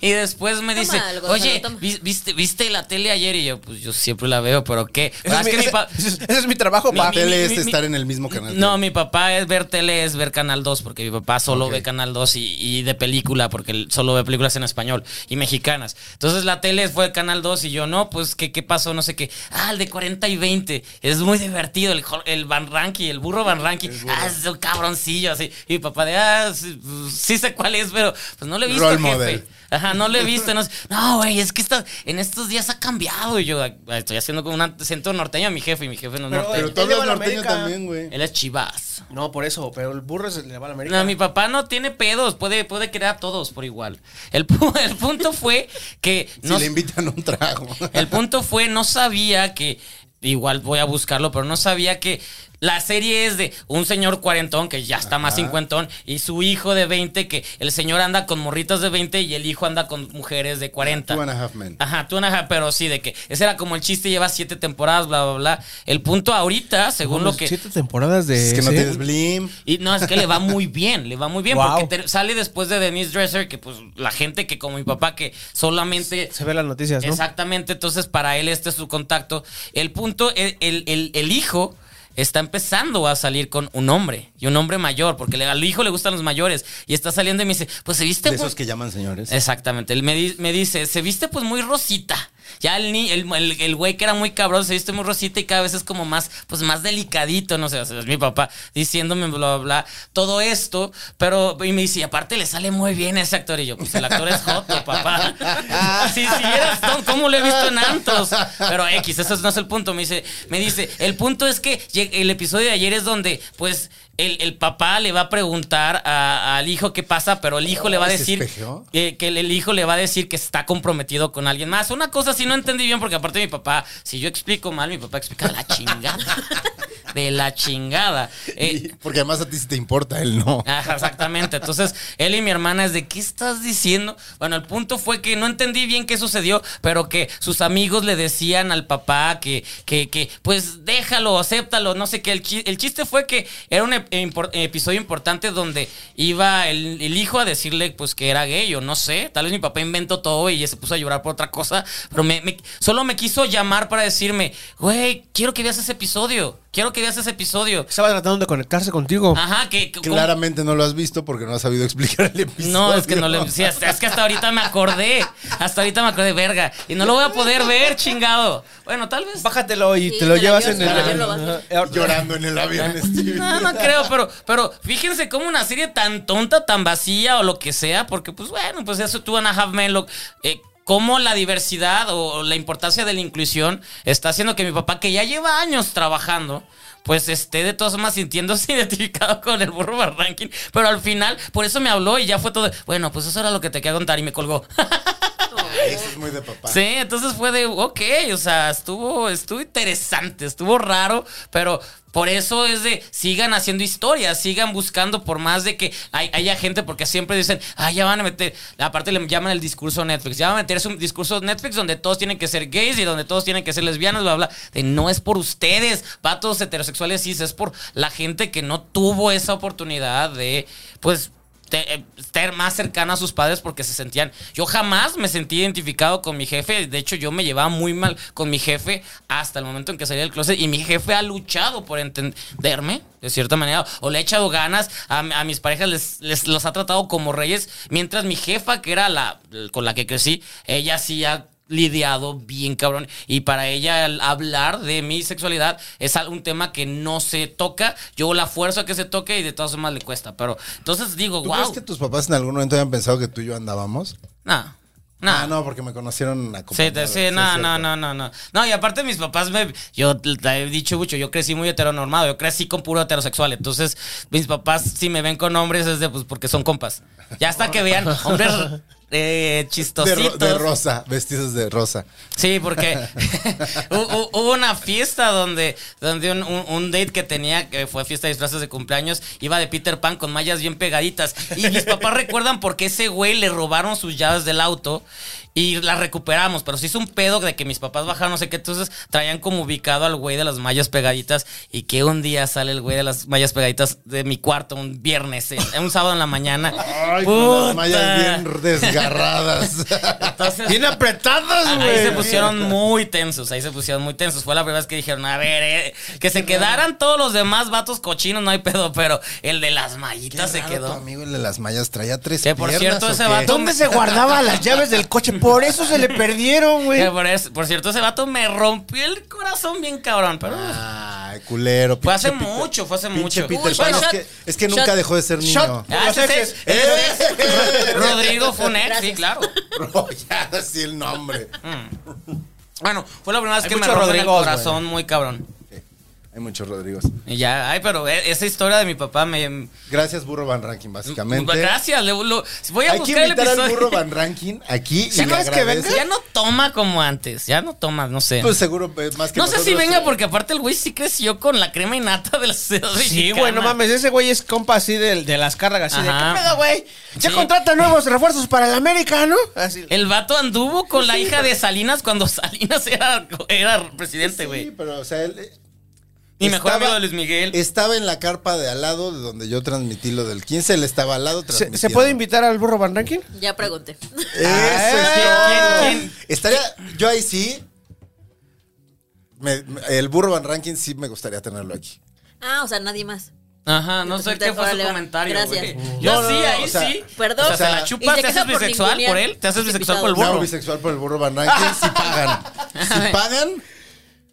S2: Y después me
S4: Toma
S2: dice,
S4: algo,
S2: oye,
S4: Gonzalo, toma".
S2: ¿vis- ¿viste, ¿viste la tele ayer? Y yo, pues yo siempre la veo, pero ¿qué? Pero
S3: Ah,
S5: Ese
S2: es que mi pa-
S5: ese- ese es mi trabajo,
S2: Mi-
S5: pa.
S2: mi-
S3: Tele es
S2: mi-
S3: estar en el mismo canal.
S2: No, mi papá es ver tele, es ver Canal 2, porque mi papá solo ve Canal 2 y, y de película, porque él solo ve películas en español y mexicanas. Entonces la tele fue Canal 2 y yo, no, pues, ¿qué, qué pasó? No sé qué. Ah, el de 40 y 20. Es muy divertido, el, jo- el Van Ranky, el burro Van Ranky. Ah, es un cabroncillo, así. Y mi papá de, ah, sí, pues, sí sé cuál es, pero pues no le he visto,
S3: Role
S2: jefe.
S3: model.
S2: Ajá, no lo he visto. No, sé. No, güey, es que esta- en estos días ha cambiado. Y yo ah, estoy haciendo como un acento norteño a mi jefe y mi jefe no es norteño.
S3: Pero tú
S5: Él le
S3: hablas
S5: va a la
S3: norteño
S5: América.
S3: también, güey.
S2: Él es chivas.
S5: No, por eso, pero el burro se le va a la América.
S2: No, mi papá no tiene pedos, puede, puede querer a todos por igual. El, pu- el punto fue que no,
S3: Si le invitan un trago.
S2: el punto fue no sabía que igual voy a buscarlo, pero no sabía que la serie es de un señor cuarentón que ya está más cincuentón y su hijo de 20 que el señor anda con morritas de 20 y el hijo anda con mujeres de 40.
S3: Two and a half men.
S2: Ajá, tú ajá, pero sí, de que ese era como el chiste, lleva siete temporadas, bla, bla, bla. El punto ahorita, según lo que...
S5: Siete temporadas de.
S3: Es que no
S5: sí.
S3: tienes blim.
S2: Y no, es que le va muy bien, le va muy bien,
S5: Wow.
S2: porque te- sale después de Denise Dresser, que pues la gente que como mi papá, que solamente...
S5: Se ve las noticias, ¿no?
S2: Exactamente, entonces para él este es su contacto. El punto, el, el- el- el hijo está empezando a salir con un hombre, y un hombre mayor, porque le- al hijo le gustan los mayores, y está saliendo y me dice, pues se viste...
S3: De
S2: muy-
S3: esos que llaman señores.
S2: Exactamente, él me, di- me dice, se viste pues muy rosita. Ya el ni- el el- el güey que era muy cabrón se viste muy rosita y cada vez es como más, pues más delicadito, no sé, o sea, es mi papá diciéndome bla, bla, bla, todo esto, pero, y me dice, y aparte le sale muy bien a ese actor, y yo, pues el actor es joto, papá. si siguieras Stone, ¿cómo lo he visto en antros? Pero X, ese no es el punto, me dice, me dice, el punto es que lleg- el episodio de ayer es donde, pues, el, el papá le va a preguntar a- al hijo qué pasa, pero el hijo le va a
S3: ¿se
S2: decir
S3: espejó?
S2: eh, que el, el hijo le va a decir que está comprometido con alguien más. Una cosa si no entendí bien, porque aparte mi papá, si yo explico mal, mi papá explica de la chingada. De la chingada. Eh,
S3: Y- porque además a ti sí te importa, él no.
S2: Ajá, Ah, exactamente. Entonces, él y mi hermana es de, ¿qué estás diciendo? Bueno, el punto fue que no entendí bien qué sucedió, pero que sus amigos le decían al papá que, que, que pues déjalo, acéptalo, no sé qué. El, chi- el chiste fue que era un ep- impor- episodio importante donde iba el, el hijo a decirle pues que era gay o no sé. Tal vez mi papá inventó todo y se puso a llorar por otra cosa, pero me, me- solo me quiso llamar para decirme, güey, quiero que veas ese episodio, quiero que veas ese episodio.
S5: Estaba tratando de conectarse contigo.
S2: Ajá, que... que- ¿cómo-
S3: Claramente no lo has visto porque no has sabido explicar el episodio.
S2: no, es que no le. sí, hasta- es que hasta ahorita me acordé. Hasta ahorita me acordé, verga. Y no lo voy a poder ver, chingado. Bueno, tal vez.
S5: Bájatelo y
S4: Sí,
S5: te lo
S4: te la
S5: llevas
S4: llevas,
S5: en el.
S4: te la llevas.
S5: Ajá.
S3: Llorando en el avión, Stevie.
S2: No, no creo, pero, pero fíjense cómo una serie tan tonta, tan vacía o lo que sea, porque pues bueno, pues eso tú, Ana Half Men, lo- eh, cómo la diversidad o, o la importancia de la inclusión está haciendo que mi papá, que ya lleva años trabajando, pues esté de todas formas sintiéndose identificado con el burro barranquín. Pero al final, por eso me habló y ya fue todo. Bueno, pues eso era lo que te quería contar y me colgó.
S3: Eso es muy de papá.
S2: Sí, entonces fue de, ok, o sea, estuvo, estuvo interesante, estuvo raro, pero por eso es de, sigan haciendo historias, sigan buscando, por más de que hay- haya gente, porque siempre dicen, ah, ya van a meter, aparte le llaman el discurso Netflix, ya van a meterse un discurso Netflix donde todos tienen que ser gays y donde todos tienen que ser lesbianas, bla, bla, de no es por ustedes, vatos heterosexuales, cis, es por la gente que no tuvo esa oportunidad de, pues, te- eh, estar más cercana a sus padres porque se sentían. Yo jamás me sentí identificado con mi jefe. De hecho, yo me llevaba muy mal con mi jefe hasta el momento en que salí del closet. Y mi jefe ha luchado por entenderme, de cierta manera. O le ha echado ganas. A, a mis parejas les, les- los ha tratado como reyes. Mientras mi jefa, que era la con la que crecí, ella sí ha lidiado bien cabrón y para ella el hablar de mi sexualidad es al- un tema que no se toca yo la fuerzo a que se toque y de todas formas le cuesta pero entonces digo
S3: ¿Tú
S2: wow
S3: crees que tus papás en algún momento habían pensado que tú y yo andábamos?
S2: no, no.
S3: Ah, no, porque me conocieron
S2: Sí,
S3: acompañado.
S2: te- sí,
S3: es
S2: no,
S3: cierto.
S2: no, no, no, no. No, y aparte mis papás me... Yo te he dicho mucho, yo crecí muy heteronormado, yo crecí con puro heterosexual. Entonces, mis papás si me ven con hombres es de, pues, porque son compas. Ya hasta que vean hombres eh,
S3: De, ro-
S2: chistositos.
S3: de rosa, vestidos de rosa.
S2: Sí, porque hu- hu- hubo una fiesta donde, donde un, un- un date que tenía, que fue fiesta de disfraces de cumpleaños, iba de Peter Pan con mallas bien pegaditas. Y mis papás recuerdan porque ese güey le robaron sus llaves del auto y las recuperamos. Pero se hizo un pedo de que mis papás bajaron, no sé qué. Entonces traían como ubicado al güey de las mallas pegaditas y que un día sale el güey de las mallas pegaditas de mi cuarto, un viernes, eh, un sábado en la mañana.
S3: Ay, con
S2: Puta.
S3: las mallas bien desgarradas.
S2: Entonces-
S3: bien apretadas, güey.
S2: Ahí se pusieron muy tensos, ahí se pusieron muy tensos. Fue la primera vez que dijeron, a ver, eh, que se quedaran todos los demás vatos cochinos, no hay pedo, pero el de las mallitas se
S3: Tu
S2: quedó.
S3: amigo el de las mallas traía tres
S2: Que por
S3: piernas,
S2: cierto,
S3: ¿o
S2: ese
S3: qué?
S2: vato-
S5: ¿Dónde se guardaba las llaves del coche? Por eso se le perdieron, güey.
S2: Que por, es- por cierto, ese vato me rompió el corazón bien cabrón, pero...
S3: Ay, culero.
S2: Fue hace
S3: Ah, pinche Peter-
S2: mucho, fue hace
S3: pinche
S2: mucho.
S3: Peter
S2: Uy,
S3: Pan,
S2: bueno,
S3: es,
S2: shot-
S3: que, es que
S2: shot-
S3: nunca dejó de ser niño.
S2: Ah, ese es- ese es-
S3: ¡Eh!
S2: Rodrigo fue un ex, sí, claro.
S3: Bro, ya, así el nombre.
S2: Mm. Bueno, fue la primera vez
S5: Hay
S2: que me
S5: muchos
S2: rompió el
S5: Rodrigos,
S2: corazón muy cabrón.
S3: Hay muchos Rodrigos.
S2: Y ya, ay, pero e- esa historia de mi papá me...
S3: Gracias, Burro Van Ranking, básicamente.
S2: Gracias, le- lo- voy a
S3: Hay que
S2: buscar el
S3: invitar
S2: episodio.
S3: al Burro Van Ranking aquí.
S2: Ya
S3: y
S2: no
S3: le
S2: es que venga.
S3: agradece.
S2: Ya no toma como antes. Ya no toma, no sé.
S3: Pues seguro eh, más que
S2: no sé si
S3: nosotros,
S2: venga
S3: eh,
S2: porque aparte el güey sí creció con la crema y nata de la ciudad
S5: Sí, güey, no mames, ese güey es compa así de, de las cargas, así
S2: Ajá.
S5: de, ¿qué pedo, güey? Ya
S2: Sí.
S5: contrata nuevos refuerzos para el América, ¿no? Así.
S2: El vato anduvo
S3: Pues
S2: con la hija de Salinas cuando Salinas era, era presidente, este, güey.
S3: Sí, pero o sea, él eh,
S2: Mi mejor
S3: estaba-
S2: amigo de Luis Miguel.
S3: estaba en la carpa de al lado de donde yo transmití lo del 15, él estaba al lado
S5: ¿Se,
S3: transmitiendo.
S5: se puede invitar al burro Van Ranking?
S4: Ya pregunté.
S3: Eso
S2: Ah,
S3: es
S2: ¿quién-
S3: todo.
S2: quién-
S3: Estaría, yo ahí sí. me- me- el Burro Van Ranking sí me gustaría tenerlo aquí.
S4: Ah, o sea, nadie más.
S2: Ajá, no sé qué fue su
S4: Órale, va.
S2: comentario.
S4: Gracias.
S2: güey. Yo
S3: No,
S2: sí,
S3: no, no,
S2: ahí
S3: o sea,
S2: sí.
S4: perdón.
S2: O sea,
S3: O
S2: te
S3: sea,
S2: la
S4: y
S2: chupas,
S4: te
S2: te haces
S4: quejas por
S2: bisexual por
S4: ningunear.
S2: él, te haces
S4: Sí,
S2: bisexual
S4: pisado.
S2: por el
S3: Me hago
S2: burro.
S3: bisexual por el burro Van Ranking si pagan. Si pagan,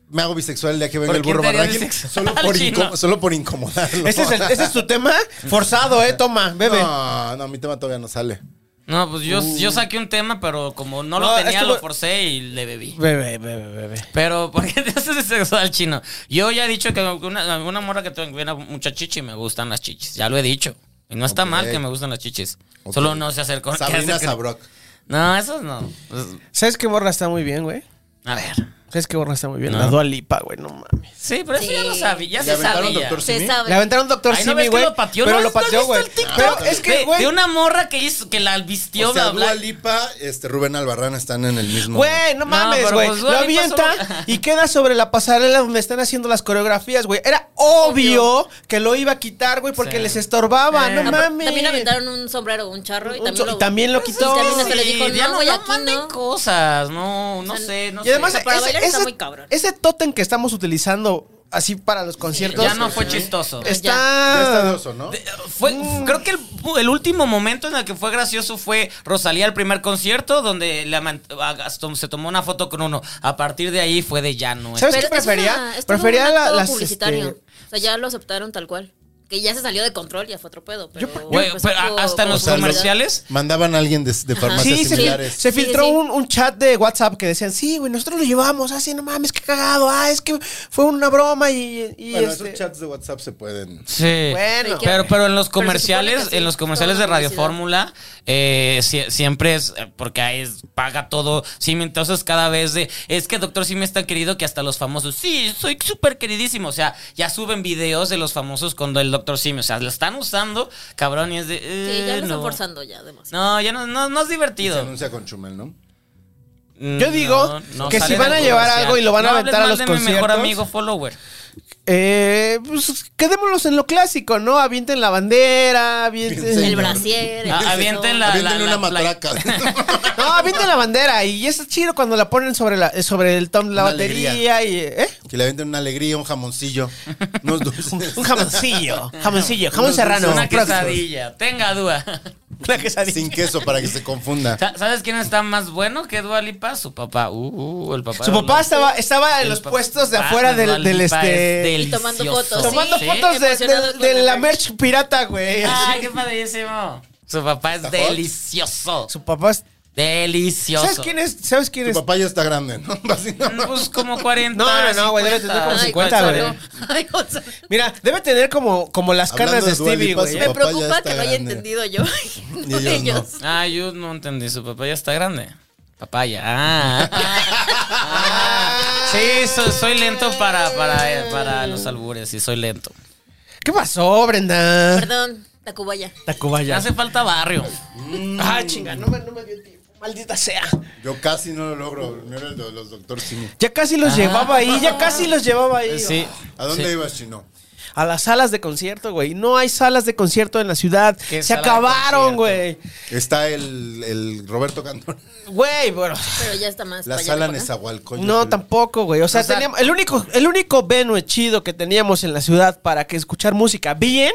S3: me hago bisexual el día que venga
S2: ¿Por
S3: el
S2: quién
S3: burro
S2: te
S3: Van
S2: harías
S3: Ranking.
S2: bisexual,
S3: Solo por,
S2: chino?
S3: inco- solo por incomodarlo.
S5: Este es, el- este es tu tema forzado, ¿eh? Toma, bebe.
S3: No, no, mi tema todavía no sale.
S2: No, pues yo,
S3: Uh.
S2: yo saqué un tema, pero como no lo
S5: No,
S2: tenía,
S5: estuvo-
S2: lo forcé y le bebí.
S5: Bebe, bebe, bebe.
S2: Pero, ¿por qué te haces bisexual chino? Yo ya he dicho que una, una morra que tengo, una mucha chichi, me gustan las chichis. Ya lo he dicho. Y no está
S3: Ok.
S2: mal que me gustan las chichis.
S3: Ok.
S2: Solo no se acercó. que
S3: Sabrina
S2: hace que-
S3: Sabrok.
S2: No, esos no. Pues,
S5: ¿Sabes qué borra está muy bien, güey?
S2: a ver.
S5: ¿Sabes qué borra está muy bien?
S2: No.
S5: La Dua Lipa, güey, no mames.
S2: Sí, pero eso
S4: Sí.
S2: ya lo sabía. Ya
S3: ¿Le
S2: se
S3: aventaron
S2: sabía.
S3: Doctor
S4: Se
S3: Simi?
S4: sabe.
S5: Le aventaron Doctor
S2: Ay, ¿no
S5: Simi,
S2: ves que
S5: güey.
S2: lo pateó?
S5: pero
S2: ¿No
S5: lo
S2: has- no has
S5: pateó,
S2: visto
S5: güey.
S2: el TikTok?
S5: Pero es que,
S2: de,
S5: güey.
S2: de una morra que hizo, que la vistió,
S3: O sea,
S2: bla, bla.
S3: Dua Lipa, este, Rubén Albarrán están en el mismo.
S5: Güey, no
S2: No,
S5: mames,
S2: pero
S5: güey.
S2: pues, Dua
S5: lo
S2: Lipa
S5: avienta
S2: solo-
S5: y queda sobre la pasarela donde están haciendo las coreografías, güey. Era obvio, que lo iba a quitar, güey, porque
S2: Sí.
S5: les estorbaba.
S2: Eh.
S5: No
S2: Ah,
S4: Aparte,
S5: mames.
S4: También aventaron un sombrero, un charro y
S5: Un
S4: también,
S5: so-
S4: lo,
S5: y también lo
S4: Pues es
S5: quitó.
S4: que también hasta le
S2: Sí,
S4: dijo,
S2: ya
S4: no, güey, aquí
S2: manden
S4: no.
S2: cosas, no, no sé, no
S5: Y además,
S2: sé.
S4: O sea, para
S5: ese,
S4: bailar está
S5: ese-
S4: muy cabrón.
S5: ese tótem que estamos utilizando así para los conciertos.
S2: ya no fue chistoso.
S5: Está.
S3: Ya está de este oso, ¿no?
S2: De- Fue,
S5: Mm.
S2: Creo que el, el último momento en el que fue gracioso fue Rosalía al primer concierto donde le aman- a Gastón se tomó una foto con uno. A partir de ahí fue de ya no. es-
S5: ¿Sabes
S4: Pero
S5: qué
S4: es
S5: prefería?
S4: una- es todo
S5: prefería
S4: un
S5: la-
S4: acto
S5: las.
S4: publicitario.
S5: este,
S4: O sea, ya lo aceptaron tal cual. Que ya se salió de control, ya fue otro pedo. Pero,
S2: Güey,
S4: pues,
S2: pero
S4: tuvo
S2: hasta en los
S3: sea, lo-
S4: publicidad.
S2: comerciales.
S3: Mandaban a alguien de, de farmacias
S5: Sí, se,
S3: similares.
S5: se
S4: Sí,
S5: filtró
S4: sí.
S5: Un, un chat de WhatsApp que decían, sí, güey, nosotros lo llevamos, así, no mames, qué cagado, ah, es que fue una broma y... y
S3: Bueno,
S5: este-
S3: esos chats de WhatsApp se pueden.
S2: Sí.
S5: Bueno.
S2: Pero, pero en los
S4: Pero se
S2: comerciales,
S4: supone que sí,
S2: en los comerciales
S4: toda
S2: de
S4: la
S2: Radio
S4: publicidad.
S2: Fórmula, eh, sie- siempre es, eh, porque ahí es- paga todo, sí, entonces cada vez de, es que Doctor Simi es tan querido que hasta los famosos, sí, soy súper queridísimo, o sea, ya suben videos de los famosos cuando el Doctor Simi, o sea, lo están usando, cabrón, y es de,
S4: Sí,
S2: eh,
S4: ya lo están
S2: no.
S4: forzando ya, demasiado.
S2: No, ya no, no, no es
S3: Se
S2: divertido. Mm,
S3: anuncia con Chumel, ¿no?
S5: Yo digo que
S2: sale
S5: si van
S2: en el
S5: a llevar
S2: comercial.
S5: algo y lo van a
S2: No
S5: aventar a
S2: hables
S5: los
S2: mal de mi mejor
S5: conciertos.
S2: amigo follower.
S5: Eh, pues quedémonos en lo clásico, ¿no? Avienten la bandera,
S3: Bien,
S5: avienten...
S4: El
S3: señor.
S4: brasier, el
S2: Ah,
S4: brazo.
S2: avienten la-
S3: Aviéntenle una
S2: la-
S3: matraca.
S5: No, avienten la bandera y es chido cuando la ponen sobre, la, eh, sobre el tom de la
S3: Una
S5: batería
S3: alegría.
S5: y... ¿eh?
S3: que le avienten una alegría, un jamoncillo. Unos dulces.
S5: Un jamoncillo, jamoncillo, jamón
S3: Unos
S5: serrano.
S2: Una
S3: próximos.
S2: quesadilla, tenga duda.
S5: Una quesadilla.
S3: Sin queso para que se confunda.
S2: Sa- ¿Sabes quién está más bueno que Dua Lipa? Su papá. Uh, uh, el papá.
S5: Su
S2: de
S5: papá
S2: Dua-
S5: estaba, estaba en
S2: el
S5: los
S2: papá
S5: puestos de
S2: de
S5: afuera
S2: Dua
S5: del, del,
S2: Lipa
S5: este...
S2: es
S4: Y tomando
S2: delicioso.
S4: fotos,
S5: Tomando
S4: Sí,
S5: fotos de,
S4: emocionado
S5: de-
S4: con
S5: de
S4: el
S5: la merch
S4: merch.
S5: pirata, güey.
S2: Ay, qué padrísimo. Su papá es
S3: ¿Está hot?
S2: delicioso.
S5: Su papá es...
S2: Delicioso.
S5: ¿Sabes quién es? ¿Sabes quién
S3: Tu
S5: es?
S3: papá ya está grande, ¿no? Así
S2: Mm, Pues como 40.
S5: No, no, no, güey, debe tener como 50, güey.
S4: Gonzalo. Ay, Gonzalo.
S5: Mira, debe tener como, como las
S3: Hablando
S5: canas de,
S3: de Dua
S5: Stevie,
S3: Lipa,
S5: güey.
S3: su
S4: Me
S3: papá ya está
S4: preocupa que lo haya
S3: grande.
S4: entendido yo. no
S3: ellos no.
S4: de ellos.
S2: Ah, yo no entendí. Su papá ya está grande. Papaya. Ah. Ah. Sí, so- soy lento para, para, para los albures. Sí, soy lento.
S5: ¿Qué pasó, Brenda?
S4: Perdón, Tacubaya.
S5: Tacubaya.
S2: Hace falta barrio.
S5: Ah, chinga, no me, no me dio el tiempo. Maldita sea.
S3: Yo casi no lo logro. El mío era el de los doctor Simi.
S5: Ya casi los llevaba ahí, ya casi los llevaba ahí.
S2: Sí.
S3: ¿A dónde
S2: Sí.
S3: ibas, Chino?
S5: A las salas de concierto, güey. No hay salas de concierto en la ciudad.
S2: ¿Qué
S5: Se
S2: sala de
S5: acabaron,
S2: concierto?
S5: güey.
S3: Está el, el Roberto Cantón.
S5: Güey, bueno.
S4: Pero ya está más.
S3: La
S4: para allá
S3: sala
S4: que para acá.
S3: Nezahualcóyotl.
S5: No, tampoco, güey. O sea,
S2: O sea-
S5: teníamos el único, el único venue chido que teníamos en la ciudad para que escuchar música bien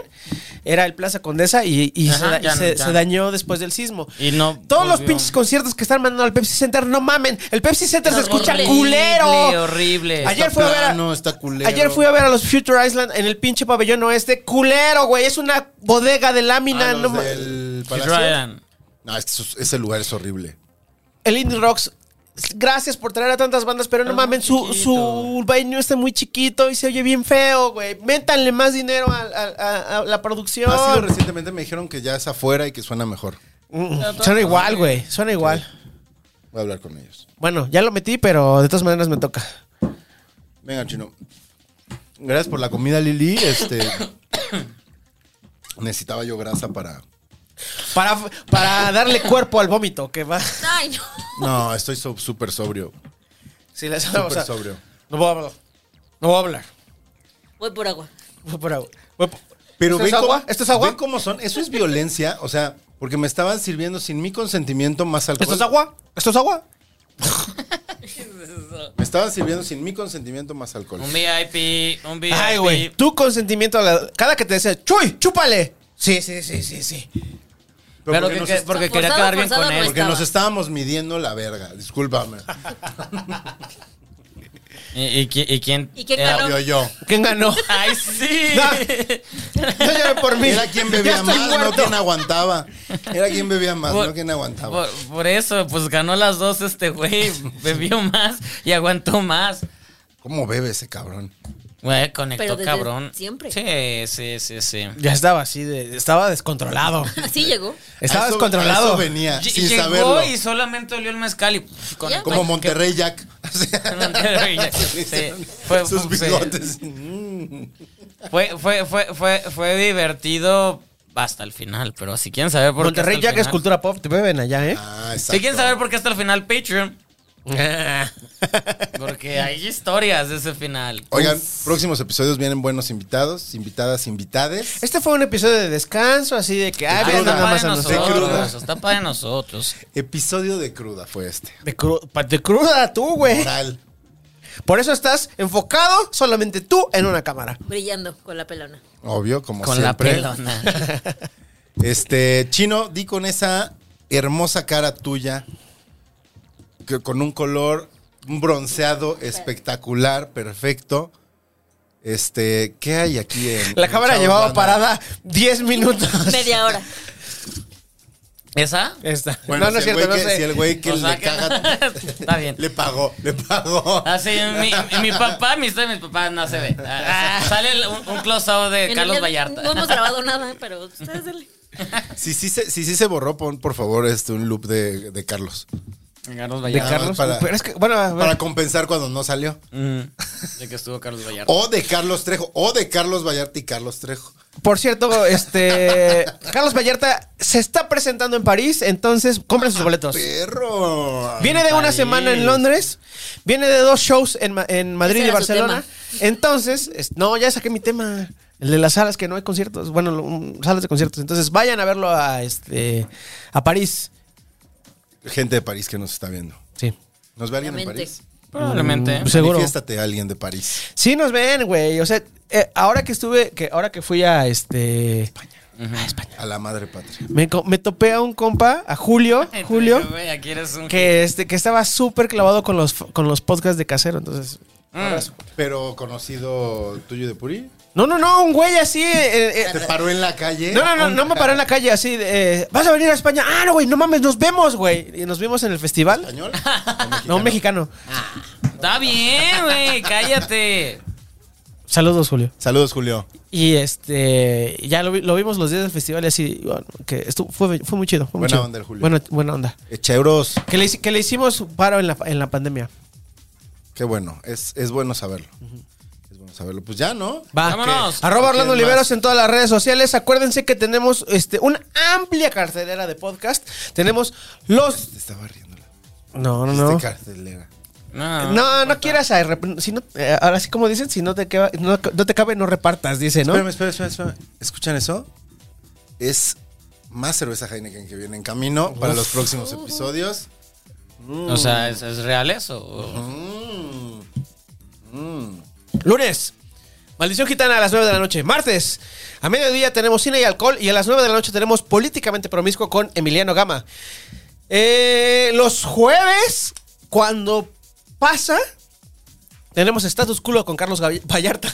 S5: era el Plaza Condesa y, y se,
S2: Ajá,
S5: da- y
S2: ya no,
S5: se-
S2: ya
S5: se
S2: no.
S5: dañó después del sismo.
S2: Y no
S5: Todos los
S2: volvió.
S5: pinches conciertos que están mandando al Pepsi Center, no mamen. El Pepsi Center se escucha
S4: Horrible,
S2: Horrible,
S5: culero.
S2: horrible.
S5: Ayer
S3: Está
S5: fui a ver a-
S3: plano, está culero.
S5: Ayer fui a ver a los Future Island en el pinche pabellón oeste. Culero, güey. Es una bodega de lámina.
S3: Ah,
S5: no
S3: los
S5: ma-
S3: del
S2: Keith
S3: Palacio.
S2: Ryan.
S3: No, es que su- ese lugar es horrible.
S5: El Indie Rocks. Gracias por traer a tantas bandas, pero no
S2: Está muy
S5: mamen, su,
S2: chiquito.
S5: su venue está muy chiquito y se oye bien feo, güey. Métanle más dinero a, a- a- a la producción.
S3: Ha sido recientemente, me dijeron que ya es afuera y que suena mejor.
S5: Mm, suena igual, güey. Suena igual.
S3: Voy a hablar con ellos.
S5: Bueno, ya lo metí, pero de todas maneras me toca.
S3: Venga, Chino. Gracias por la comida, Lili. Este. Necesitaba yo grasa para.
S5: Para, para darle cuerpo al vómito que va.
S4: Ay, no.
S3: No, estoy so- súper sobrio.
S5: Sí, les
S3: Súper
S5: vamos a-
S3: sobrio.
S5: No voy a hablar. No voy a hablar.
S4: Voy por agua.
S5: Voy por agua. Voy por-
S3: Pero
S5: ¿Esto
S3: ve
S5: es
S3: cómo-
S5: agua? ¿Esto es agua?
S3: ve cómo son. Eso es violencia. O sea, porque me estaban sirviendo sin mi consentimiento más alcohol.
S5: ¿Esto es agua? ¿Esto es agua?
S3: Me estaban sirviendo sin mi consentimiento más alcohol.
S2: Un VIP, un VIP.
S1: Ay, güey. Tu consentimiento a la- Cada que te decía, ¡chuy! ¡Chúpale! Sí, sí, sí, sí, sí.
S2: Pero
S3: porque
S2: que-
S3: nos
S2: que-
S3: está-
S2: porque quería
S4: Forzado,
S2: quedar bien
S4: forzado pues.
S2: con
S4: no
S2: él.
S4: es.
S3: Porque nos
S4: estaba.
S3: estábamos midiendo la verga, discúlpame.
S2: ¿Y, y qui- y quién?
S4: ¿Y qué
S2: era?
S4: calor?
S3: Yo, yo.
S1: ¿Quién ganó?
S2: ¡Ay, sí!
S1: No. Yo lloré por mí.
S3: Era quien bebía
S1: Ya estoy
S3: más, no
S1: muerto.
S3: quien aguantaba. Era quien bebía más,
S2: Por-
S3: no quien aguantaba.
S2: Por, por eso, pues ganó las dos este güey. Bebió más y aguantó más.
S3: ¿Cómo bebe ese cabrón?
S2: Güey, conectó
S4: Pero desde
S2: cabrón.
S4: siempre.
S2: Sí, sí, sí, sí.
S1: Ya estaba así, de, estaba descontrolado.
S4: Así llegó.
S1: Estaba
S3: A eso- a
S1: descontrolado.
S3: Eso venía,
S2: Ll-
S3: sin
S2: Llegó
S3: saberlo.
S2: y solamente olió el mezcal y pff, con-
S4: Ya.
S3: Como Monterrey Jack.
S2: Monterrey Jack, sí. Fue-
S3: Sus
S2: fue-
S3: bigotes. Mm.
S2: fue, fue, fue, fue, fue divertido hasta el final. Pero si quieren saber por
S1: Monterrey
S2: qué. hasta
S1: ya
S2: el
S1: que es
S2: final-
S1: cultura pop, te beben allá, ¿eh?
S3: Ah,
S2: Si quieren
S3: exacto.
S2: saber por qué hasta el final, Patreon.
S1: Este
S2: Porque hay historias de ese final.
S3: Oigan, próximos episodios vienen buenos invitados, invitadas, invitades.
S1: Este fue un episodio de descanso, así de que, ay,
S2: Ay,
S1: vean
S2: Ah, está
S1: nada
S2: para
S1: más a
S2: nosotros.
S1: nosotros.
S2: Está para nosotros.
S3: Episodio de cruda fue este.
S1: De, cru- pa- de cruda tú, güey.
S3: Moral.
S1: Por eso estás enfocado solamente tú en una cámara.
S4: Brillando con la pelona.
S3: Obvio, como
S2: Con la
S3: siempre.
S2: pelona.
S3: Este, Chino, di con esa hermosa cara tuya, que con un color, un bronceado espectacular, perfecto. Este, ¿qué hay aquí en
S1: La
S3: en
S1: cámara
S3: Chavos
S1: llevaba
S3: Banda?
S1: parada 10 minutos.
S4: Media hora.
S2: ¿Esa?
S1: Esta.
S3: Bueno,
S1: no, no es
S3: si el
S1: cierto, no
S3: güey que-
S1: sé.
S3: Si el güey que
S2: O
S3: le
S2: sea que-
S3: caga,
S2: Está bien.
S3: le pagó, le pagó.
S1: Ah.
S2: Así, mi, mi papá, mi historia de mis papás no se ve. Ah, sale un, un close-up de
S4: En
S2: Carlos
S4: realidad,
S2: Vallarta.
S4: No hemos grabado nada, pero ustedes denle.
S3: Si sí se, si sí se borró, pon por favor este, un loop de, de Carlos.
S2: Carlos
S1: De
S2: Vallarta.
S3: Nada más
S1: Carlos.
S3: para-
S1: Pero es que, bueno, a ver.
S3: Para compensar cuando no salió.
S2: Mm, de que estuvo Carlos Vallarta.
S3: O de Carlos Trejo. O de Carlos Vallarta y Carlos Trejo.
S1: por cierto, este. Carlos Vallarta se está presentando en París, entonces compren sus
S4: Ah,
S1: boletos.
S4: pues,
S3: ¡Perro!
S1: Viene de una
S2: París.
S1: semana en Londres, viene de dos shows en, Ma- en Madrid
S4: Ese
S1: y
S4: era su
S1: Barcelona. Entonces, es- no, ya saqué mi tema. El de las salas que no hay conciertos. Bueno, lo- um, salas de conciertos. Entonces, vayan a verlo a este a París.
S3: Gente de París que nos está viendo.
S1: Sí.
S3: ¿Nos ve alguien en
S4: Obviamente.
S3: París?
S2: Probablemente.
S3: Pues
S1: Seguro.
S3: Manifiéstate a alguien de París.
S1: Sí, nos ven, güey. O sea, eh, ahora que estuve, que ahora que fui a este. a España.
S3: A la madre patria.
S1: Me, co- me topé a un compa, a Julio,
S2: Entonces,
S1: Julio,
S2: güey, aquí eres un...
S1: que este, que estaba súper clavado con los con los podcasts de casero. Entonces,
S2: Mm.
S3: Pero conocido tuyo de Puri.
S1: no, no, no, un güey así. eh, eh,
S3: Te paró en la calle.
S1: No, no, no, no me paró en la calle así de, eh, vas a venir a España. Ah, no, güey, no mames, nos vemos, güey. Y nos vimos en el festival.
S3: ¿Español?
S1: No, un mexicano.
S2: Está bien, güey, cállate.
S1: Saludos, Julio.
S3: Saludos, Julio.
S1: Y este, ya lo, vi- lo vimos los días del festival y así, y bueno, que estuvo, fue, fue muy chido. fue muy
S3: Buena
S1: chido.
S3: onda el Julio.
S1: Bueno, buena onda.
S3: Echa euros.
S1: Que le, hici- que le hicimos paro en la, en la pandemia.
S3: Qué bueno. Es, es bueno saberlo. Es bueno saberlo. Pues ya, ¿no?
S1: Va.
S2: Vámonos.
S1: Ok. Arroba Orlando
S3: ¿Quién
S1: Oliveros
S3: más?
S1: en todas las redes sociales. Acuérdense que tenemos este, una amplia cartelera de podcast. Tenemos los...
S3: Te estaba riendo. la-
S1: No, no,
S3: Este
S1: no.
S3: cartelera.
S2: Ah, No,
S1: No, no quieras. a rep- si no- eh, ahora sí, como dicen, si no te, queda- no, no te cabe, no repartas, dice, ¿no?
S3: Espérame, espérame, espérame, espérame. ¿Escuchan eso? Es más cerveza Heineken que viene en camino para los próximos episodios.
S2: O sea, ¿es, es real eso?
S3: Mm.
S1: Lunes, Maldición Gitana a las 9 de la noche. Martes, a mediodía tenemos cine y alcohol. Y a las 9 de la noche tenemos Políticamente Promiscuo con Emiliano Gama. Eh, los jueves, cuando pasa, tenemos Status Culo con Carlos Gavi- Vallarta.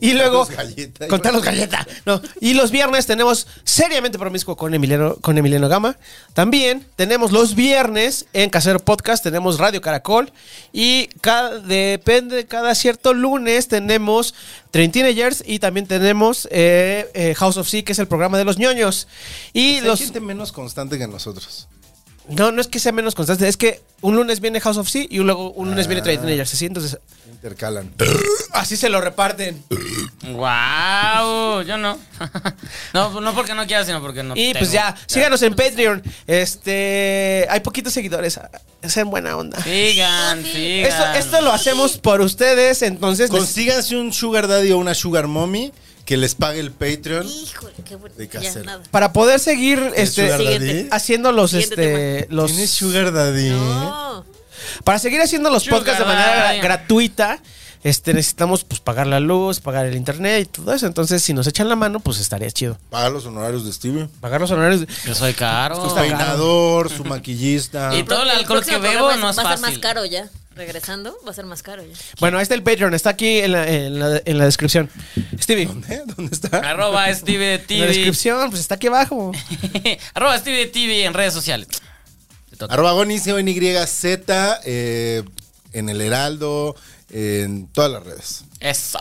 S1: Y luego...
S3: Carlos Galleta.
S1: Con Carlos Galleta. No. Y los viernes tenemos Seriamente Promiscuo con Emiliano, con Emiliano Gama. También tenemos los viernes en Casero Podcast, tenemos Radio Caracol. Y cada, depende, cada cierto lunes tenemos Train Teenagers y también tenemos eh, eh, House of Sea, que es el programa de los ñoños. Y
S3: Hay
S1: los...
S3: gente menos constante que nosotros.
S1: No, no es que sea menos constante, es que un lunes viene House of Sea y luego un lunes viene Train Teenagers. Así, entonces,
S3: Intercalan.
S1: así se lo reparten.
S2: ¡Wow! Yo no. no.
S6: pues
S2: No porque no quiera, sino porque no
S1: Y pues
S2: Ah,
S1: ya,
S2: tengo.
S1: síganos en Patreon. Este, hay poquitos seguidores. Sean buena onda.
S2: Sigan, sigan.
S1: Esto, esto lo hacemos por ustedes, entonces. les-
S3: Consíganse un sugar daddy o una sugar mommy que les pague el Patreon.
S4: Híjole, qué bueno.
S3: De
S4: Ya,
S3: casero. ¿Eh?
S4: nada.
S1: Para poder seguir
S3: ¿Tienes
S1: este,
S3: sugar
S4: Siguiente.
S3: daddy?
S1: haciendo los
S4: Siguiente
S1: este los
S3: ¿Tienes sugar daddy?
S4: No.
S1: Para seguir haciendo los
S6: Sugar
S1: podcasts de manera
S6: daddy.
S1: gra- gratuita, este, necesitamos pues, pagar la luz, pagar el internet y todo eso. Entonces, si nos echan la mano, pues estaría chido.
S3: Paga los honorarios de Stevie.
S1: Pagar los honorarios.
S6: Yo soy caro.
S3: Su peinador, su maquillista.
S6: Y todo el alcohol que
S4: próximo
S6: bebo
S4: programa
S6: no es
S4: Va a ser más
S6: fácil.
S4: caro ya. Regresando, va a ser más caro ya.
S1: Bueno, ahí está el Patreon, está aquí en la, en la- en la descripción. Stevie,
S3: ¿Eh? ¿Dónde está?
S6: Arroba Stevie de
S1: en la
S6: TV.
S1: descripción, pues está aquí abajo.
S6: Arroba Stevie de TV en redes sociales. Te toca.
S3: Arroba Gonicio en YZ, eh, en el Heraldo, en todas las redes.
S6: Eso.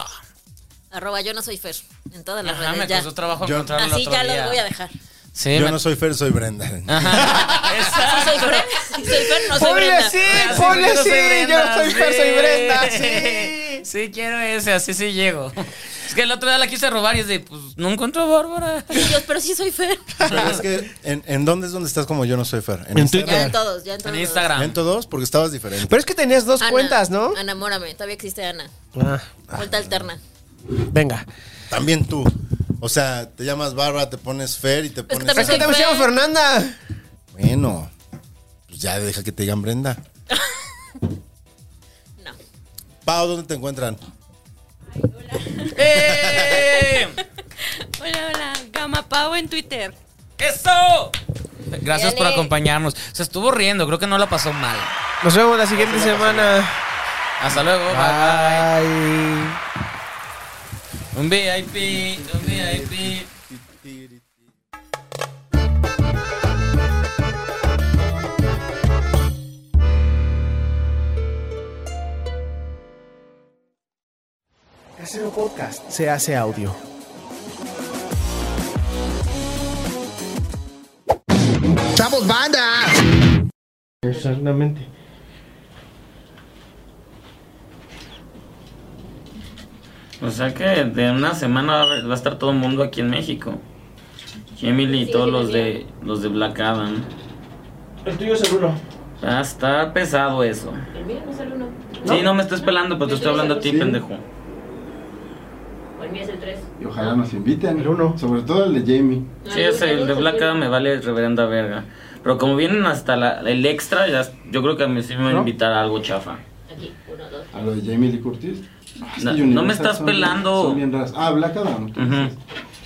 S4: Arroba yo no soy Fer. En todas las
S6: Ajá, me
S4: redes. ya.
S6: costó trabajo
S3: Yo-
S6: encontrarlo el
S4: Así
S6: otro
S4: ya
S6: día.
S4: lo voy a dejar.
S6: Sí,
S3: Yo
S6: me-
S3: no soy Fer, soy Brenda.
S2: Ah.
S6: Ajá.
S4: Si soy
S6: Exacto.
S4: Fer, si soy Fer, no soy
S1: Ponle
S4: Brenda.
S1: así,
S6: Ah, sí,
S1: ponle
S6: yo no
S1: así. Yo soy Fer, soy Brenda.
S6: Sí. Sí, quiero ese, así sí llego. Es que el otro día la quise robar y es de, pues, no encuentro a Bárbara.
S4: Sí, Dios, pero sí soy Fer.
S3: Pero es que, ¿en, en dónde es donde estás como yo no soy Fer?
S1: En
S3: Instagram?
S4: Ya en todos, ya en todos.
S6: En Instagram.
S3: ¿En todos? Porque estabas diferente.
S1: Pero es que tenías dos
S4: Ana,
S1: cuentas, ¿no?
S4: Anamórame, todavía existe Ana.
S1: Ah,
S4: Vuelta alterna.
S1: venga.
S3: También tú. O sea, te llamas Bárbara, te pones Fer y te pones...
S4: también
S1: Es que
S4: soy
S1: te me
S4: Fer.
S1: llamo Fernanda.
S3: Bueno, pues ya deja que te digan Brenda.
S4: No.
S3: Pau, ¿dónde te encuentran?
S6: ¡Eh!
S7: Hola, hola. Gama Pau en Twitter.
S6: ¡Eso! Gracias por
S4: Dale.
S6: acompañarnos. Se estuvo riendo, creo que no la pasó mal.
S1: Nos vemos la siguiente semana.
S6: Hasta luego,
S1: Ah.
S6: bye,
S1: Bye.
S6: bye. Un VIP, un VIP.
S1: Casero Podcast se hace audio.
S8: ¡Chavos, banda!
S1: Exactamente.
S2: O sea que de una semana va a haber- va a estar todo el mundo aquí en México. Emily y todos los de los de Black Adam.
S1: El tuyo es el uno.
S2: Va a estar pesado eso. Sí, no me estás pelando, pero te estoy hablando a ti, pendejo.
S5: Y ojalá nos inviten. Sobre todo el de Jamie.
S2: Sí, ese, el de Black Adam me vale reverenda verga. Pero como vienen hasta la- el extra, ya- yo creo que a mí sí me van a invitar a algo chafa.
S5: A lo de Jamie Lee Curtis.
S2: No,
S5: Sí,
S2: no
S5: Universal
S2: me estás
S5: son-
S2: pelando.
S5: son bien raras. Ah, Black Adam. tú dices.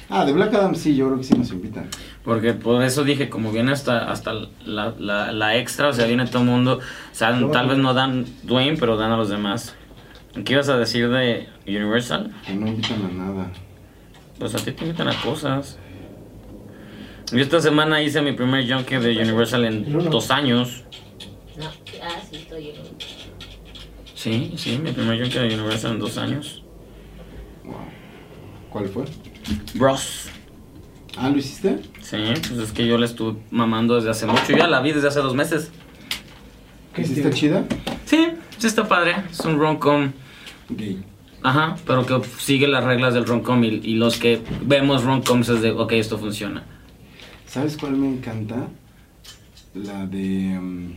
S5: Ah, de Black Adam sí, yo creo que sí nos invitan.
S2: Porque por eso dije, como viene hasta, hasta la, la- la extra, o sea, viene todo el mundo. O sea, tal vez no dan Dwayne, pero dan a los demás. ¿Qué ibas a decir de Universal?
S5: Que no invitan a nada.
S2: Pues a ti te invitan a cosas. Yo esta semana hice mi primer junkie de Universal en dos años. Sí, sí, mi primer junkie de Universal en dos años.
S5: ¿Cuál fue?
S2: Bros.
S5: Ah, ¿lo hiciste?
S2: Sí, pues es que yo la estuve mamando desde hace mucho. Yo ya la vi desde hace dos meses.
S5: ¿Qué ¿Hiciste chida?
S2: Sí, sí está padre. Es un rom-com.
S5: Gay.
S2: Ajá, pero que sigue las reglas del rom-com y, y los que vemos rom-coms es de, ok, esto funciona.
S5: ¿Sabes cuál me encanta? La de. mm,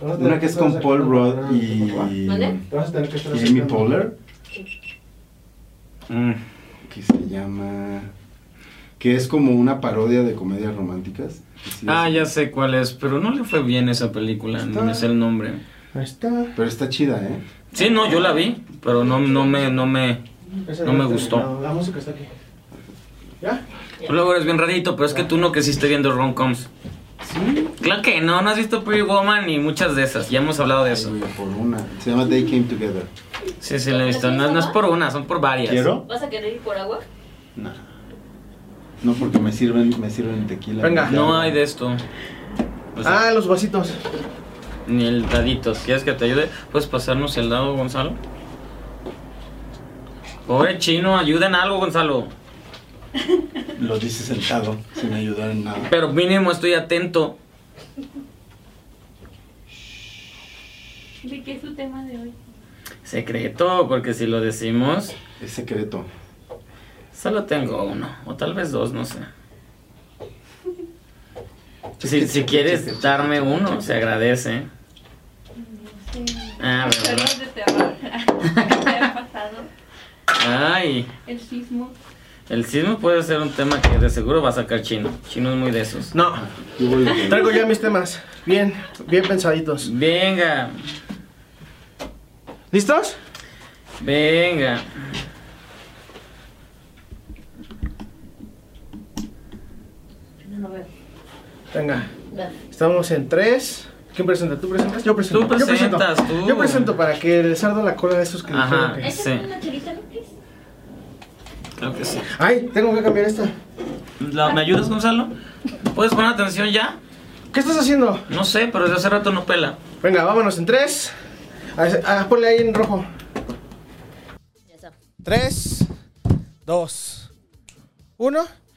S5: una que es con Paul Rudd y. y Amy Poehler.
S2: Mm.
S5: Que se llama. Que es como una parodia de comedias románticas. Sí,
S2: Ah,
S5: es-
S2: ya sé cuál es, pero no le fue bien esa película, no me sé el nombre.
S5: Pero está chida, ¿eh?
S2: Sí, no, yo la vi, pero no, no me, no me, no me gustó.
S1: La música está aquí.
S2: Tú luego eres bien rarito, pero es que tú no creciste viendo rom-coms. Claro que no, no has visto Pretty Woman ni muchas de esas, ya hemos hablado de eso.
S5: Voy a Por una. Se llama They Came Together.
S2: Sí, sí, la he visto, no, no es por una, son por varias.
S5: ¿Quiero?
S4: ¿Vas a querer ir por agua?
S5: No. No, porque me sirven, me sirven tequila.
S1: Venga. Ah,
S2: No hay de esto. O sea,
S1: los vasitos.
S2: Ni el dadito. ¿Quieres que te ayude? ¿Puedes pasarnos el dado, Gonzalo? Pobre chino, ayuden algo, Gonzalo.
S5: Lo dice sentado, sin ayudar en nada.
S2: Pero mínimo estoy atento.
S7: ¿De qué es tu tema de hoy?
S2: Secreto, porque si lo decimos,
S5: Es secreto.
S2: solo tengo uno, o tal vez dos, no sé. Si, si quieres darme uno, se agradece. Ah, ¿verdad?
S7: Historias de terror. ¿Qué te ha pasado?
S2: Ay,
S7: El sismo.
S2: El sismo puede ser un tema que de seguro va a sacar Chino. Chino es muy de esos.
S5: No. Traigo ya mis temas. Bien, bien pensaditos.
S2: Venga.
S5: ¿Listos?
S2: Venga.
S5: Venga. Estamos en tres. ¿Quién presenta? ¿Tú presentas? Yo presento.
S2: Tú presentas,
S5: yo presento.
S2: tú.
S5: Yo presento para que el sardo la cola de esos que
S2: Ajá,
S5: dijeron que-
S2: sí. Creo que sí.
S5: Ay, tengo que cambiar esta.
S2: La- ¿Me ayudas, Gonzalo? ¿Puedes poner atención ya?
S5: ¿Qué estás haciendo?
S2: No sé, pero desde hace rato no pela.
S5: Venga, vámonos en tres. Ah, es- ah, ponle ahí en rojo.
S9: Tres, dos, uno.